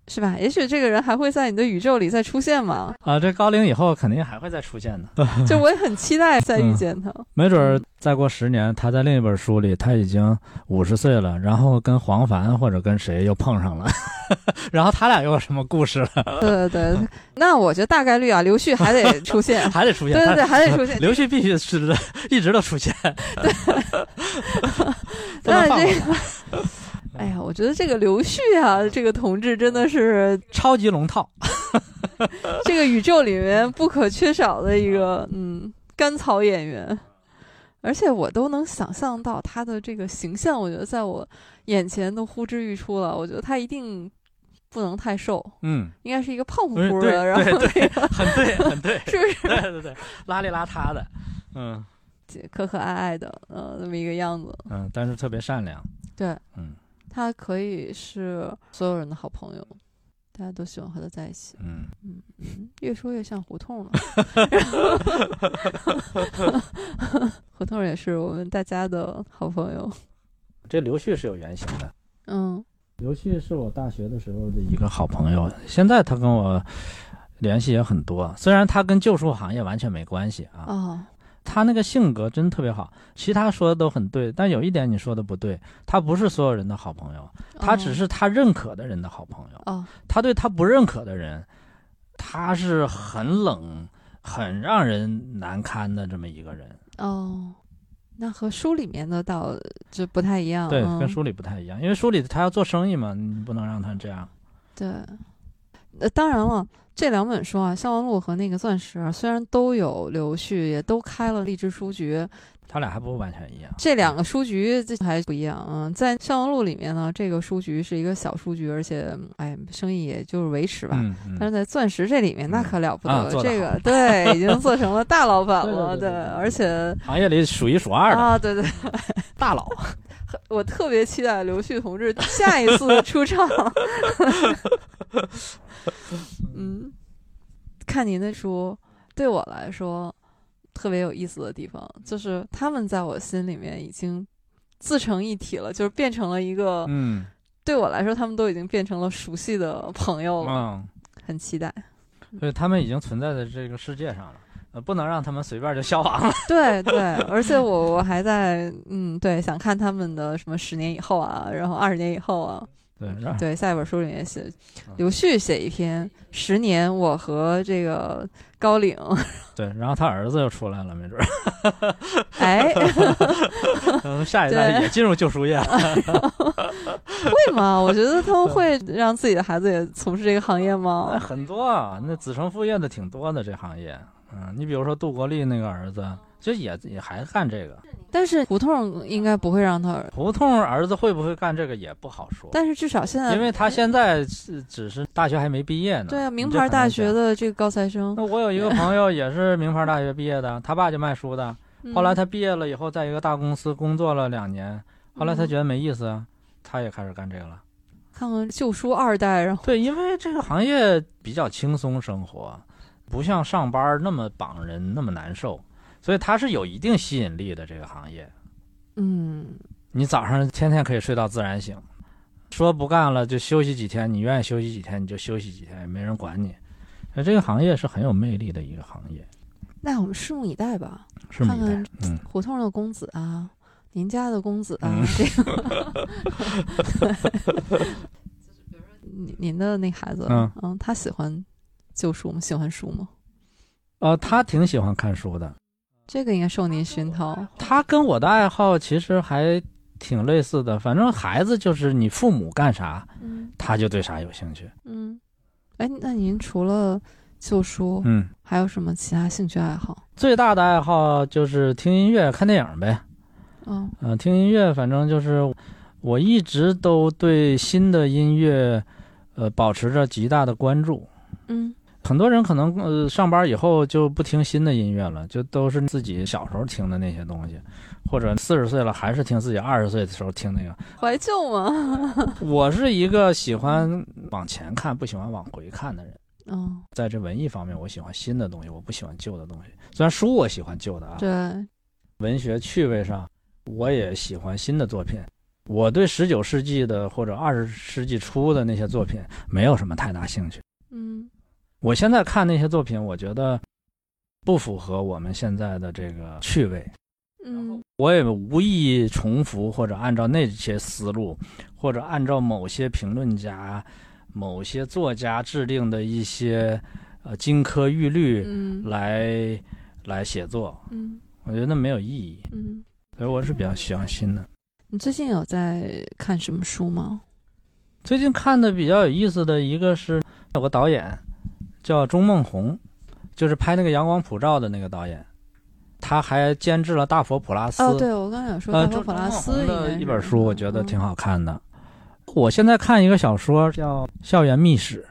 Speaker 1: 是吧？也许这个人还会在你的宇宙里再出现嘛。
Speaker 2: 啊，这高龄以后肯定还会再出现的，
Speaker 1: 就我也很期待再
Speaker 2: 嗯
Speaker 1: 遇见他。
Speaker 2: 没准
Speaker 1: 嗯
Speaker 2: 儿再过十年，他在另一本书里他已经五十岁了，然后跟黄凡或者跟谁又碰上了。 然后他俩又有什么故事了？，
Speaker 1: 对对对，那我觉得大概率啊，刘旭还得出现
Speaker 2: 还得出现，
Speaker 1: 对对
Speaker 2: 他
Speaker 1: 对，还得出现。
Speaker 2: 刘旭必须是一直都出现，不
Speaker 1: 那
Speaker 2: 能放过
Speaker 1: 这
Speaker 2: 他
Speaker 1: 个， 哎呀，我觉得这个刘旭啊，这个同志真的是
Speaker 2: 超级龙套，
Speaker 1: 这个宇宙里面不可缺少的一个嗯甘草演员，而且我都能想象到他的这个形象，我觉得在我眼前都呼之欲出了。我觉得他一定不能太瘦，
Speaker 2: 嗯，
Speaker 1: 应该是一个胖乎
Speaker 2: 嗯
Speaker 1: 乎
Speaker 2: 对
Speaker 1: 的，然后
Speaker 2: 对
Speaker 1: 那个
Speaker 2: 很对，很对，
Speaker 1: 是不是
Speaker 2: 对对对，邋里邋遢的，嗯
Speaker 1: 可可爱爱的呃那么一个样子？
Speaker 2: 嗯，但是特别善良，
Speaker 1: 对，
Speaker 2: 嗯
Speaker 1: 他可以是所有人的好朋友，大家都喜欢和他在一起。
Speaker 2: 嗯，
Speaker 1: 嗯越说越像胡同了。 胡同也是我们大家的好朋友。
Speaker 2: 这刘旭是有原型的。
Speaker 1: 嗯，
Speaker 2: 刘旭是我大学的时候的一个好朋友，现在他跟我联系也很多，虽然他跟旧书行业完全没关系啊，
Speaker 1: 哦，
Speaker 2: 他那个性格真特别好，其他说的都很对，但有一点你说的不对，他不是所有人的好朋友，他只是他认可的人的好朋友，
Speaker 1: 哦，
Speaker 2: 他对他不认可的人，他是很冷、很让人难堪的这么一个人，
Speaker 1: 哦哦，那和书里面的倒就不太一样。
Speaker 2: 对，
Speaker 1: 嗯
Speaker 2: 跟书里不太一样，因为书里他要做生意嘛，你不能让他这样，
Speaker 1: 对，呃，当然了，这两本书啊，《消亡录》和那个《钻石》啊，虽然都有刘旭，也都开了励志书局，
Speaker 2: 他俩还不完全一样，
Speaker 1: 这两个书局这还不一样啊。在《消亡录》里面呢，这个书局是一个小书局，而且哎，生意也就是维持吧。
Speaker 2: 嗯嗯
Speaker 1: 但是在钻石这里面，那可了不得
Speaker 2: 啊
Speaker 1: 了，
Speaker 2: 做得
Speaker 1: 这个对，已经做成了大老板了，
Speaker 2: 对对对对对
Speaker 1: 而且
Speaker 2: 行业里数一数二的、
Speaker 1: 啊，对对，
Speaker 2: 大佬。
Speaker 1: 我特别期待刘旭同志下一次的出 场。嗯，看您的书，对我来说特别有意思的地方，就是他们在我心里面已经自成一体了，就是变成了一个、
Speaker 2: 嗯
Speaker 1: 对我来说，他们都已经变成了熟悉的朋友了，
Speaker 2: 嗯，
Speaker 1: 很期待。
Speaker 2: 所以他们已经存在在这个世界上了，呃，不能让他们随便就消亡了。
Speaker 1: 对对，而且我我还在嗯，对，想看他们的什么十年以后啊，然后二十年以后啊，
Speaker 2: 对，让
Speaker 1: 对，下一本书里面写
Speaker 2: 嗯
Speaker 1: 刘旭写一篇十年我和这个高岭，
Speaker 2: 对，然后他儿子又出来了，没 准儿，
Speaker 1: 哎，
Speaker 2: 嗯下一代
Speaker 1: 对
Speaker 2: 也进入旧书业了。
Speaker 1: 会吗？我觉得他们会让自己的孩子也从事这个行业
Speaker 2: 那
Speaker 1: 吗？
Speaker 2: 很多啊，那子承父业的挺多的这行业。嗯，你比如说杜国立那个儿子，就也也还干这个。
Speaker 1: 但是胡同应该不会让他，
Speaker 2: 胡同儿子会不会干这个也不好说，
Speaker 1: 但是至少现在
Speaker 2: 因为他现在是只是大学还没毕业呢。
Speaker 1: 对啊，名
Speaker 2: 你这
Speaker 1: 牌
Speaker 2: 很
Speaker 1: 大
Speaker 2: 难
Speaker 1: 学
Speaker 2: 讲。
Speaker 1: 的这个高材生，
Speaker 2: 那我有一个朋友也是名牌大学毕业的，他爸就卖书的，后来
Speaker 1: 嗯
Speaker 2: 他毕业了以后，在一个大公司工作了两年，后来他觉得没意思，啊，他也开始干这个了。
Speaker 1: 看看旧书二代，然后
Speaker 2: 对，因为这个行业比较轻松生活，不像上班那么绑人，那么难受，所以它是有一定吸引力的。这个行业，
Speaker 1: 嗯，
Speaker 2: 你早上天天可以睡到自然醒，说不干了就休息几天，你愿意休息几天你就休息几天，也没人管你。那这个行业是很有魅力的一个行业，
Speaker 1: 那我们拭目以待吧。
Speaker 2: 是吗？
Speaker 1: 看看
Speaker 2: 嗯，
Speaker 1: 胡同的公子啊，您家的公子啊，
Speaker 2: 嗯
Speaker 1: 这个， 您您的那孩子，
Speaker 2: 嗯
Speaker 1: 他喜欢旧书吗？喜欢书吗？
Speaker 2: 呃，他挺喜欢看书的，
Speaker 1: 这个应该受您熏陶。
Speaker 2: 他跟我的爱好其实还挺类似的，反正孩子就是你父母干啥，
Speaker 1: 嗯
Speaker 2: 他就对啥有兴趣。
Speaker 1: 嗯，哎，那您除了旧书，
Speaker 2: 嗯，
Speaker 1: 还有什么其他兴趣爱好？
Speaker 2: 最大的爱好就是听音乐、看电影呗。
Speaker 1: 嗯
Speaker 2: 嗯、听音乐，反正就是我一直都对新的音乐，呃，保持着极大的关注。
Speaker 1: 嗯
Speaker 2: 很多人可能呃上班以后就不听新的音乐了，就都是自己小时候听的那些东西，或者四十岁了还是听自己二十岁的时候听那个。
Speaker 1: 怀旧吗？
Speaker 2: 我是一个喜欢往前看，不喜欢往回看的人。
Speaker 1: 嗯，
Speaker 2: 在这文艺方面，我喜欢新的东西，我不喜欢旧的东西。虽然书我喜欢旧的啊，
Speaker 1: 哦对，
Speaker 2: 文学趣味上，我也喜欢新的作品。我对十九世纪的或者二十世纪初的那些作品没有什么太大兴趣。
Speaker 1: 嗯
Speaker 2: 我现在看那些作品，我觉得不符合我们现在的这个趣味。
Speaker 1: 嗯
Speaker 2: 我也无意重复或者按照那些思路，或者按照某些评论家某些作家制定的一些呃金科玉律
Speaker 1: 嗯
Speaker 2: 来、来写作，
Speaker 1: 嗯
Speaker 2: 我觉得没有意义，
Speaker 1: 嗯。
Speaker 2: 所以我是比较喜欢新的。
Speaker 1: 你最近有在看什么书吗？
Speaker 2: 最近看的比较有意思的一个是有个导演叫钟梦红，就是拍那个《阳光普照》的那个导演，他还监制了《大佛普拉斯》
Speaker 1: 哦，对，我刚才有说
Speaker 2: 呃，
Speaker 1: 大
Speaker 2: 这
Speaker 1: 佛普拉斯应该
Speaker 2: 的
Speaker 1: 是
Speaker 2: 一本书，我觉得
Speaker 1: 嗯
Speaker 2: 挺好看的。我现在看一个小说叫《校园秘史》，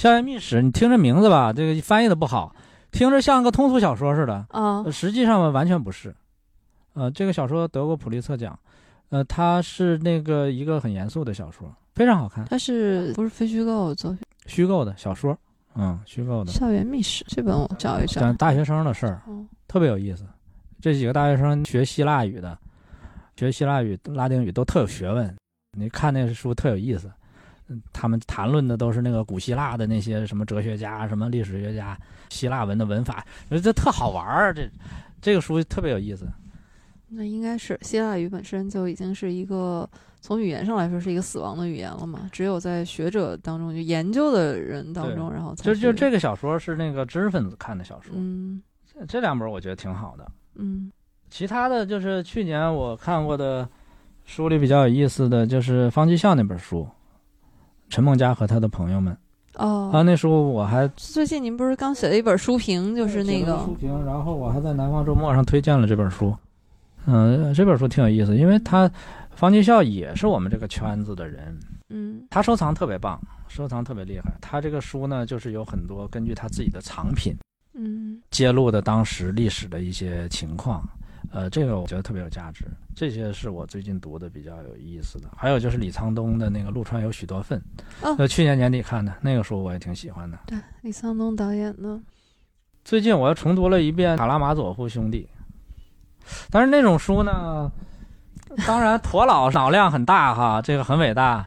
Speaker 2: 《校园秘史》，你听这名字吧，这个翻译的不好，听着像个通俗小说似的，
Speaker 1: 啊
Speaker 2: 呃。实际上完全不是。呃，这个小说得过普利策奖，呃，它是那个一个很严肃的小说，非常好看，
Speaker 1: 它是不是非虚构作品？
Speaker 2: 虚构的小说，嗯，虚构的，
Speaker 1: 校园秘史这本我找一找
Speaker 2: 讲。大学生的事儿，
Speaker 1: 哦
Speaker 2: 特别有意思。这几个大学生学希腊语的，学希腊语、拉丁语都特有学问。你看那书特有意思，嗯他们谈论的都是那个古希腊的那些什么哲学家、什么历史学家、希腊文的文法，我觉得这特好玩儿。这这个书特别有意思。
Speaker 1: 那应该是希腊语本身就已经是一个从语言上来说是一个死亡的语言了嘛，只有在学者当中就研究的人当中，然后才
Speaker 2: 就就
Speaker 1: 去
Speaker 2: 这个小说是那个知识分子看的小说，
Speaker 1: 嗯
Speaker 2: 这这两本我觉得挺好的。
Speaker 1: 嗯
Speaker 2: 其他的就是去年我看过的书里比较有意思的就是方继孝那本书，陈梦佳和他的朋友们。
Speaker 1: 哦、
Speaker 2: 啊，那时候我还
Speaker 1: 最近您不是刚写了一本书评，就是那
Speaker 2: 写了
Speaker 1: 个
Speaker 2: 书评，然后我还在《南方周末》上推荐了这本书。嗯，这本书挺有意思，因为他方继孝也是我们这个圈子的人，
Speaker 1: 嗯
Speaker 2: 他收藏特别棒，收藏特别厉害。他这个书呢，就是有很多根据他自己的藏品
Speaker 1: 嗯
Speaker 2: 揭露的当时历史的一些情况。呃，这个我觉得特别有价值，这些是我最近读的比较有意思的。还有就是李沧东的那个《陆川有许多份》，
Speaker 1: 哦
Speaker 2: 呃，去年年底看的那个书我也挺喜欢的。
Speaker 1: 对，李沧东导演的，
Speaker 2: 最近我又重读了一遍《卡拉马佐夫兄弟》，但是那种书呢，当然驼老脑量很大哈， 这个很伟大，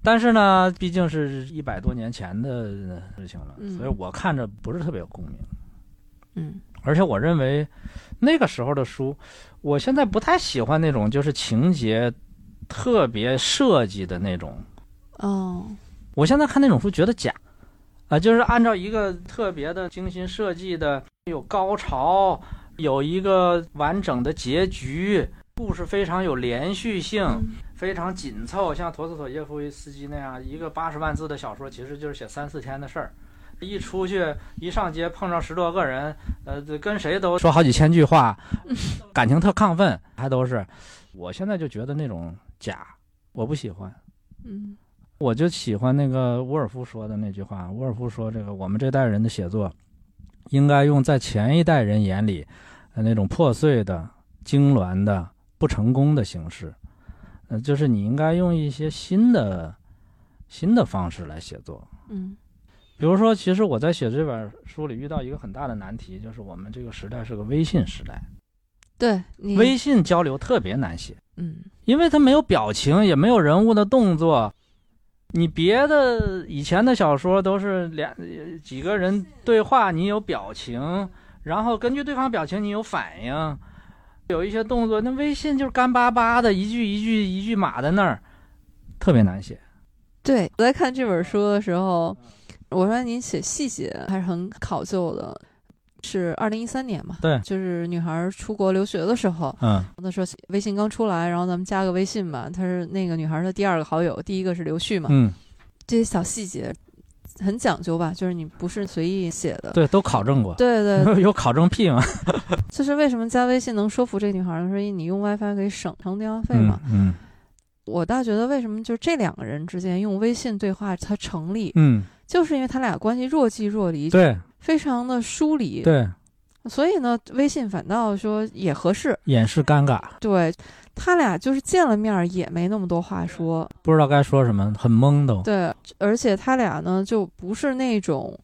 Speaker 2: 但是呢，毕竟是一百多年前的事情了，
Speaker 1: 嗯
Speaker 2: 所以我看着不是特别有共鸣。
Speaker 1: 嗯
Speaker 2: 而且我认为那个时候的书，我现在不太喜欢那种就是情节特别设计的那种
Speaker 1: 哦
Speaker 2: 我现在看那种书觉得假，啊、就是按照一个特别的精心设计的，有高潮，有一个完整的结局，故事非常有连续性，
Speaker 1: 嗯
Speaker 2: 非常紧凑，像陀思妥耶夫斯基那样一个八十万字的小说，其实就是写三四天的事儿。一出去，一上街碰上十多个人，呃，这跟谁都说好几千句话，感情特亢奋，还都是。我现在就觉得那种假，我不喜欢。
Speaker 1: 嗯
Speaker 2: 我就喜欢那个沃尔夫说的那句话。沃尔夫说：“这个我们这代人的写作，应该用在前一代人眼里，呃，那种破碎的、痉挛的、不成功的形式。呃，就是你应该用一些新的、新的方式来写作。
Speaker 1: 嗯
Speaker 2: 比如说，其实我在写这本书里遇到一个很大的难题，就是我们这个时代是个微信时代，
Speaker 1: 对你
Speaker 2: 微信交流特别难写。”
Speaker 1: 嗯
Speaker 2: 因为它没有表情，也没有人物的动作。你别的以前的小说都是两呃几个人对话，你有表情，然后根据对方表情你有反应，有一些动作。那微信就是干巴巴的，一句一句一句码在那儿，特别难写。
Speaker 1: 对，我在看这本书的时候，
Speaker 2: 嗯
Speaker 1: 我说您写细节还是很考究的，是二零一三年嘛？
Speaker 2: 对
Speaker 1: 就是女孩出国留学的时候，
Speaker 2: 嗯
Speaker 1: 那时候微信刚出来，然后咱们加个微信吧。她是那个女孩的第二个好友，第一个是刘旭嘛。
Speaker 2: 嗯，
Speaker 1: 这些小细节很讲究吧，就是你不是随意写的。
Speaker 2: 对，都考证过，
Speaker 1: 对对，
Speaker 2: 有考证癖吗？
Speaker 1: 就是为什么加微信能说服这个女孩呢？说因为你用 WiFi 可以省省电话费嘛
Speaker 2: 嗯。嗯
Speaker 1: 我倒觉得为什么就这两个人之间用微信对话它成立，
Speaker 2: 嗯，
Speaker 1: 就是因为他俩关系若即若离，
Speaker 2: 对
Speaker 1: 非常的疏离。
Speaker 2: 对，
Speaker 1: 所以呢，微信反倒说也合适。
Speaker 2: 掩饰尴尬，
Speaker 1: 对他俩就是见了面儿也没那么多话说，
Speaker 2: 不知道该说什么，很懵都。
Speaker 1: 对，而且他俩呢就不是那种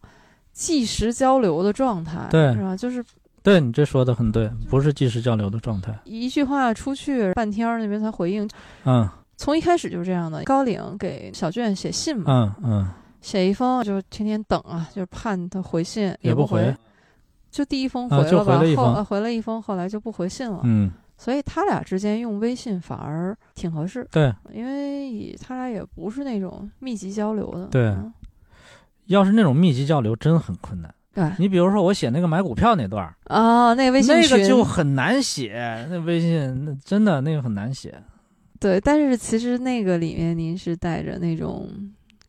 Speaker 1: 即时交流的状态，
Speaker 2: 对
Speaker 1: 是吧？就是
Speaker 2: 对你这说的很对，不是即时交流的状态。
Speaker 1: 一句话出去半天儿那边才回应，
Speaker 2: 嗯
Speaker 1: 从一开始就是这样的。高岭给小卷写信嘛，
Speaker 2: 嗯嗯，
Speaker 1: 写一封就天天等啊，就是盼他回信
Speaker 2: 也
Speaker 1: 不
Speaker 2: 不回。
Speaker 1: 就第一封
Speaker 2: 啊
Speaker 1: 回
Speaker 2: 就
Speaker 1: 了吧，
Speaker 2: 回了一
Speaker 1: 后
Speaker 2: 封
Speaker 1: 呃回了一封，后来就不回信了。
Speaker 2: 嗯
Speaker 1: 所以他俩之间用微信反而挺合适，
Speaker 2: 对，
Speaker 1: 因为他俩也不是那种密集交流的，
Speaker 2: 对
Speaker 1: 嗯
Speaker 2: 要是那种密集交流，真很困难。
Speaker 1: 对
Speaker 2: 你比如说，我写那个买股票那段儿，
Speaker 1: 啊，那个微信
Speaker 2: 那个
Speaker 1: 群
Speaker 2: 就很难写，那微信那真的那个很难写。
Speaker 1: 对，但是其实那个里面您是带着那种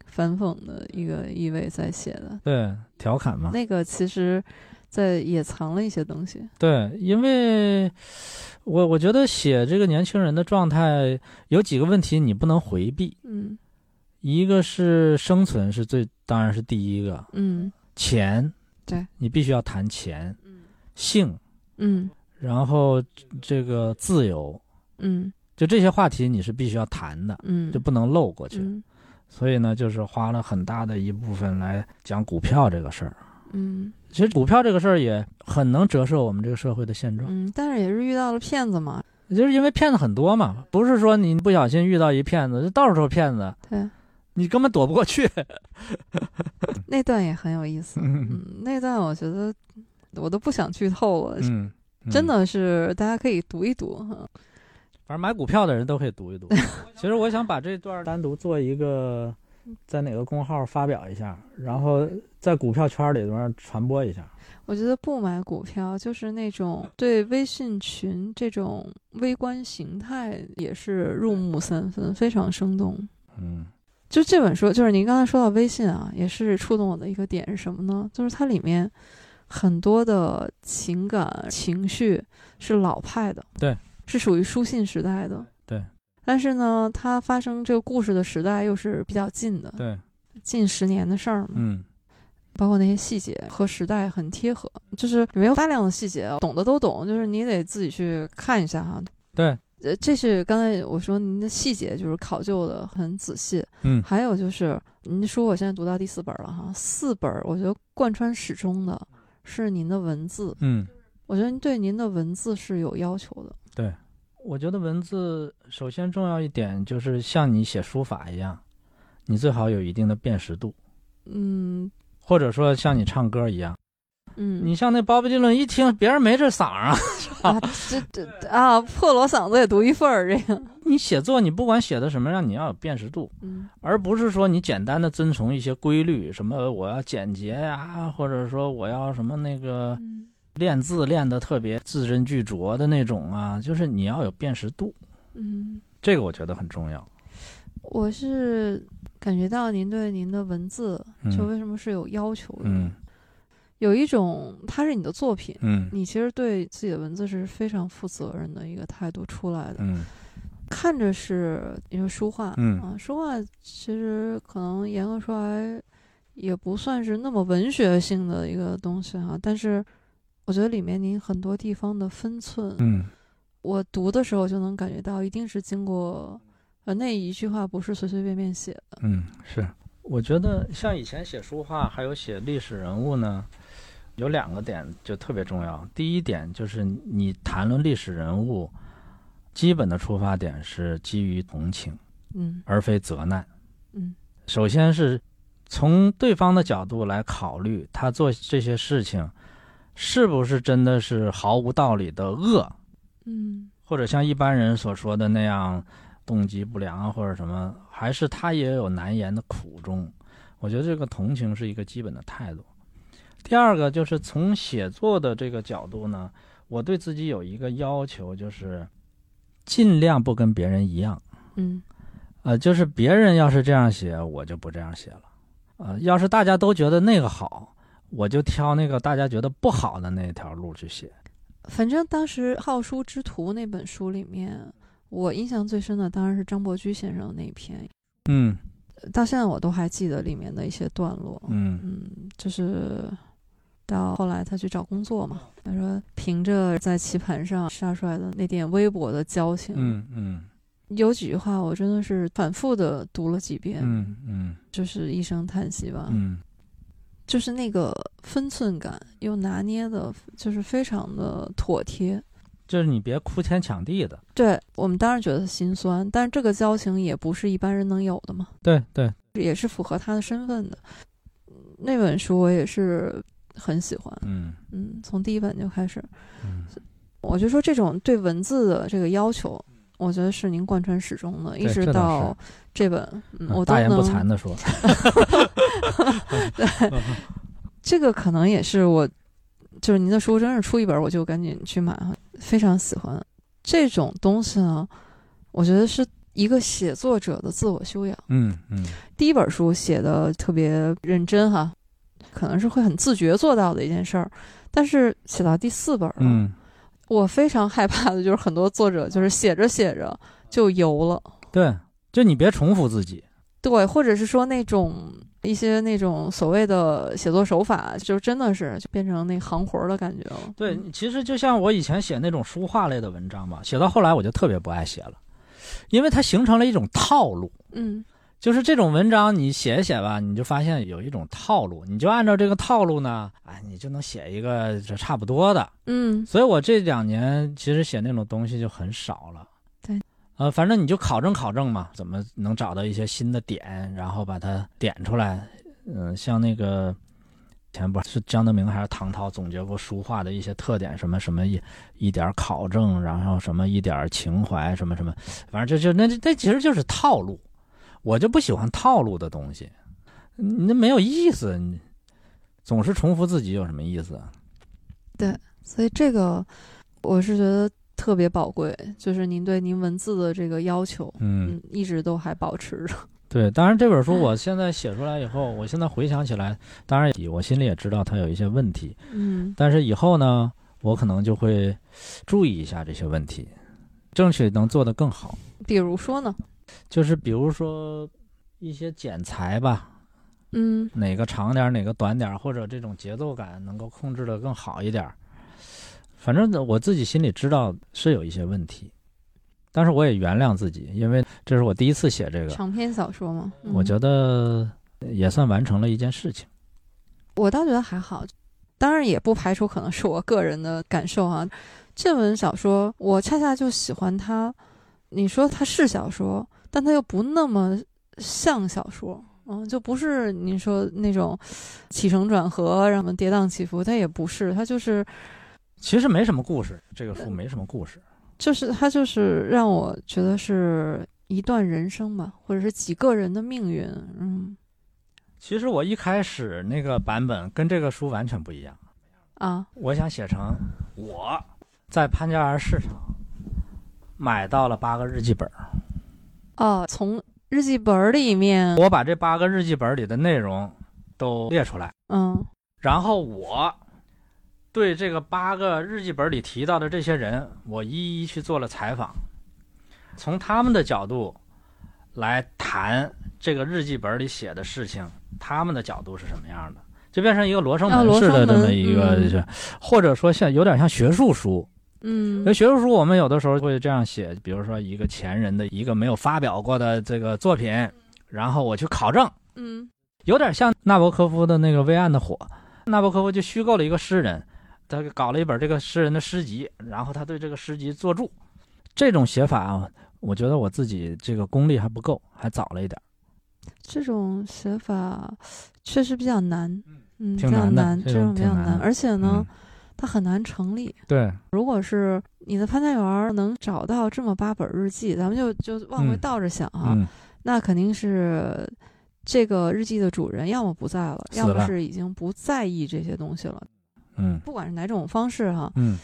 Speaker 1: 反讽的一个意味在写的，
Speaker 2: 对，调侃嘛。
Speaker 1: 那个其实，在也藏了一些东西，
Speaker 2: 对，因为我我觉得写这个年轻人的状态有几个问题你不能回避，
Speaker 1: 嗯
Speaker 2: 一个是生存是最当然是第一个，
Speaker 1: 嗯
Speaker 2: 钱，
Speaker 1: 对
Speaker 2: 你必须要谈钱，
Speaker 1: 嗯
Speaker 2: 性，
Speaker 1: 嗯
Speaker 2: 然后这个自由，
Speaker 1: 嗯
Speaker 2: 就这些话题你是必须要谈的，
Speaker 1: 嗯，
Speaker 2: 就不能漏过去。
Speaker 1: 嗯
Speaker 2: 所以呢，就是花了很大的一部分来讲股票这个事儿。
Speaker 1: 嗯
Speaker 2: 其实股票这个事儿也很能折射我们这个社会的现状。
Speaker 1: 嗯，但是也是遇到了骗子嘛，
Speaker 2: 就是因为骗子很多嘛，不是说你不小心遇到一骗子，就到处都骗子，
Speaker 1: 对，
Speaker 2: 你根本躲不过去。
Speaker 1: 那段也很有意思，
Speaker 2: 嗯
Speaker 1: 嗯，那段我觉得我都不想剧透 了，
Speaker 2: 嗯，
Speaker 1: 真，的是大家可以读一读，嗯
Speaker 2: 反正买股票的人都可以读一读。 其实我想把这段单独做一个，在哪个公号发表一下，然后在股票圈里边传播一下。
Speaker 1: 我觉得不买股票就是那种对微信群这种微观形态也是入木三分，非常生动。
Speaker 2: 嗯
Speaker 1: 就这本书，就是您刚才说到微信啊，也是触动我的一个点是什么呢？就是它里面很多的情感情绪是老派的，
Speaker 2: 对，
Speaker 1: 是属于书信时代的，
Speaker 2: 对。
Speaker 1: 但是呢，它发生这个故事的时代又是比较近的，
Speaker 2: 对，
Speaker 1: 近十年的事儿嘛。
Speaker 2: 嗯
Speaker 1: 包括那些细节和时代很贴合，就是没有大量的细节，懂的都懂，就是你得自己去看一下哈。
Speaker 2: 对，
Speaker 1: 呃，这是刚才我说您的细节就是考究的很仔细，
Speaker 2: 嗯
Speaker 1: 还有就是您书我现在读到第四本了哈，四本我觉得贯穿始终的是您的文字，
Speaker 2: 嗯，
Speaker 1: 我觉得您对您的文字是有要求的，
Speaker 2: 我觉得文字首先重要一点就是像你写书法一样，你最好有一定的辨识度，
Speaker 1: 嗯
Speaker 2: 或者说像你唱歌一样。
Speaker 1: 嗯，
Speaker 2: 你像那鲍勃迪伦，一听别人没这嗓儿啊。
Speaker 1: 啊这这啊破锣嗓子也读一份儿这个，
Speaker 2: 你写作，你不管写的什么样，你要有辨识度，
Speaker 1: 嗯
Speaker 2: 而不是说你简单的遵从一些规律，什么我要简洁呀、或者说我要什么那个
Speaker 1: 嗯
Speaker 2: 练字练得特别字斟句酌的那种啊，就是你要有辨识度，
Speaker 1: 嗯。
Speaker 2: 这个我觉得很重要。
Speaker 1: 我是感觉到您对您的文字，就
Speaker 2: 嗯
Speaker 1: 为什么是有要求的，
Speaker 2: 嗯
Speaker 1: 有一种它是你的作品，
Speaker 2: 嗯
Speaker 1: 你其实对自己的文字是非常负责任的一个态度出来的。
Speaker 2: 嗯
Speaker 1: 看着是一个书画，
Speaker 2: 嗯
Speaker 1: 啊，书画其实可能严格说来也不算是那么文学性的一个东西哈、但是我觉得里面您很多地方的分寸，
Speaker 2: 嗯
Speaker 1: 我读的时候就能感觉到，一定是经过。呃，那一句话不是随随便便写的，
Speaker 2: 嗯，是。我觉得像以前写书画，还有写历史人物呢，有两个点就特别重要。第一点就是你谈论历史人物，基本的出发点是基于同情。
Speaker 1: 嗯
Speaker 2: 而非责难。
Speaker 1: 嗯，
Speaker 2: 首先是从对方的角度来考虑，他做这些事情是不是真的是毫无道理的恶，
Speaker 1: 嗯
Speaker 2: 或者像一般人所说的那样动机不良啊或者什么，还是他也有难言的苦衷。我觉得这个同情是一个基本的态度。第二个就是从写作的这个角度呢，我对自己有一个要求，就是尽量不跟别人一样。
Speaker 1: 嗯
Speaker 2: 呃，就是别人要是这样写，我就不这样写了。呃，要是大家都觉得那个好，我就挑那个大家觉得不好的那条路去写。，
Speaker 1: 反正当时《好书之徒》那本书里面，我印象最深的当然是张伯驹先生的那一篇，
Speaker 2: 嗯
Speaker 1: 到现在我都还记得里面的一些段落。
Speaker 2: 嗯
Speaker 1: 嗯，就是到后来他去找工作嘛，他说凭着在棋盘上杀出来的那点微薄的交情，
Speaker 2: 嗯嗯
Speaker 1: 有几句话我真的是反复的读了几遍，
Speaker 2: 嗯嗯
Speaker 1: 就是一声叹息吧。
Speaker 2: 嗯
Speaker 1: 就是那个分寸感又拿捏的，就是非常的妥帖。
Speaker 2: 就是你别哭天抢地的。
Speaker 1: 对我们当然觉得心酸，但这个交情也不是一般人能有的嘛，
Speaker 2: 对对，
Speaker 1: 也是符合他的身份的。嗯那本书我也是很喜欢，
Speaker 2: 嗯
Speaker 1: 嗯，从第一本就开始，
Speaker 2: 嗯
Speaker 1: 我就说这种对文字的这个要求，我觉得是您贯穿始终的，一
Speaker 2: 对
Speaker 1: 直
Speaker 2: 这倒
Speaker 1: 到这本，嗯，我都
Speaker 2: 大言不
Speaker 1: 能
Speaker 2: 惭的 说，
Speaker 1: 这个可能也是我，就是您的书真是出一本我就赶紧去买啊，非常喜欢这种东西呢。我觉得是一个写作者的自我修养。
Speaker 2: 嗯嗯，
Speaker 1: 第一本书写的特别认真哈，可能是会很自觉做到的一件事儿，但是写到第四本了，
Speaker 2: 嗯，
Speaker 1: 我非常害怕的就是很多作者就是写着写着就油了，
Speaker 2: 对，就你别重复自己，
Speaker 1: 对，或者是说那种。一些那种所谓的写作手法，就真的是就变成那行活儿的感觉了。
Speaker 2: 对，其实就像我以前写那种书画类的文章吧，写到后来我就特别不爱写了，因为它形成了一种套路。
Speaker 1: 嗯，
Speaker 2: 就是这种文章，你写一写吧，你就发现有一种套路，你就按照这个套路呢，哎，你就能写一个这差不多的。
Speaker 1: 嗯，
Speaker 2: 所以我这两年其实写那种东西就很少了。
Speaker 1: 对，
Speaker 2: 呃，反正你就考证考证嘛，怎么能找到一些新的点，然后把它点出来。嗯、像那个以前不是江德明还是唐涛总结过书画的一些特点，什么什么一一点考证，然后什么一点情怀，什么什么，反正就就那那其实就是套路。我就不喜欢套路的东西，嗯那没有意思。你总是重复自己有什么意思啊？
Speaker 1: 所以这个我是觉得特别宝贵，就是您对您文字的这个要求，
Speaker 2: 嗯
Speaker 1: 嗯，一直都还保持着。
Speaker 2: 对，当然这本书
Speaker 1: 嗯
Speaker 2: 我现在写出来以后，我现在回想起来，当然我心里也知道它有一些问题，
Speaker 1: 嗯
Speaker 2: 但是以后呢，我可能就会注意一下这些问题，争取能做得更好。
Speaker 1: 比如说呢，
Speaker 2: 就是比如说一些剪裁吧，
Speaker 1: 嗯
Speaker 2: 哪个长点儿，哪个短点儿，或者这种节奏感能够控制得更好一点儿。反正我自己心里知道是有一些问题，但是我也原谅自己，因为这是我第一次写这个，
Speaker 1: 长篇小说嘛，嗯
Speaker 2: 啊我觉得也算完成了一件事情。
Speaker 1: 我倒觉得还好，当然也不排除可能是我个人的感受啊。这本小说我恰恰就喜欢它，你说它是小说，但它又不那么像小说，嗯，就不是你说那种起承转合，然后跌宕起伏，它也不是，它就是
Speaker 2: 其实没什么故事，这个书没什么故事。
Speaker 1: 就是它就是让我觉得是一段人生吧，或者是几个人的命运，嗯
Speaker 2: 其实我一开始那个版本跟这个书完全不一样，
Speaker 1: 啊，
Speaker 2: 我想写成我在潘家园市场买到了八个日记本儿，
Speaker 1: 哦，从日记本儿里面，
Speaker 2: 我把这八个日记本里的内容都列出来。
Speaker 1: 嗯
Speaker 2: 然后我对这个八个日记本里提到的这些人，我一一去做了采访，从他们的角度来谈这个日记本里写的事情，他们的角度是什么样的，就变成一个罗生
Speaker 1: 啊
Speaker 2: 门
Speaker 1: 罗
Speaker 2: 式的
Speaker 1: 生
Speaker 2: 这么
Speaker 1: 门
Speaker 2: 一个，
Speaker 1: 嗯
Speaker 2: 就是或者说像有点像学术书。因
Speaker 1: 嗯
Speaker 2: 为学术书我们有的时候会这样写，比如说一个前人的一个没有发表过的这个作品，然后我去考证。
Speaker 1: 嗯
Speaker 2: 有点像纳博科夫的那个《微暗的火》，纳博科夫就虚构了一个诗人，他搞了一本这个诗人的诗集，然后他对这个诗集作注。这种写法啊，我觉得我自己这个功力还不够，还早了一点儿，
Speaker 1: 这种写法确实比较难，嗯，比
Speaker 2: 挺
Speaker 1: 较
Speaker 2: 难的
Speaker 1: 难，这
Speaker 2: 这种
Speaker 1: 种比
Speaker 2: 挺
Speaker 1: 较
Speaker 2: 难
Speaker 1: 难，
Speaker 2: 的
Speaker 1: 而且呢
Speaker 2: 嗯，
Speaker 1: 它很难成立。
Speaker 2: 对，
Speaker 1: 如果是你的潘家园儿能找到这么八本日记，咱们就就往回
Speaker 2: 嗯
Speaker 1: 倒着想啊，
Speaker 2: 嗯，
Speaker 1: 那肯定是这个日记的主人要么不在了，
Speaker 2: 死
Speaker 1: 要么
Speaker 2: 了
Speaker 1: 是已经不在意这些东西了。
Speaker 2: 嗯，
Speaker 1: 不管是哪种方式哈，
Speaker 2: 嗯，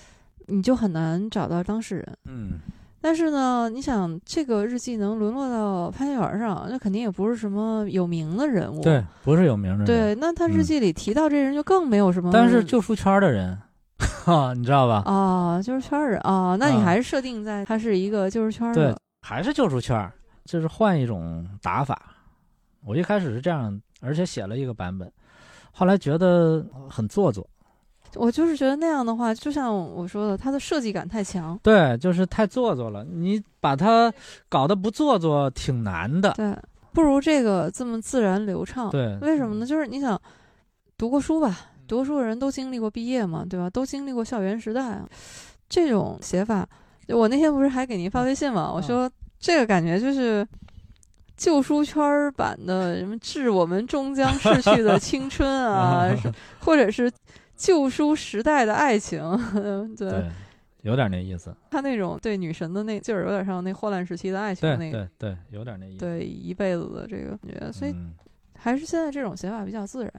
Speaker 1: 你就很难找到当事人。
Speaker 2: 嗯，
Speaker 1: 但是呢，你想这个日记能沦落到潘家园儿上，那肯定也不是什么有名的人物。
Speaker 2: 对，不是有名的人，
Speaker 1: 对，那他日
Speaker 2: 嗯
Speaker 1: 记里提到这人就更没有什么。
Speaker 2: 但是旧书圈的人，哈，你知道吧？
Speaker 1: 啊，就是圈儿人啊，那你
Speaker 2: 啊
Speaker 1: 还是设定在他是一个就是圈儿
Speaker 2: 对
Speaker 1: 的。
Speaker 2: 还是旧书圈儿，这是换一种打法。我一开始是这样，而且写了一个版本，后来觉得很做作。
Speaker 1: 我就是觉得那样的话，就像我说的，它的设计感太强。
Speaker 2: 对，就是太做作了。你把它搞得不做作，挺难的。
Speaker 1: 对，不如这个这么自然流畅。
Speaker 2: 对，
Speaker 1: 为什么呢？？就是你想，读过书吧，
Speaker 2: 嗯
Speaker 1: 读过书的人都经历过毕业嘛，对吧？都经历过校园时代啊。这种写法，就我那天不是还给
Speaker 2: 嗯
Speaker 1: 您发微信嘛，我说这个感觉就是旧书圈儿版的什么“致我们终将逝去 的青春”
Speaker 2: 啊
Speaker 1: 啊，是或者是旧书时代的爱情，对。
Speaker 2: 对，有点那意思。
Speaker 1: 他那种对女神的那劲儿，有点像那霍乱时期的爱情
Speaker 2: 对
Speaker 1: 那个，
Speaker 2: 对对，有点那意思。
Speaker 1: 对一辈子的这个感觉，所以
Speaker 2: 嗯
Speaker 1: 还是现在这种写法比较自然。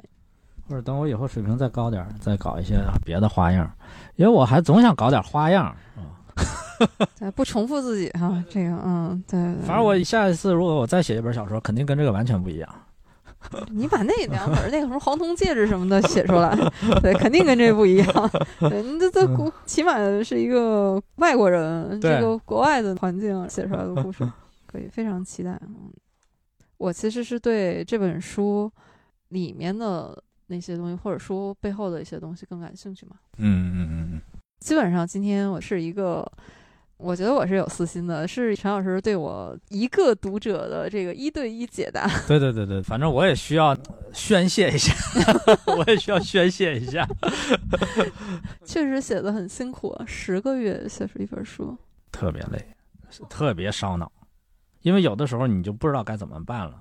Speaker 2: 或者等我以后水平再高点儿，再搞一些别的花样儿，因为我还总想搞点花样儿。嗯
Speaker 1: 对，不重复自己哈、这个嗯，对对。对
Speaker 2: 反正我下一次如果我再写一本小说，肯定跟这个完全不一样。
Speaker 1: 你把那两本儿那个什么黄铜戒指什么的写出来， 对，肯定跟这不一样。 对，你这这古起码是一个外国人，
Speaker 2: 对
Speaker 1: 这个国外的环境写出来的故事，可以非常期待。嗯，我其实是对这本书里面的那些东西，或者说背后的一些东西更感兴趣嘛。
Speaker 2: 嗯嗯嗯嗯，
Speaker 1: 基本上今天我是一个，我觉得我是有私心的，是陈老师对我一个读者的这个一对一解答。
Speaker 2: 对对对对，反正我也需要呃宣泄一下， 我也需要宣泄一下。
Speaker 1: 确实写的很辛苦，啊十个月写出一本书。
Speaker 2: 特别累，是特别烧脑，因为有的时候你就不知道该怎么办了，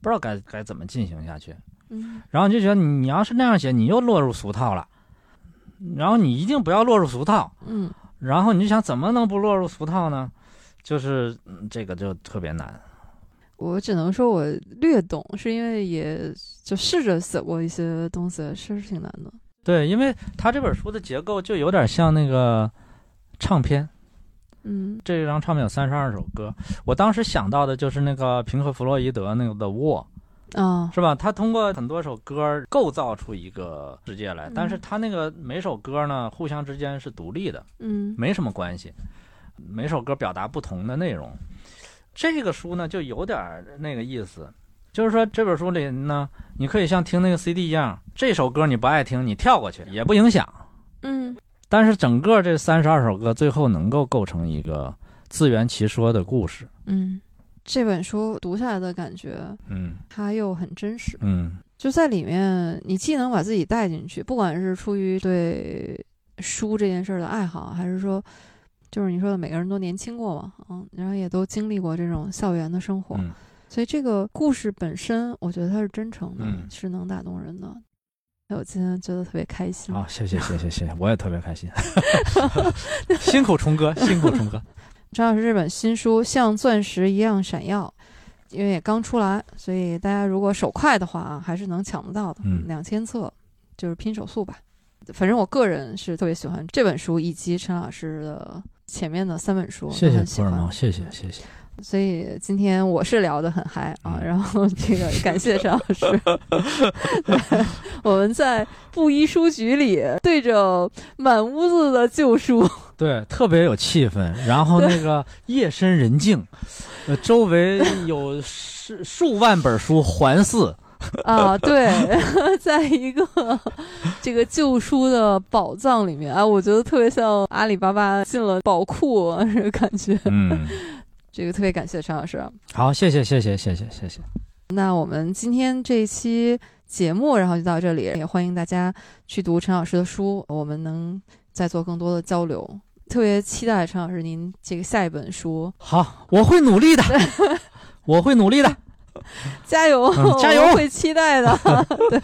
Speaker 2: 不知道该该怎么进行下去，
Speaker 1: 嗯，
Speaker 2: 然后你就觉得你要是那样写，你又落入俗套了，然后你一定不要落入俗套，
Speaker 1: 嗯，
Speaker 2: 然后你就想怎么能不落入俗套呢？就是、嗯这个就特别难，
Speaker 1: 我只能说我略懂，是因为也就试着写过一些东西，是挺难的。
Speaker 2: 对，因为他这本书的结构就有点像那个唱片，
Speaker 1: 嗯
Speaker 2: 这张唱片有三十二首歌，我当时想到的就是那个平克·弗洛伊德那个《The Wall》。
Speaker 1: 啊，
Speaker 2: 是吧？他通过很多首歌构造出一个世界来
Speaker 1: 嗯，
Speaker 2: 但是他那个每首歌呢，互相之间是独立的，
Speaker 1: 嗯
Speaker 2: 没什么关系。每首歌表达不同的内容。这个书呢，就有点儿那个意思，就是说这本书里呢，你可以像听那个 CD 一样，这首歌你不爱听，你跳过去也不影响。
Speaker 1: 嗯
Speaker 2: 但是整个这三十二首歌最后能够构成一个自圆其说的故事。
Speaker 1: 嗯，这本书读下来的感觉，
Speaker 2: 嗯
Speaker 1: 它又很真实。
Speaker 2: 嗯，
Speaker 1: 就在里面，你既能把自己带进去，不管是出于对书这件事儿的爱好，还是说，就是你说的每个人都年轻过嘛，嗯，然后也都经历过这种校园的生活，
Speaker 2: 嗯
Speaker 1: 所以这个故事本身，我觉得它是真诚的，
Speaker 2: 嗯
Speaker 1: 是能打动人的。哎我今天觉得特别开心，
Speaker 2: 啊，谢谢谢谢谢谢，我也特别开心， 辛苦冲哥，辛苦冲哥。
Speaker 1: 张老师这本新书《像钻石一样闪耀》，因为也刚出来，所以大家如果手快的话啊，还是能抢得到的。
Speaker 2: 嗯
Speaker 1: 两千册，就是拼手速吧。反正我个人是特别喜欢这本书，以及陈老师的前面的三本书，
Speaker 2: 谢
Speaker 1: 都
Speaker 2: 谢
Speaker 1: 很喜
Speaker 2: 福尔
Speaker 1: 欢
Speaker 2: 摩，。谢谢谢谢。
Speaker 1: 所以今天我是聊得很嗨啊，
Speaker 2: 嗯
Speaker 1: 然后这个感谢陈老师，对我们在布衣书局里对着满屋子的旧书，
Speaker 2: 对，特别有气氛，然后那个夜深人静，呃，周围有数数万本书 环视，
Speaker 1: 啊，对，在一个这个旧书的宝藏里面啊，我觉得特别像阿里巴巴进了宝库这个感觉。
Speaker 2: 嗯，
Speaker 1: 这个特别感谢陈老师。啊
Speaker 2: 好，谢谢谢谢谢谢谢谢，
Speaker 1: 那我们今天这一期节目，然后就到这里，也欢迎大家去读陈老师的书，我们能再做更多的交流。特别期待陈老师您这个下一本书，
Speaker 2: 好，我会 努力的，我会努力的，
Speaker 1: 加油，
Speaker 2: 嗯 加油
Speaker 1: 我们会期待 的。对，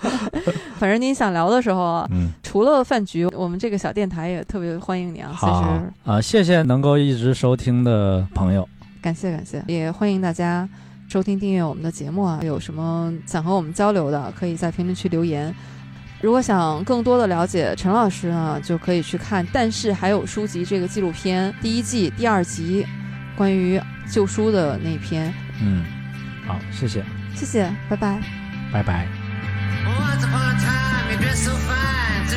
Speaker 1: 反正您想聊的时候啊，
Speaker 2: 嗯，
Speaker 1: 除了饭局，我们这个小电台也特别欢迎你啊，随
Speaker 2: 好啊
Speaker 1: 时、
Speaker 2: 谢谢能够一直收听的朋友，
Speaker 1: 感谢感谢，也欢迎大家收听订阅我们的节目啊。有什么想和我们交流的，可以在评论区留言。如果想更多的了解陈老师呢，就可以去看《但是还有书籍》这个纪录片第一季第二集，关于旧书的那篇。
Speaker 2: 嗯，好，谢谢，
Speaker 1: 谢谢，拜拜。
Speaker 2: 拜拜。
Speaker 3: Once upon a time, you dressed so fine,